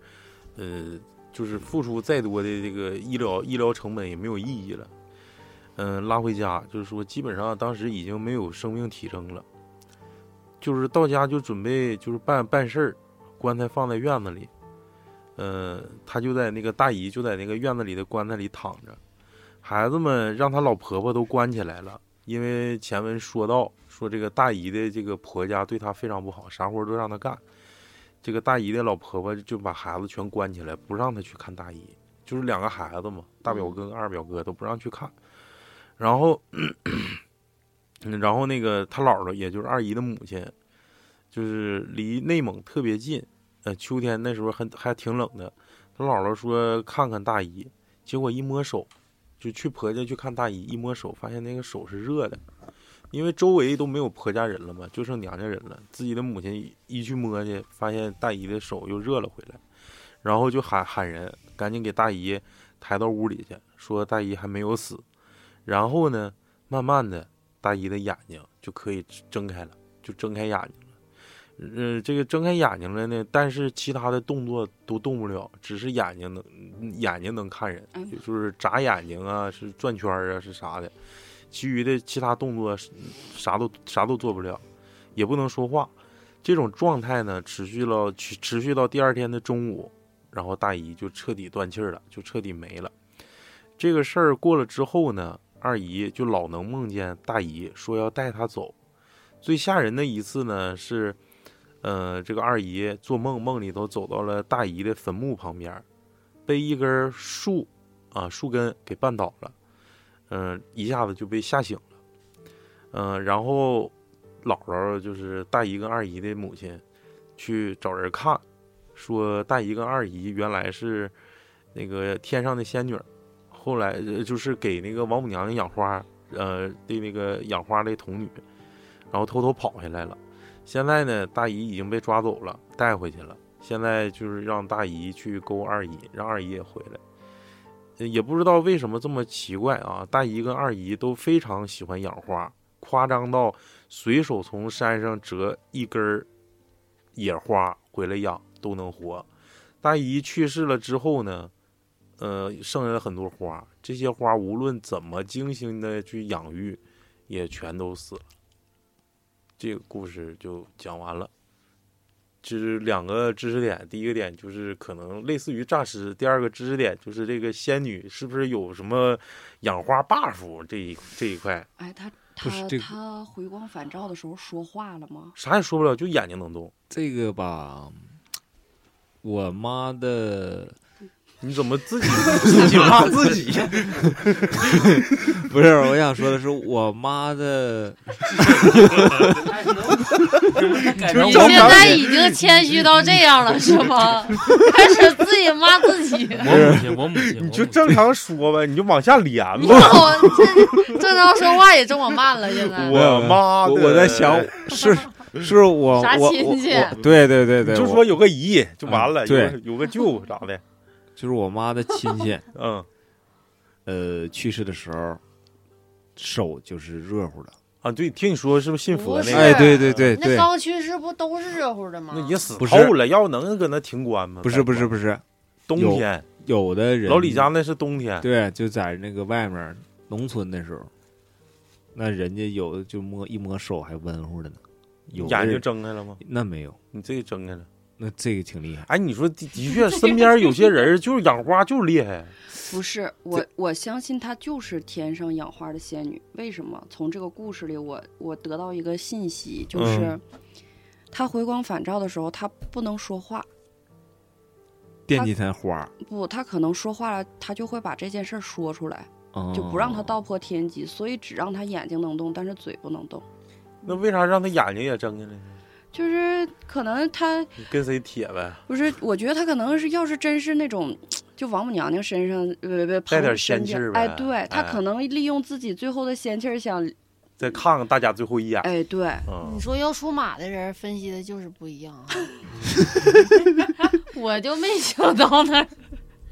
[SPEAKER 2] 呃，就是付出再多的这个医疗医疗成本也没有意义了。嗯、拉回家就是说，基本上当时已经没有生命体征了，就是到家就准备就是办办事儿，棺材放在院子里，呃，他就在那个大姨就在那个院子里的棺材里躺着，孩子们让他老婆婆都关起来了，因为前文说到说这个大姨的这个婆家对她非常不好，啥活都让她干，这个大姨的老婆婆就把孩子全关起来，不让她去看大姨，就是两个孩子嘛，大表哥跟二表哥都不让去看，然后，嗯然后那个他姥姥也就是二姨的母亲，就是离内蒙特别近，呃，秋天那时候还还挺冷的，他姥姥说看看大姨，结果一摸手，就去婆家去看大姨，一摸手发现那个手是热的，因为周围都没有婆家人了嘛，就剩娘家人了，自己的母亲一一去摸去，发现大姨的手又热了回来，然后就喊喊人，赶紧给大姨抬到屋里去，说大姨还没有死，然后呢，慢慢的大姨的眼睛就可以睁开了，就睁开眼睛。呃，这个睁开眼睛了呢，但是其他的动作都动不了，只是眼睛能嗯眼睛能看人
[SPEAKER 1] 哎呀，
[SPEAKER 2] 就是眨眼睛啊，是转圈儿啊，是啥的，其余的其他动作是啥都啥都做不了，也不能说话。这种状态呢，持续了持持续到第二天的中午，然后大姨就彻底断气儿了，就彻底没了。这个事儿过了之后呢，二姨就老能梦见大姨说要带她走。最吓人的一次呢是，呃，这个二姨做梦，梦里头走到了大姨的坟墓旁边儿，被一根树啊树根给绊倒了，嗯、一下子就被吓醒了。嗯、然后姥姥就是大姨跟二姨的母亲去找人看，说大姨跟二姨原来是那个天上的仙女儿，后来呃就是给那个王母娘娘养花，呃，对那个养花的童女，然后偷偷跑下来了。现在呢，大姨已经被抓走了，带回去了。现在就是让大姨去勾二姨，让二姨也回来。呃也不知道为什么这么奇怪啊！大姨跟二姨都非常喜欢养花，夸张到随手从山上折一根儿野花回来养都能活。大姨去世了之后呢，呃，剩下了很多花，这些花无论怎么精心的去养育，也全都死了。这个故事就讲完了。这是两个知识点，第一个点就是可能类似于诈尸，第二个知识点就是这个仙女是不是有什么养花 buff 这一这一块，
[SPEAKER 1] 哎，他
[SPEAKER 3] 不
[SPEAKER 1] 他
[SPEAKER 3] 是这个
[SPEAKER 1] 他回光返照的时候说话了吗？
[SPEAKER 2] 啥也说不了，就眼睛能动。
[SPEAKER 3] 这个吧，我妈 的
[SPEAKER 2] 你怎么 自己自己骂自己？
[SPEAKER 3] 不是，我想说的是，我妈的
[SPEAKER 5] 你现在已经谦虚到这样了是吗？开始自己骂自己，
[SPEAKER 7] 我母亲，我母 亲，
[SPEAKER 2] 你就
[SPEAKER 7] 我母亲
[SPEAKER 2] 正常说呗，你就往下连
[SPEAKER 5] 你
[SPEAKER 2] 吧。
[SPEAKER 5] 老这正常说话也这么慢了，现在。
[SPEAKER 2] 我妈
[SPEAKER 3] 我
[SPEAKER 2] 的，哎
[SPEAKER 3] 我在想，是是我
[SPEAKER 5] 啥
[SPEAKER 3] 我
[SPEAKER 5] 亲
[SPEAKER 3] 我
[SPEAKER 5] 戚
[SPEAKER 3] 我 对对对对，
[SPEAKER 2] 你就
[SPEAKER 3] 我
[SPEAKER 2] 说有个姨就完了，
[SPEAKER 3] 嗯对
[SPEAKER 2] 有，有个舅啥的，
[SPEAKER 3] 就是我妈的亲戚，
[SPEAKER 2] 嗯
[SPEAKER 3] 呃，去世的时候手就是热乎的，
[SPEAKER 2] 啊，对，听你说是不是信佛
[SPEAKER 5] 不
[SPEAKER 2] 那
[SPEAKER 5] 是啊
[SPEAKER 2] 个？
[SPEAKER 3] 哎，对对对
[SPEAKER 5] 那
[SPEAKER 3] 对，
[SPEAKER 5] 刚去世不都是热乎的吗
[SPEAKER 2] 那？也死
[SPEAKER 3] 不是
[SPEAKER 2] 透了，要能搁那停棺吗？
[SPEAKER 3] 不是不是，不是，
[SPEAKER 2] 冬
[SPEAKER 3] 有
[SPEAKER 2] 天，
[SPEAKER 3] 有的人
[SPEAKER 2] 老李家那是冬天，
[SPEAKER 3] 对，就在那个外面农村的时候，那人家有的就摸一摸手还温乎的呢，有的
[SPEAKER 2] 眼睛
[SPEAKER 3] 人
[SPEAKER 2] 睁开了吗？
[SPEAKER 3] 那没有，
[SPEAKER 2] 你这个睁开了。
[SPEAKER 3] 那这个挺厉害。
[SPEAKER 2] 哎，你说的的 确，身边有些人就是养花就是厉害，
[SPEAKER 1] 不是，我我相信她就是天上养花的仙女。为什么？从这个故事里我，我得到一个信息，就是
[SPEAKER 2] 嗯
[SPEAKER 1] 她回光返照的时候，她不能说话。
[SPEAKER 3] 惦记他花儿，
[SPEAKER 1] 不，她可能说话了，她就会把这件事儿说出来，就不让她
[SPEAKER 3] 哦
[SPEAKER 1] 道破天机，所以只让她眼睛能动，但是嘴不能动。
[SPEAKER 2] 那为啥让他眼睛也睁开了呢？
[SPEAKER 1] 就是可能她
[SPEAKER 2] 你跟谁铁呗？
[SPEAKER 1] 不是，我觉得她可能是要是真是那种。就王母娘娘身上，呃，不不，
[SPEAKER 2] 带点
[SPEAKER 1] 旁身
[SPEAKER 2] 仙气儿
[SPEAKER 1] 边哎，
[SPEAKER 2] 呗
[SPEAKER 1] 对，
[SPEAKER 2] 哎
[SPEAKER 1] 她
[SPEAKER 2] 啊
[SPEAKER 1] 可能利用自己最后的仙气儿想，
[SPEAKER 2] 再看看大家最后一眼。
[SPEAKER 1] 哎，对，
[SPEAKER 5] 你
[SPEAKER 2] 嗯，
[SPEAKER 5] 说要出马的人分析的就是不一样、啊，我就没想到那儿。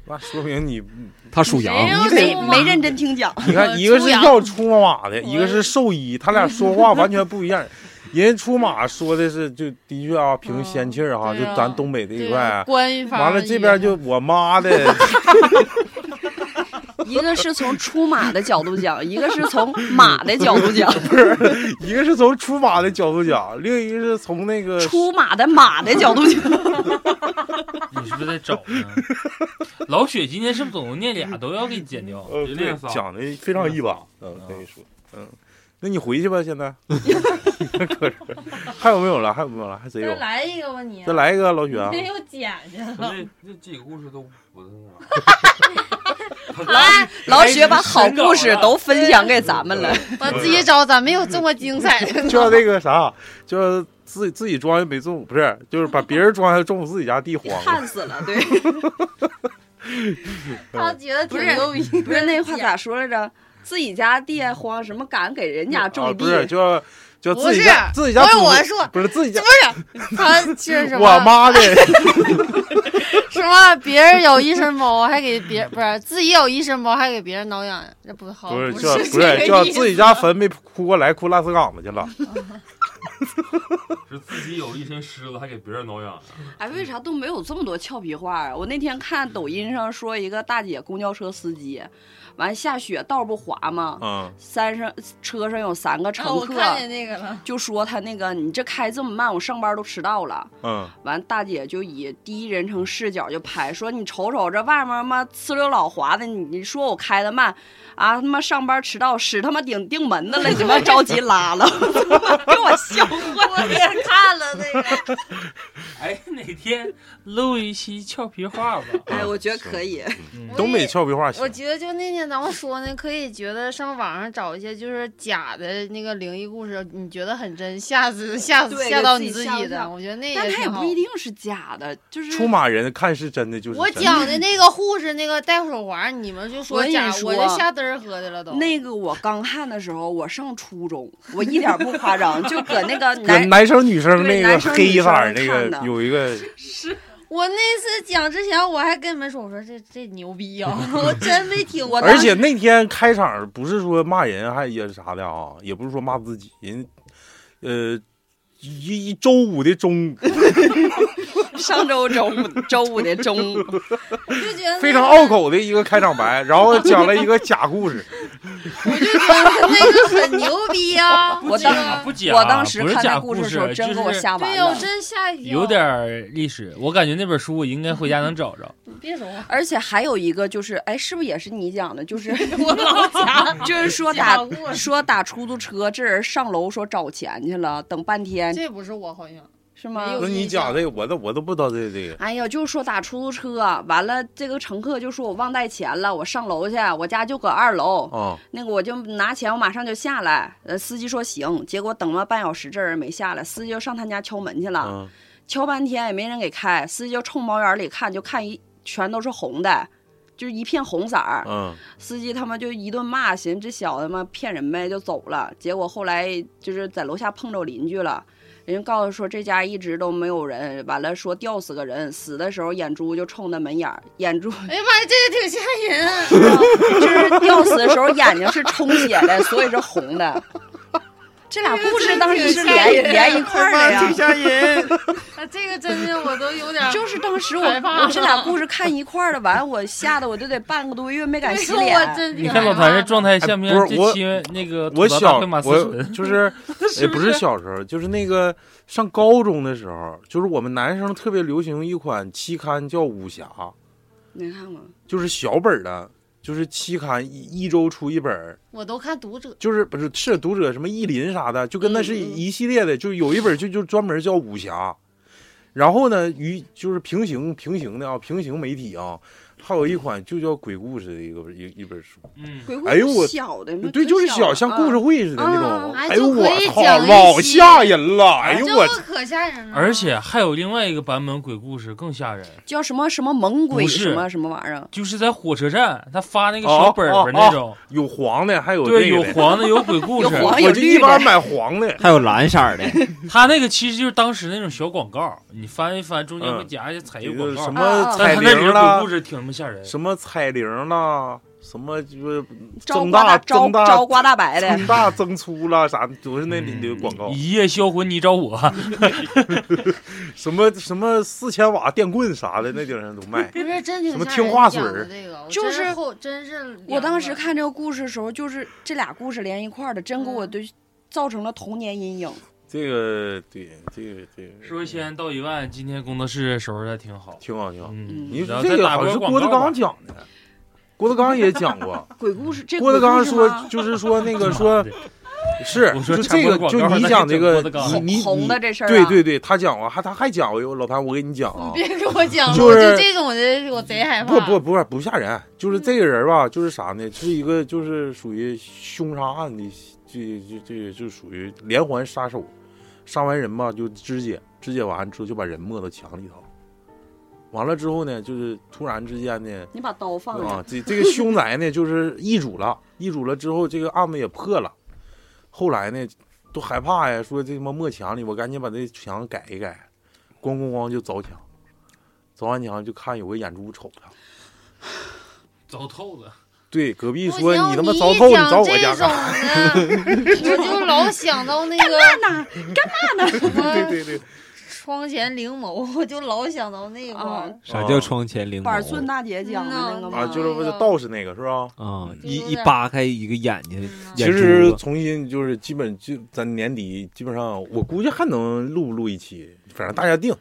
[SPEAKER 2] 那说明你，
[SPEAKER 3] 他属
[SPEAKER 5] 谁
[SPEAKER 3] 羊，
[SPEAKER 5] 让
[SPEAKER 1] 你
[SPEAKER 5] 出
[SPEAKER 1] 没
[SPEAKER 5] 马
[SPEAKER 1] 没认真听讲。
[SPEAKER 2] 你 看，一个是
[SPEAKER 5] 出洋
[SPEAKER 2] 要出马 的，一个是兽医，他俩说话完全不一样。人家出马说的是，就的确啊，凭仙气儿哈，
[SPEAKER 5] 嗯
[SPEAKER 2] 就
[SPEAKER 5] 对啊
[SPEAKER 2] 咱东北这一
[SPEAKER 5] 对
[SPEAKER 2] 块
[SPEAKER 5] 啊
[SPEAKER 2] 啊。
[SPEAKER 5] 关于法
[SPEAKER 2] 完了，这边就我妈 的，
[SPEAKER 1] 一个是从出马的角度讲，一个是从马的角度 讲，
[SPEAKER 2] 一个是从出马的角度讲，另一个是从那个
[SPEAKER 1] 出马的马的角度讲。
[SPEAKER 7] 你是不是在找呢？老雪今天是不是总共念俩都要给剪掉？
[SPEAKER 2] 呃，
[SPEAKER 7] 就
[SPEAKER 2] 对
[SPEAKER 7] 念仨，
[SPEAKER 2] 讲的非常一般，嗯，可以说，嗯，那你回去吧， 现在，搁这儿还有没有了？还有没有了？还谁有？
[SPEAKER 5] 来一个吧你
[SPEAKER 2] 哎再来一个老许啊！
[SPEAKER 5] 又剪去 了。
[SPEAKER 7] 那那几个故事都不是那样。
[SPEAKER 1] 来，老雪把好故事都分享给咱
[SPEAKER 2] 哎
[SPEAKER 1] 们了。
[SPEAKER 5] 我自己找，咋没有这么精彩的呢？
[SPEAKER 2] 就是那个啥，就是自己自己庄也没种，不是，就是把别人庄还种自己家地荒了。
[SPEAKER 1] 死了，对，
[SPEAKER 5] 他觉得
[SPEAKER 1] 不
[SPEAKER 5] 挺
[SPEAKER 1] 是
[SPEAKER 5] 牛逼，
[SPEAKER 1] 不是那话咋说来着？自己家地还荒，什么敢给人家
[SPEAKER 2] 啊，
[SPEAKER 1] 种
[SPEAKER 2] 不
[SPEAKER 1] 地？
[SPEAKER 2] 是，就就
[SPEAKER 5] 不
[SPEAKER 2] 自己
[SPEAKER 5] 是
[SPEAKER 2] 家自己家
[SPEAKER 5] 不是
[SPEAKER 2] 祖
[SPEAKER 5] 我说
[SPEAKER 2] 不是自己家，
[SPEAKER 5] 不是他是什么？哎
[SPEAKER 2] 我妈的，
[SPEAKER 5] 什么？别人有一身猫，还给别不是自己有一身猫，还给别人挠痒痒，这不好，
[SPEAKER 2] 不是，
[SPEAKER 5] 不
[SPEAKER 2] 就不
[SPEAKER 5] 这个
[SPEAKER 2] 是，就
[SPEAKER 5] 意思
[SPEAKER 2] 自己家坟没哭过来，哭烂死岗子去了。
[SPEAKER 8] 是自己有一身虱子，还给别人挠痒痒。
[SPEAKER 1] 哎，为啥都没有这么多俏皮话啊？我那天看抖音上说一个大姐公交车司机，完下雪道不滑吗？
[SPEAKER 2] 嗯，
[SPEAKER 1] 山上车上有三个
[SPEAKER 10] 啊，
[SPEAKER 1] 乘
[SPEAKER 10] 我
[SPEAKER 1] 客，
[SPEAKER 10] 看见那个了，
[SPEAKER 1] 就说他那个你这开这么慢，我上班都迟到了。
[SPEAKER 2] 嗯，
[SPEAKER 1] 完，大姐就以第一人称视角就拍，说你瞅瞅这外面妈呲溜老滑的，你你说我开的慢啊，他妈上班迟到，屎他妈顶腚门子了，你妈着急拉了， 给我笑坏。
[SPEAKER 10] 我也看了那个。
[SPEAKER 7] 哎，哪天录一期俏皮话吧？
[SPEAKER 1] 哎，我觉得可以。
[SPEAKER 7] 嗯
[SPEAKER 2] 东北俏皮话行
[SPEAKER 5] 我。觉得就那天咱们说呢，可以觉得上网上找一些就是假的那个灵异故事，你觉得很真，吓死吓死
[SPEAKER 1] 对
[SPEAKER 5] 吓到你
[SPEAKER 1] 给自
[SPEAKER 5] 自
[SPEAKER 1] 己吓
[SPEAKER 5] 己
[SPEAKER 1] 一跳
[SPEAKER 5] 的。我觉得那
[SPEAKER 1] 但他也
[SPEAKER 5] 挺好
[SPEAKER 1] 不。一定是假的，就是
[SPEAKER 2] 出马人看是真的就是
[SPEAKER 5] 我
[SPEAKER 2] 真的
[SPEAKER 5] 讲的那个护士那个戴手环，你们就
[SPEAKER 1] 我
[SPEAKER 5] 说
[SPEAKER 1] 跟你
[SPEAKER 5] 假，
[SPEAKER 1] 说
[SPEAKER 5] 我就吓嘚儿喝的了都。
[SPEAKER 1] 那个我刚看的时候，我上初中，我一点不夸张，就搁那个
[SPEAKER 2] 跟
[SPEAKER 1] 男
[SPEAKER 2] 男生女生
[SPEAKER 1] 对
[SPEAKER 2] 那个
[SPEAKER 1] 男生
[SPEAKER 2] 黑
[SPEAKER 1] 女生
[SPEAKER 2] 色儿那个
[SPEAKER 1] 看的哦
[SPEAKER 2] 有一个
[SPEAKER 5] 我那次讲之前，我还跟你们说，我说这这牛逼啊，我真没听过。
[SPEAKER 2] 而且那天开场不是说骂人还也是啥的啊，也不是说骂自己，人呃一一周五的中 午
[SPEAKER 1] 上周周五周五的中 午，
[SPEAKER 5] 就觉得
[SPEAKER 2] 非常拗口的一个开场白，然后讲了一个假故 事，
[SPEAKER 5] 那个很牛逼呀、啊！
[SPEAKER 1] 我
[SPEAKER 5] 这
[SPEAKER 1] 当
[SPEAKER 5] 个
[SPEAKER 7] 不假，
[SPEAKER 1] 我当时
[SPEAKER 7] 不是
[SPEAKER 1] 看那
[SPEAKER 7] 假
[SPEAKER 1] 故
[SPEAKER 7] 故
[SPEAKER 1] 事的时候，真给我
[SPEAKER 7] 就是
[SPEAKER 1] 吓完
[SPEAKER 5] 对呀，
[SPEAKER 1] 了
[SPEAKER 5] 我。哎真吓一跳。
[SPEAKER 7] 有点儿历史，我感觉那本书我应该回家能找 着。
[SPEAKER 5] 你别说话，
[SPEAKER 1] 而且还有一个就是，哎，是不是也是你讲的？就是
[SPEAKER 5] 我老讲
[SPEAKER 1] 就是说打
[SPEAKER 5] 讲故事，
[SPEAKER 1] 说打出租车，这人上楼说找钱去了，等半天
[SPEAKER 5] 这不是我好像。
[SPEAKER 1] 是吗
[SPEAKER 5] 没？有
[SPEAKER 2] 那你讲这个我都我都不知道这这个。
[SPEAKER 1] 哎呀，就是说打出租车，完了这个乘客就说我忘带钱了，我上楼去，我家就搁二楼。
[SPEAKER 2] 啊，
[SPEAKER 1] 那个我就拿钱，我马上就下来。呃，司机说行，结果等了半小时，这人没下来，司机就上他家敲门去了，
[SPEAKER 2] 嗯，
[SPEAKER 1] 敲半天也没人给开，司机就冲猫眼里看，就看一全都是红的，就是一片红色儿。
[SPEAKER 2] 嗯，
[SPEAKER 1] 司机他妈就一顿骂，寻思这小子妈骗人呗，就走了。结果后来就是在楼下碰着邻居了，人家告诉说这家一直都没有人，完了说吊死个人，死的时候眼珠就冲那门眼儿，眼珠
[SPEAKER 5] 哎呀妈呀，这个挺吓人啊！
[SPEAKER 1] 就是吊死的时候眼睛是充血的，所以是红的。 这俩故事当哎时是连连一块儿的呀，
[SPEAKER 2] 吓人。
[SPEAKER 5] 啊这个真的我都有点儿
[SPEAKER 1] 就是当时我
[SPEAKER 5] 害怕了
[SPEAKER 1] 我这俩故事看一块儿的，完我吓得我都得半个多月没敢
[SPEAKER 5] 没
[SPEAKER 1] 洗
[SPEAKER 5] 说，
[SPEAKER 1] 脸
[SPEAKER 5] 我。真挺
[SPEAKER 7] 你看老
[SPEAKER 5] 害怕
[SPEAKER 7] 谭这
[SPEAKER 5] 的
[SPEAKER 7] 状态，像不
[SPEAKER 2] 哎
[SPEAKER 7] 像
[SPEAKER 2] 不是我
[SPEAKER 7] 这期那个
[SPEAKER 2] 我
[SPEAKER 7] 吐槽
[SPEAKER 2] 小
[SPEAKER 7] 大会马思
[SPEAKER 2] 我
[SPEAKER 7] 纯？
[SPEAKER 2] 就是也不
[SPEAKER 7] 是
[SPEAKER 2] 是小时候，就是那个上高中的时候，就是我们男生特别流行一款期刊叫武侠，
[SPEAKER 1] 你看过吗？
[SPEAKER 2] 就是小本儿的，就是期刊一一周出一本儿，
[SPEAKER 5] 我都看读者，
[SPEAKER 2] 就是不是是读者什么意林啥的，就跟那是
[SPEAKER 1] 嗯嗯
[SPEAKER 2] 一系列的，就有一本就就专门叫武侠。然后呢，于就是平行平行的啊，平行媒体啊，还有一款就叫鬼故事的一个一一本书，
[SPEAKER 7] 嗯，
[SPEAKER 1] 鬼
[SPEAKER 2] 哎呦我
[SPEAKER 1] 小的吗
[SPEAKER 2] 对，就是
[SPEAKER 1] 小
[SPEAKER 2] 小
[SPEAKER 1] 的
[SPEAKER 2] 像故事
[SPEAKER 1] 啊
[SPEAKER 2] 会似的那种。
[SPEAKER 5] 啊啊
[SPEAKER 2] 哎呦
[SPEAKER 5] 就可
[SPEAKER 2] 我
[SPEAKER 5] 以
[SPEAKER 2] 操，
[SPEAKER 5] 讲一
[SPEAKER 2] 老
[SPEAKER 5] 期
[SPEAKER 2] 吓人了！哎
[SPEAKER 5] 这
[SPEAKER 2] 呦
[SPEAKER 5] 不
[SPEAKER 2] 我
[SPEAKER 5] 可吓人了。啊
[SPEAKER 7] 而且还有另外一个版本鬼故事更吓人，
[SPEAKER 1] 叫什么什么猛鬼
[SPEAKER 7] 不是
[SPEAKER 1] 什么什么玩意儿。
[SPEAKER 7] 就是在火车站，他发那个
[SPEAKER 2] 哦
[SPEAKER 7] 小本本那种，
[SPEAKER 2] 有黄的，还有
[SPEAKER 7] 对，
[SPEAKER 2] 这
[SPEAKER 7] 有
[SPEAKER 2] 个的。
[SPEAKER 7] 黄的，有鬼故
[SPEAKER 1] 有
[SPEAKER 7] 事。
[SPEAKER 1] 黄
[SPEAKER 2] 我
[SPEAKER 1] 有
[SPEAKER 2] 就
[SPEAKER 1] 绿
[SPEAKER 2] 一般
[SPEAKER 1] 的
[SPEAKER 2] 买黄的。
[SPEAKER 3] 还有蓝色儿的，
[SPEAKER 7] 他那个其实就是当时那种小广告，你翻一翻，中间会
[SPEAKER 2] 嗯
[SPEAKER 7] 夹一些彩页
[SPEAKER 2] 有
[SPEAKER 7] 广
[SPEAKER 2] 什。
[SPEAKER 7] 告
[SPEAKER 1] 啊啊
[SPEAKER 2] 么
[SPEAKER 1] 啊
[SPEAKER 2] 彩
[SPEAKER 7] 但他那里
[SPEAKER 2] 铃
[SPEAKER 7] 的鬼
[SPEAKER 2] 啦
[SPEAKER 7] 故，事挺他妈吓人。
[SPEAKER 2] 什么彩铃啦，什么就是
[SPEAKER 1] 招
[SPEAKER 2] 增
[SPEAKER 1] 刮
[SPEAKER 2] 大
[SPEAKER 1] 招
[SPEAKER 2] 增大
[SPEAKER 1] 招刮大白的，
[SPEAKER 2] 增大增粗啦，啥都是那里的
[SPEAKER 7] 嗯嗯
[SPEAKER 2] 广告，
[SPEAKER 7] 一夜销魂，你 找我。
[SPEAKER 2] 什么什么四千瓦电棍啥的，那顶上都 卖
[SPEAKER 5] 不。是真挺
[SPEAKER 2] 什么
[SPEAKER 5] 吓
[SPEAKER 2] 听
[SPEAKER 5] 人
[SPEAKER 2] 话
[SPEAKER 5] 讲
[SPEAKER 2] 水儿
[SPEAKER 5] 的这个，我
[SPEAKER 1] 就
[SPEAKER 5] 真
[SPEAKER 1] 是
[SPEAKER 5] 后真是
[SPEAKER 1] 我当时
[SPEAKER 5] 凉了
[SPEAKER 1] 看这个故事的时候，就是这俩故事连一块儿的，真给我对造成了童年阴影。
[SPEAKER 2] 这个对，这个这个
[SPEAKER 7] 说先到一万，今天工作室收拾的挺好。
[SPEAKER 2] 挺好挺好。
[SPEAKER 7] 嗯，
[SPEAKER 2] 你
[SPEAKER 7] 然后
[SPEAKER 2] 这
[SPEAKER 7] 再
[SPEAKER 2] 个
[SPEAKER 7] 打
[SPEAKER 2] 好像是
[SPEAKER 7] 个广
[SPEAKER 2] 郭德
[SPEAKER 7] 告吧
[SPEAKER 2] 纲讲的，郭德纲也讲 过。
[SPEAKER 1] 鬼故事，这
[SPEAKER 2] 郭德
[SPEAKER 1] 鬼
[SPEAKER 2] 纲
[SPEAKER 1] 故事
[SPEAKER 2] 说
[SPEAKER 1] 吗
[SPEAKER 2] 就是说那 个
[SPEAKER 7] 妈
[SPEAKER 2] 说
[SPEAKER 7] 的
[SPEAKER 2] 是
[SPEAKER 7] 我说
[SPEAKER 2] 就这
[SPEAKER 7] 全国
[SPEAKER 2] 个
[SPEAKER 7] 的广
[SPEAKER 2] 就
[SPEAKER 7] 告
[SPEAKER 2] 你
[SPEAKER 7] 还
[SPEAKER 2] 讲这
[SPEAKER 7] 整郭
[SPEAKER 2] 个
[SPEAKER 7] 德纲
[SPEAKER 2] 你你
[SPEAKER 1] 红
[SPEAKER 2] 你
[SPEAKER 1] 的这事儿、啊，
[SPEAKER 2] 对对对，他讲过，还他还讲过。老谭，我给你讲啊
[SPEAKER 5] 你，别跟我讲了，
[SPEAKER 2] 就是
[SPEAKER 5] 我就这种的，我贼害怕。
[SPEAKER 2] 不不不是不吓人，就是这个人吧，就是啥呢？是一个就是属于凶杀案的，这这这就属于连环杀手，杀完人吧就肢解，肢解完之后就把人没到墙里头，完了之后呢，就是突然之间呢，
[SPEAKER 1] 你把刀放下。
[SPEAKER 2] 啊，这这个凶宅呢就是易主了，易主了之后这个案子也破了，后来呢都害怕呀，说这他妈没墙里，我赶紧把这墙改一改，咣咣咣就凿墙，凿完墙就看有个眼珠瞅他。
[SPEAKER 7] 走透了。
[SPEAKER 2] 对，隔壁
[SPEAKER 5] 不
[SPEAKER 2] 说
[SPEAKER 5] 行
[SPEAKER 2] 你他妈
[SPEAKER 5] 你
[SPEAKER 2] 糟
[SPEAKER 5] 一
[SPEAKER 2] 透，你
[SPEAKER 5] 讲
[SPEAKER 2] 找我
[SPEAKER 5] 这
[SPEAKER 2] 家
[SPEAKER 5] 种啊
[SPEAKER 2] 干啥？
[SPEAKER 5] 我就老想到那个干嘛呢？干嘛呢？
[SPEAKER 2] 对对，
[SPEAKER 5] 窗前灵眸，我就老想到那块
[SPEAKER 1] 啊
[SPEAKER 5] 儿。
[SPEAKER 3] 啥叫窗前灵啊
[SPEAKER 1] 板
[SPEAKER 3] 眸
[SPEAKER 1] 寸大姐讲的那个
[SPEAKER 5] 嗯
[SPEAKER 1] 吗？
[SPEAKER 2] 啊，就是不是道士那个是吧？
[SPEAKER 3] 啊？
[SPEAKER 5] 就
[SPEAKER 3] 一
[SPEAKER 5] 有
[SPEAKER 3] 一
[SPEAKER 5] 点
[SPEAKER 3] 扒开一个眼睛，
[SPEAKER 5] 嗯
[SPEAKER 2] 其
[SPEAKER 3] 眼珠
[SPEAKER 2] 实
[SPEAKER 3] 子
[SPEAKER 2] 重新就是基本就咱年底基本上，我估计还能录不录一期，反正大家定。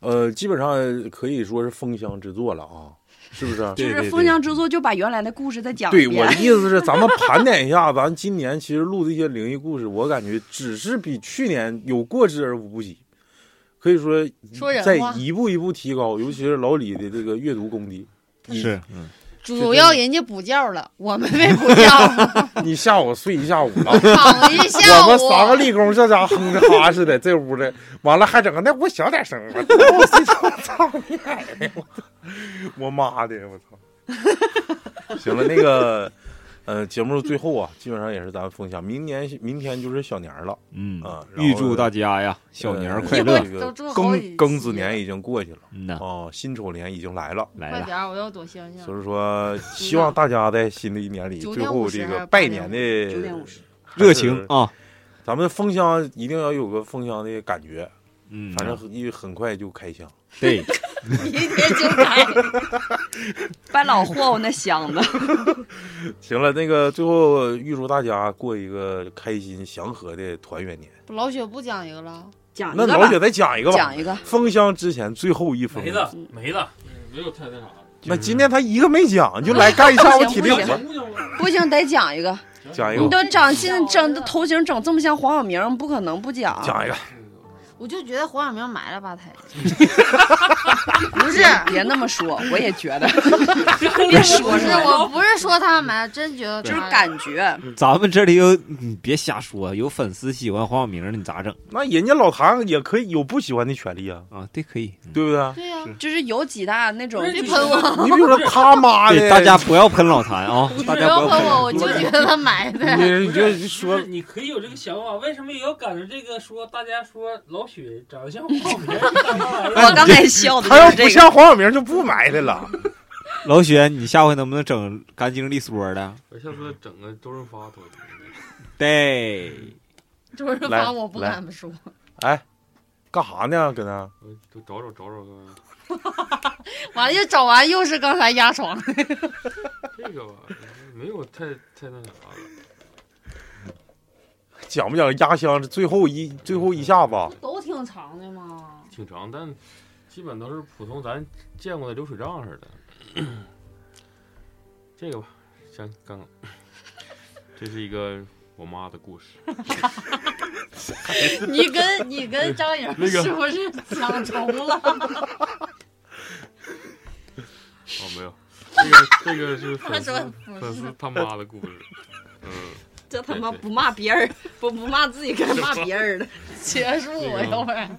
[SPEAKER 2] 呃，基本上可以说是封箱之作了啊，是不是？
[SPEAKER 1] 就
[SPEAKER 3] 对对
[SPEAKER 1] 是
[SPEAKER 3] 对
[SPEAKER 1] 封箱之作，就把原来的故事再讲一
[SPEAKER 2] 对，我
[SPEAKER 1] 遍
[SPEAKER 2] 的。意思是，咱们盘点一下，咱今年其实录的一些灵异故事，我感觉只是比去年有过之而无不及，可以说
[SPEAKER 5] 说人
[SPEAKER 2] 在
[SPEAKER 5] 话
[SPEAKER 2] 一步一步提高，尤其是老李的这个阅读功底。你
[SPEAKER 3] 是，嗯，
[SPEAKER 5] 主要人家补觉了，我们没补觉，，
[SPEAKER 2] 你下午睡一下午了
[SPEAKER 5] 躺一下
[SPEAKER 2] 我
[SPEAKER 5] 午。
[SPEAKER 2] 们三个立功，这家哼着哈似的，这屋的，完了还整个那我小点声，我 我睡觉，我操你奶奶，我操我妈的，我操！ 行了，那个，呃，节目最后啊，基本上也是咱们分享，明年明天就是小年儿了。
[SPEAKER 3] 嗯
[SPEAKER 2] 啊然
[SPEAKER 3] 预
[SPEAKER 2] 后呃
[SPEAKER 3] 祝
[SPEAKER 2] 呢
[SPEAKER 3] 大家呀，小年儿快
[SPEAKER 5] 一会
[SPEAKER 3] 乐
[SPEAKER 5] 儿！
[SPEAKER 2] 这个
[SPEAKER 5] 都祝好几
[SPEAKER 2] 庚庚子
[SPEAKER 5] 期
[SPEAKER 2] 年
[SPEAKER 5] 了
[SPEAKER 2] 已经过去了
[SPEAKER 3] 嗯 呐，
[SPEAKER 2] 哦，辛丑年已经来了，
[SPEAKER 3] 来
[SPEAKER 5] 快
[SPEAKER 3] 了，
[SPEAKER 5] 点儿，我要躲星星。
[SPEAKER 2] 所以说
[SPEAKER 5] 嗯
[SPEAKER 2] 希望大家在新的一年里，
[SPEAKER 5] 九
[SPEAKER 2] 最
[SPEAKER 5] 点
[SPEAKER 2] 后
[SPEAKER 5] 五十
[SPEAKER 2] 这
[SPEAKER 5] 还
[SPEAKER 2] 个
[SPEAKER 5] 是
[SPEAKER 2] 拜
[SPEAKER 5] 八
[SPEAKER 2] 年
[SPEAKER 5] 点
[SPEAKER 2] 的
[SPEAKER 1] 九点五 十，
[SPEAKER 2] 还
[SPEAKER 3] 热
[SPEAKER 2] 是
[SPEAKER 3] 情，啊！
[SPEAKER 2] 咱们封箱一定要有个封箱的感觉，
[SPEAKER 3] 嗯，
[SPEAKER 2] 反正很因为很快就开箱。
[SPEAKER 3] 对，
[SPEAKER 5] 一天就改。
[SPEAKER 1] 搬老霍霍那箱 子，
[SPEAKER 2] 行了，那个最后预祝大家过一个开心祥和的团圆年。
[SPEAKER 5] 老雪不讲一个了，
[SPEAKER 1] 讲一
[SPEAKER 2] 那
[SPEAKER 1] 个
[SPEAKER 2] 老雪
[SPEAKER 1] 吧，
[SPEAKER 2] 再讲一个吧
[SPEAKER 1] 讲，一个。
[SPEAKER 2] 封箱之前最后一
[SPEAKER 5] 嗯
[SPEAKER 2] 封
[SPEAKER 7] 没。了没了，没有太那啥了。
[SPEAKER 2] 那今天他一个没讲，就来干一下我体力
[SPEAKER 1] 不行
[SPEAKER 2] 活，
[SPEAKER 1] 不行，得讲一个。
[SPEAKER 2] 讲一
[SPEAKER 1] 你
[SPEAKER 2] 个，
[SPEAKER 1] 都长进整的头型整这么像黄晓明，不可能不讲。
[SPEAKER 2] 讲一个。
[SPEAKER 5] 我就觉得黄晓明埋了吧台。
[SPEAKER 1] 不是，别那么说，我也觉得，
[SPEAKER 5] 别说是，我不是说他埋，真觉得
[SPEAKER 1] 就
[SPEAKER 5] 就是
[SPEAKER 1] 感觉。
[SPEAKER 3] 咱们这里有，你别瞎说，有粉丝喜欢黄晓明的，你咋整
[SPEAKER 2] 那人家老唐也可以有不喜欢的权利啊，
[SPEAKER 3] 啊？对，可以，嗯
[SPEAKER 2] 对不 对？
[SPEAKER 5] 对呀、
[SPEAKER 1] 就是有几大那种，
[SPEAKER 5] 你
[SPEAKER 1] 就是
[SPEAKER 5] 喷我，
[SPEAKER 2] 你比如说他妈的，
[SPEAKER 3] 对，大家不要喷老谭啊！大
[SPEAKER 5] 不
[SPEAKER 3] 家
[SPEAKER 5] 要
[SPEAKER 3] 不要
[SPEAKER 5] 喷
[SPEAKER 3] 喷
[SPEAKER 5] 我，
[SPEAKER 3] 老
[SPEAKER 5] 我就觉得他埋 的。
[SPEAKER 2] 你你就
[SPEAKER 7] 不是
[SPEAKER 2] 说
[SPEAKER 7] 不是你可以有这个想法，为什么也要赶着这个说？大家说老许长得像泡 面，
[SPEAKER 1] 我刚才笑的
[SPEAKER 2] 哎他要不
[SPEAKER 1] 就是这个。
[SPEAKER 2] 像黄晓明就不埋汰了。
[SPEAKER 3] 老许，你下回能不能整干净利索的？
[SPEAKER 8] 我下次整个周润发头。
[SPEAKER 3] 对，
[SPEAKER 5] 周润
[SPEAKER 2] 来
[SPEAKER 5] 发，我不
[SPEAKER 2] 来
[SPEAKER 5] 敢说。
[SPEAKER 2] 哎，干啥呢？搁那
[SPEAKER 8] 我呃就找找找找看，
[SPEAKER 5] 完了又找完，又是刚才压床。
[SPEAKER 8] 这个吧，没有太太那啥了。
[SPEAKER 2] 讲不讲压箱？最后一最后一下子，
[SPEAKER 5] 都挺长的嘛。
[SPEAKER 8] 挺长，但基本都是普通咱见过的流水账似的。这个吧，先刚，这是一个我妈的故事。
[SPEAKER 5] 你跟你跟张颖
[SPEAKER 8] 那个
[SPEAKER 5] 是不是想重了？
[SPEAKER 8] 哦，没有，这个这个是
[SPEAKER 5] 他
[SPEAKER 8] 粉丝
[SPEAKER 5] 说不
[SPEAKER 8] 粉
[SPEAKER 5] 是
[SPEAKER 8] 丝，他妈的故事。嗯，
[SPEAKER 1] 这他妈不骂别人，不不骂自己，该骂别人了。
[SPEAKER 5] 结束我要不然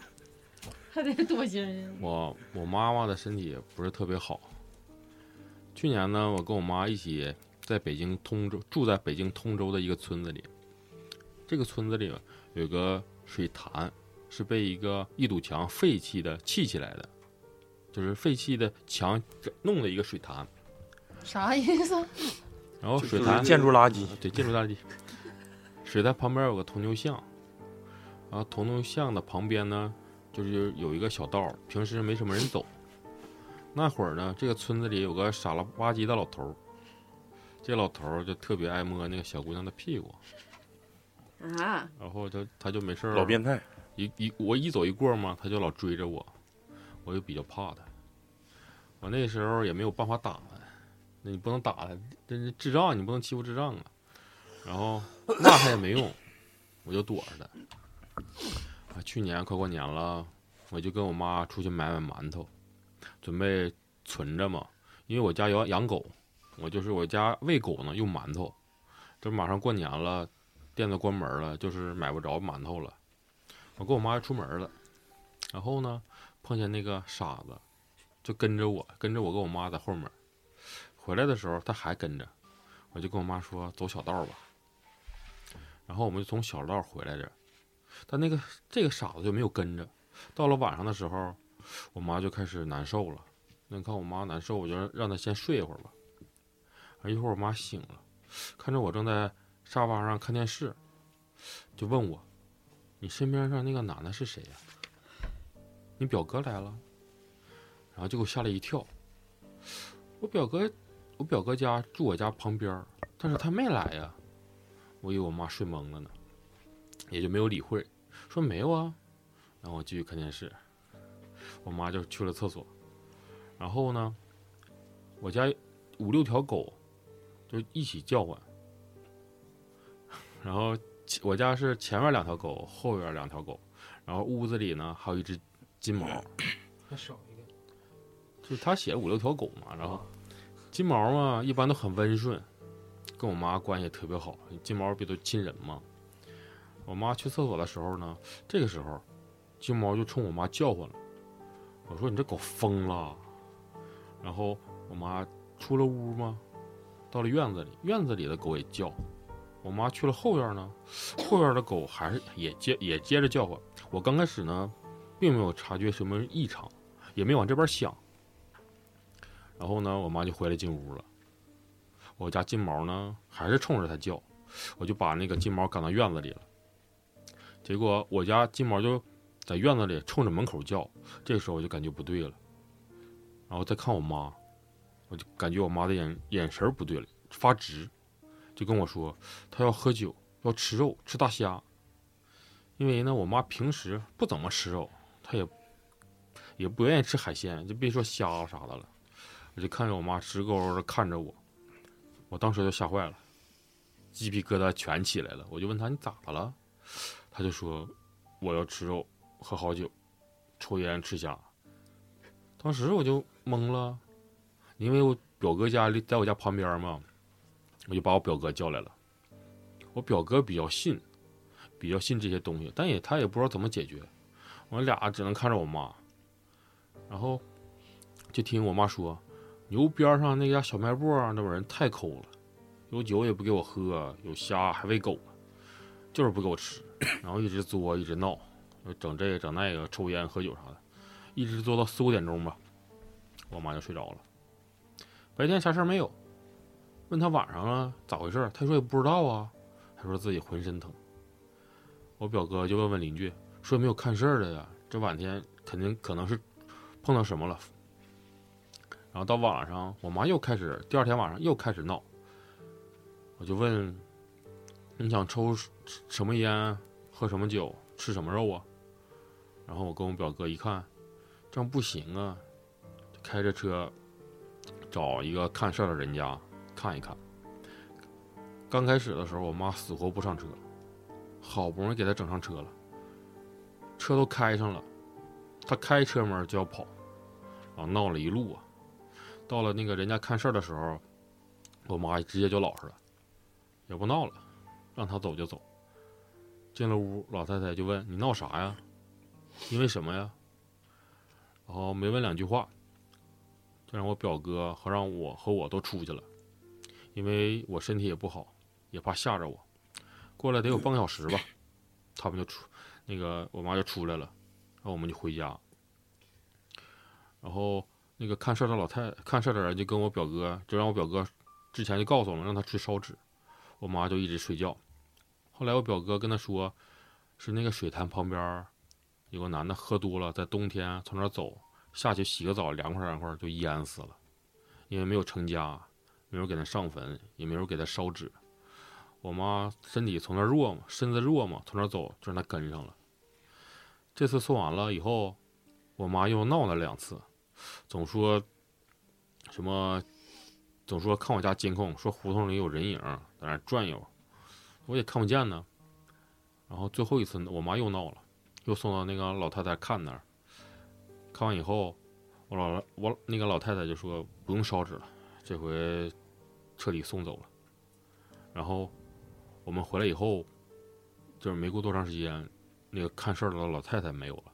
[SPEAKER 5] 还得多心人。
[SPEAKER 8] 我我妈妈的身体不是特别好。去年呢，我跟我妈一起在北京通州住在北京通州的一个村子里，这个村子里有个水潭，是被一个一堵墙废弃的砌起来的，就是废弃的墙弄的一个水潭，
[SPEAKER 5] 啥意思？
[SPEAKER 8] 然后
[SPEAKER 2] 就
[SPEAKER 8] 水
[SPEAKER 2] 是
[SPEAKER 8] 潭
[SPEAKER 2] 建筑垃圾。
[SPEAKER 8] 啊对，建筑大地。 水潭旁边有个铜牛巷，然后铜牛巷的旁边呢，就是有一个小道儿，平时没什么人走。那会儿呢，这个村子里有个傻了吧唧的老头儿，这老头儿就特别爱摸那个小姑娘的屁股，
[SPEAKER 1] 啊，
[SPEAKER 8] 然后就他就没事儿
[SPEAKER 2] 老变态，
[SPEAKER 8] 一一我一走一过嘛，他就老追着我，我就比较怕他。我那时候也没有办法打他，那你不能打他，这是智障，你不能欺负智障啊。然后骂他也没用，我就躲着他。啊，去年快过年了，我就跟我妈出去买买馒头，准备存着嘛，因为我家养养狗，我就是我家喂狗呢用馒头，这马上过年了，店都关门了，就是买不着馒头了。我跟我妈出门了，然后呢，碰见那个傻子，就跟着我，跟着我跟我妈在后面。回来的时候他还跟着，我就跟我妈说走小道吧。然后我们就从小道回来着，但那个这个傻子就没有跟着。到了晚上的时候，我妈就开始难受了。那你看我妈难受，我就让她先睡一会儿吧。啊，一会儿我妈醒了，看着我正在沙发上看电视，就问我：“你身边上那个男的是谁呀、你表哥来了。”然后就给我吓了一跳。我表哥，我表哥家住我家旁边儿，但是他没来呀。我以为我妈睡懵了呢，也就没有理会，说没有啊。然后我继续看电视，我妈就去了厕所。然后呢，我家五六条狗就一起叫唤， 然后前我家是前面两条狗，后边两条狗，然后屋子里呢还有一只金毛，
[SPEAKER 7] 那少一个。
[SPEAKER 8] 就是他写了五六条狗嘛，然后金毛嘛一般都很温顺，跟我妈关系也特别好，金毛不都亲人嘛。我妈去厕所的时候呢，这个时候金毛就冲我妈叫唤了，我说你这狗疯了。然后我妈出了屋嘛，到了院子里，院子里的狗也叫。我妈去了后院呢，后院的狗还是也接也接着叫唤。我刚开始呢，并没有察觉什么异常，也没往这边想。然后呢，我妈就回来进屋了。我家金毛呢，还是冲着它叫，我就把那个金毛赶到院子里了。结果我家金毛就在院子里冲着门口叫，这时候我就感觉不对了，然后再看我妈，我就感觉我妈的眼眼神儿不对了，发直，就跟我说她要喝酒，要吃肉，吃大虾。因为呢，我妈平时不怎么吃肉，她也也不愿意吃海鲜，就别说虾啥的了。我就看着我妈直勾勾的看着我，我当时就吓坏了，鸡皮疙瘩全起来了。我就问她你咋的了？她就说我要吃肉，喝好酒，抽烟吃虾。当时我就懵了，因为我表哥家离在我家旁边嘛，我就把我表哥叫来了。我表哥比较信，比较信这些东西，但也他也不知道怎么解决。我俩只能看着我妈，然后就听我妈说，牛边上那家小卖部啊，那帮人太抠了，有酒也不给我喝，有虾还喂狗呢，就是不给我吃，然后一直作一直闹，就整这个整那个，抽烟喝酒啥的。一直做到四五点钟吧，我妈就睡着了。白天啥事儿没有，问她晚上啊咋回事儿，她说也不知道啊，她说自己浑身疼。我表哥就问问邻居，说有没有看事儿的呀？这晚天肯定可能是碰到什么了。然后到晚上，我妈又开始，第二天晚上又开始闹。我就问，你想抽什么烟，喝什么酒，吃什么肉啊？然后我跟我表哥一看，这样不行啊，就开着车找一个看事儿的人家看一看。刚开始的时候，我妈死活不上车，好不容易给她整上车了，车都开上了，她开车门就要跑，然后闹了一路啊。到了那个人家看事儿的时候，我妈直接就老实了，也不闹了，让她走就走。进了屋，老太太就问：“你闹啥呀？因为什么呀？”然后没问两句话，就让我表哥和让我和我都出去了，因为我身体也不好，也怕吓着我。过来得有半个小时吧，他们就出，那个我妈就出来了，然后我们就回家。然后那个看事儿的老太看事儿的人就跟我表哥，就让我表哥之前就告诉我们让他吃烧纸，我妈就一直睡觉。后来我表哥跟他说，是那个水潭旁边儿有个男的喝多了，在冬天从那儿走下去洗个澡，凉快凉快就淹死了，因为没有成家，没有给他上坟，也没有给他烧纸。我妈身体从那儿弱嘛，身子弱嘛，从那儿走就让他跟上了。这次送完了以后，我妈又闹了两次，总说什么，总说看我家监控，说胡同里有人影儿在那儿转悠，我也看不见呢。然后最后一次呢，我妈又闹了。又送到那个老太太看那儿。看完以后，我老我那个老太太就说不用烧纸了，这回彻底送走了。然后我们回来以后，就是没过多长时间，那个看事儿的老太太没有了，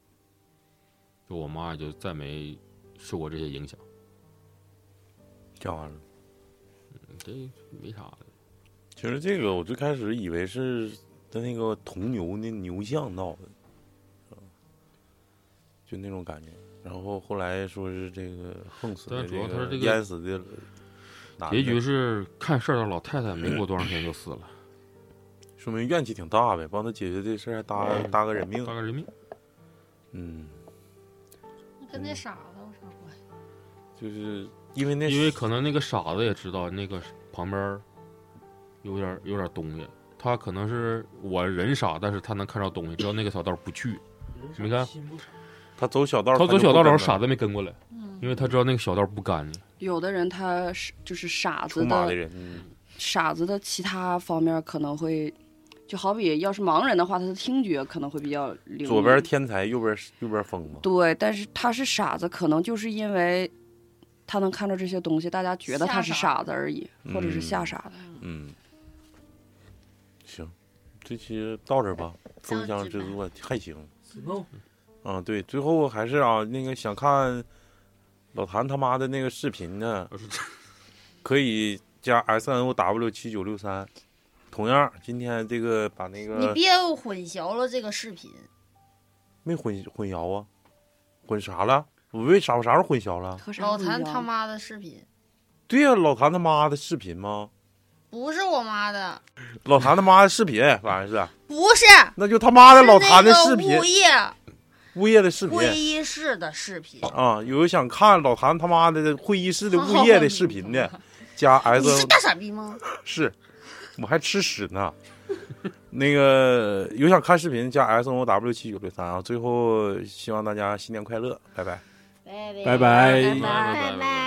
[SPEAKER 8] 就我妈也就再没受过这些影响。
[SPEAKER 2] 讲完了。
[SPEAKER 8] 嗯这没啥的，
[SPEAKER 2] 其实这个我最开始以为是他那个铜牛那牛像闹的，是吧就那种感觉。然后后来说是这个横死
[SPEAKER 8] 但
[SPEAKER 2] 的、
[SPEAKER 8] 主要他
[SPEAKER 2] 这
[SPEAKER 8] 这
[SPEAKER 2] 个
[SPEAKER 8] 个
[SPEAKER 2] 淹死的男的
[SPEAKER 8] 结局是看事儿的老太太没过多长时间就死了，
[SPEAKER 2] 说明怨气挺大呗，帮他解决这事儿还搭
[SPEAKER 8] 嗯
[SPEAKER 2] 搭个人命
[SPEAKER 8] 搭。个人命。
[SPEAKER 2] 嗯，
[SPEAKER 5] 跟那傻子有啥关系？
[SPEAKER 2] 就是因为那
[SPEAKER 8] 因为可能那个傻子也知道那个旁边儿有点儿有点儿东西，他可能是我人傻，但是他能看着东西，知道那个小道不去。你看，
[SPEAKER 2] 他走小道儿，
[SPEAKER 8] 他走小道
[SPEAKER 2] 他
[SPEAKER 8] 的时
[SPEAKER 2] 就不跟
[SPEAKER 8] 候傻子没跟过来，
[SPEAKER 5] 嗯，
[SPEAKER 8] 因为他知道那个小道不干净。
[SPEAKER 1] 有的人他是就是傻
[SPEAKER 2] 出
[SPEAKER 1] 子
[SPEAKER 2] 马
[SPEAKER 1] 的
[SPEAKER 2] 的人，嗯
[SPEAKER 1] 傻子的其他方面可能会，就好比要是盲人的话，他的听觉可能会比较灵敏。
[SPEAKER 2] 左边天才，右边右边疯子。
[SPEAKER 1] 对，但是他是傻子，可能就是因为他能看到这些东西，大家觉得他是傻子而已，或者是吓傻的。
[SPEAKER 2] 嗯，行，这期到这儿吧，风箱制作还行。啊，对，最后还是啊，那个想看老谭他妈的那个视频呢
[SPEAKER 8] 我说，
[SPEAKER 2] 可以加 S N O W 七九六三。同样，今天这个把那
[SPEAKER 10] 你
[SPEAKER 2] 个
[SPEAKER 10] 别混淆了这个视频，
[SPEAKER 2] 没混混淆啊，混啥了？我为啥我啥时候混淆了？
[SPEAKER 1] 和啥
[SPEAKER 5] 老
[SPEAKER 1] 不一
[SPEAKER 5] 谭
[SPEAKER 1] 样
[SPEAKER 5] 他妈的视频
[SPEAKER 2] 对呀、老谭他妈的视频吗？
[SPEAKER 5] 不是我妈的，
[SPEAKER 2] 老谭他妈的视频，反正是，啊
[SPEAKER 10] 不是
[SPEAKER 2] 那就他妈的
[SPEAKER 10] 是
[SPEAKER 2] 老谭的
[SPEAKER 10] 那个
[SPEAKER 2] 视频
[SPEAKER 10] 物，业
[SPEAKER 2] 物业的视频。
[SPEAKER 10] 会议室的视频，
[SPEAKER 2] 啊，有人想看老谭他妈的会 议室的物业的视频的，加 S
[SPEAKER 10] 你是大傻逼吗？
[SPEAKER 2] 是，我还吃屎呢。 那个有想看视频加 S O W 七九六三啊，最后希望大家新年快乐，拜拜。
[SPEAKER 10] 拜
[SPEAKER 3] 拜
[SPEAKER 10] 拜
[SPEAKER 3] 拜
[SPEAKER 10] 拜拜。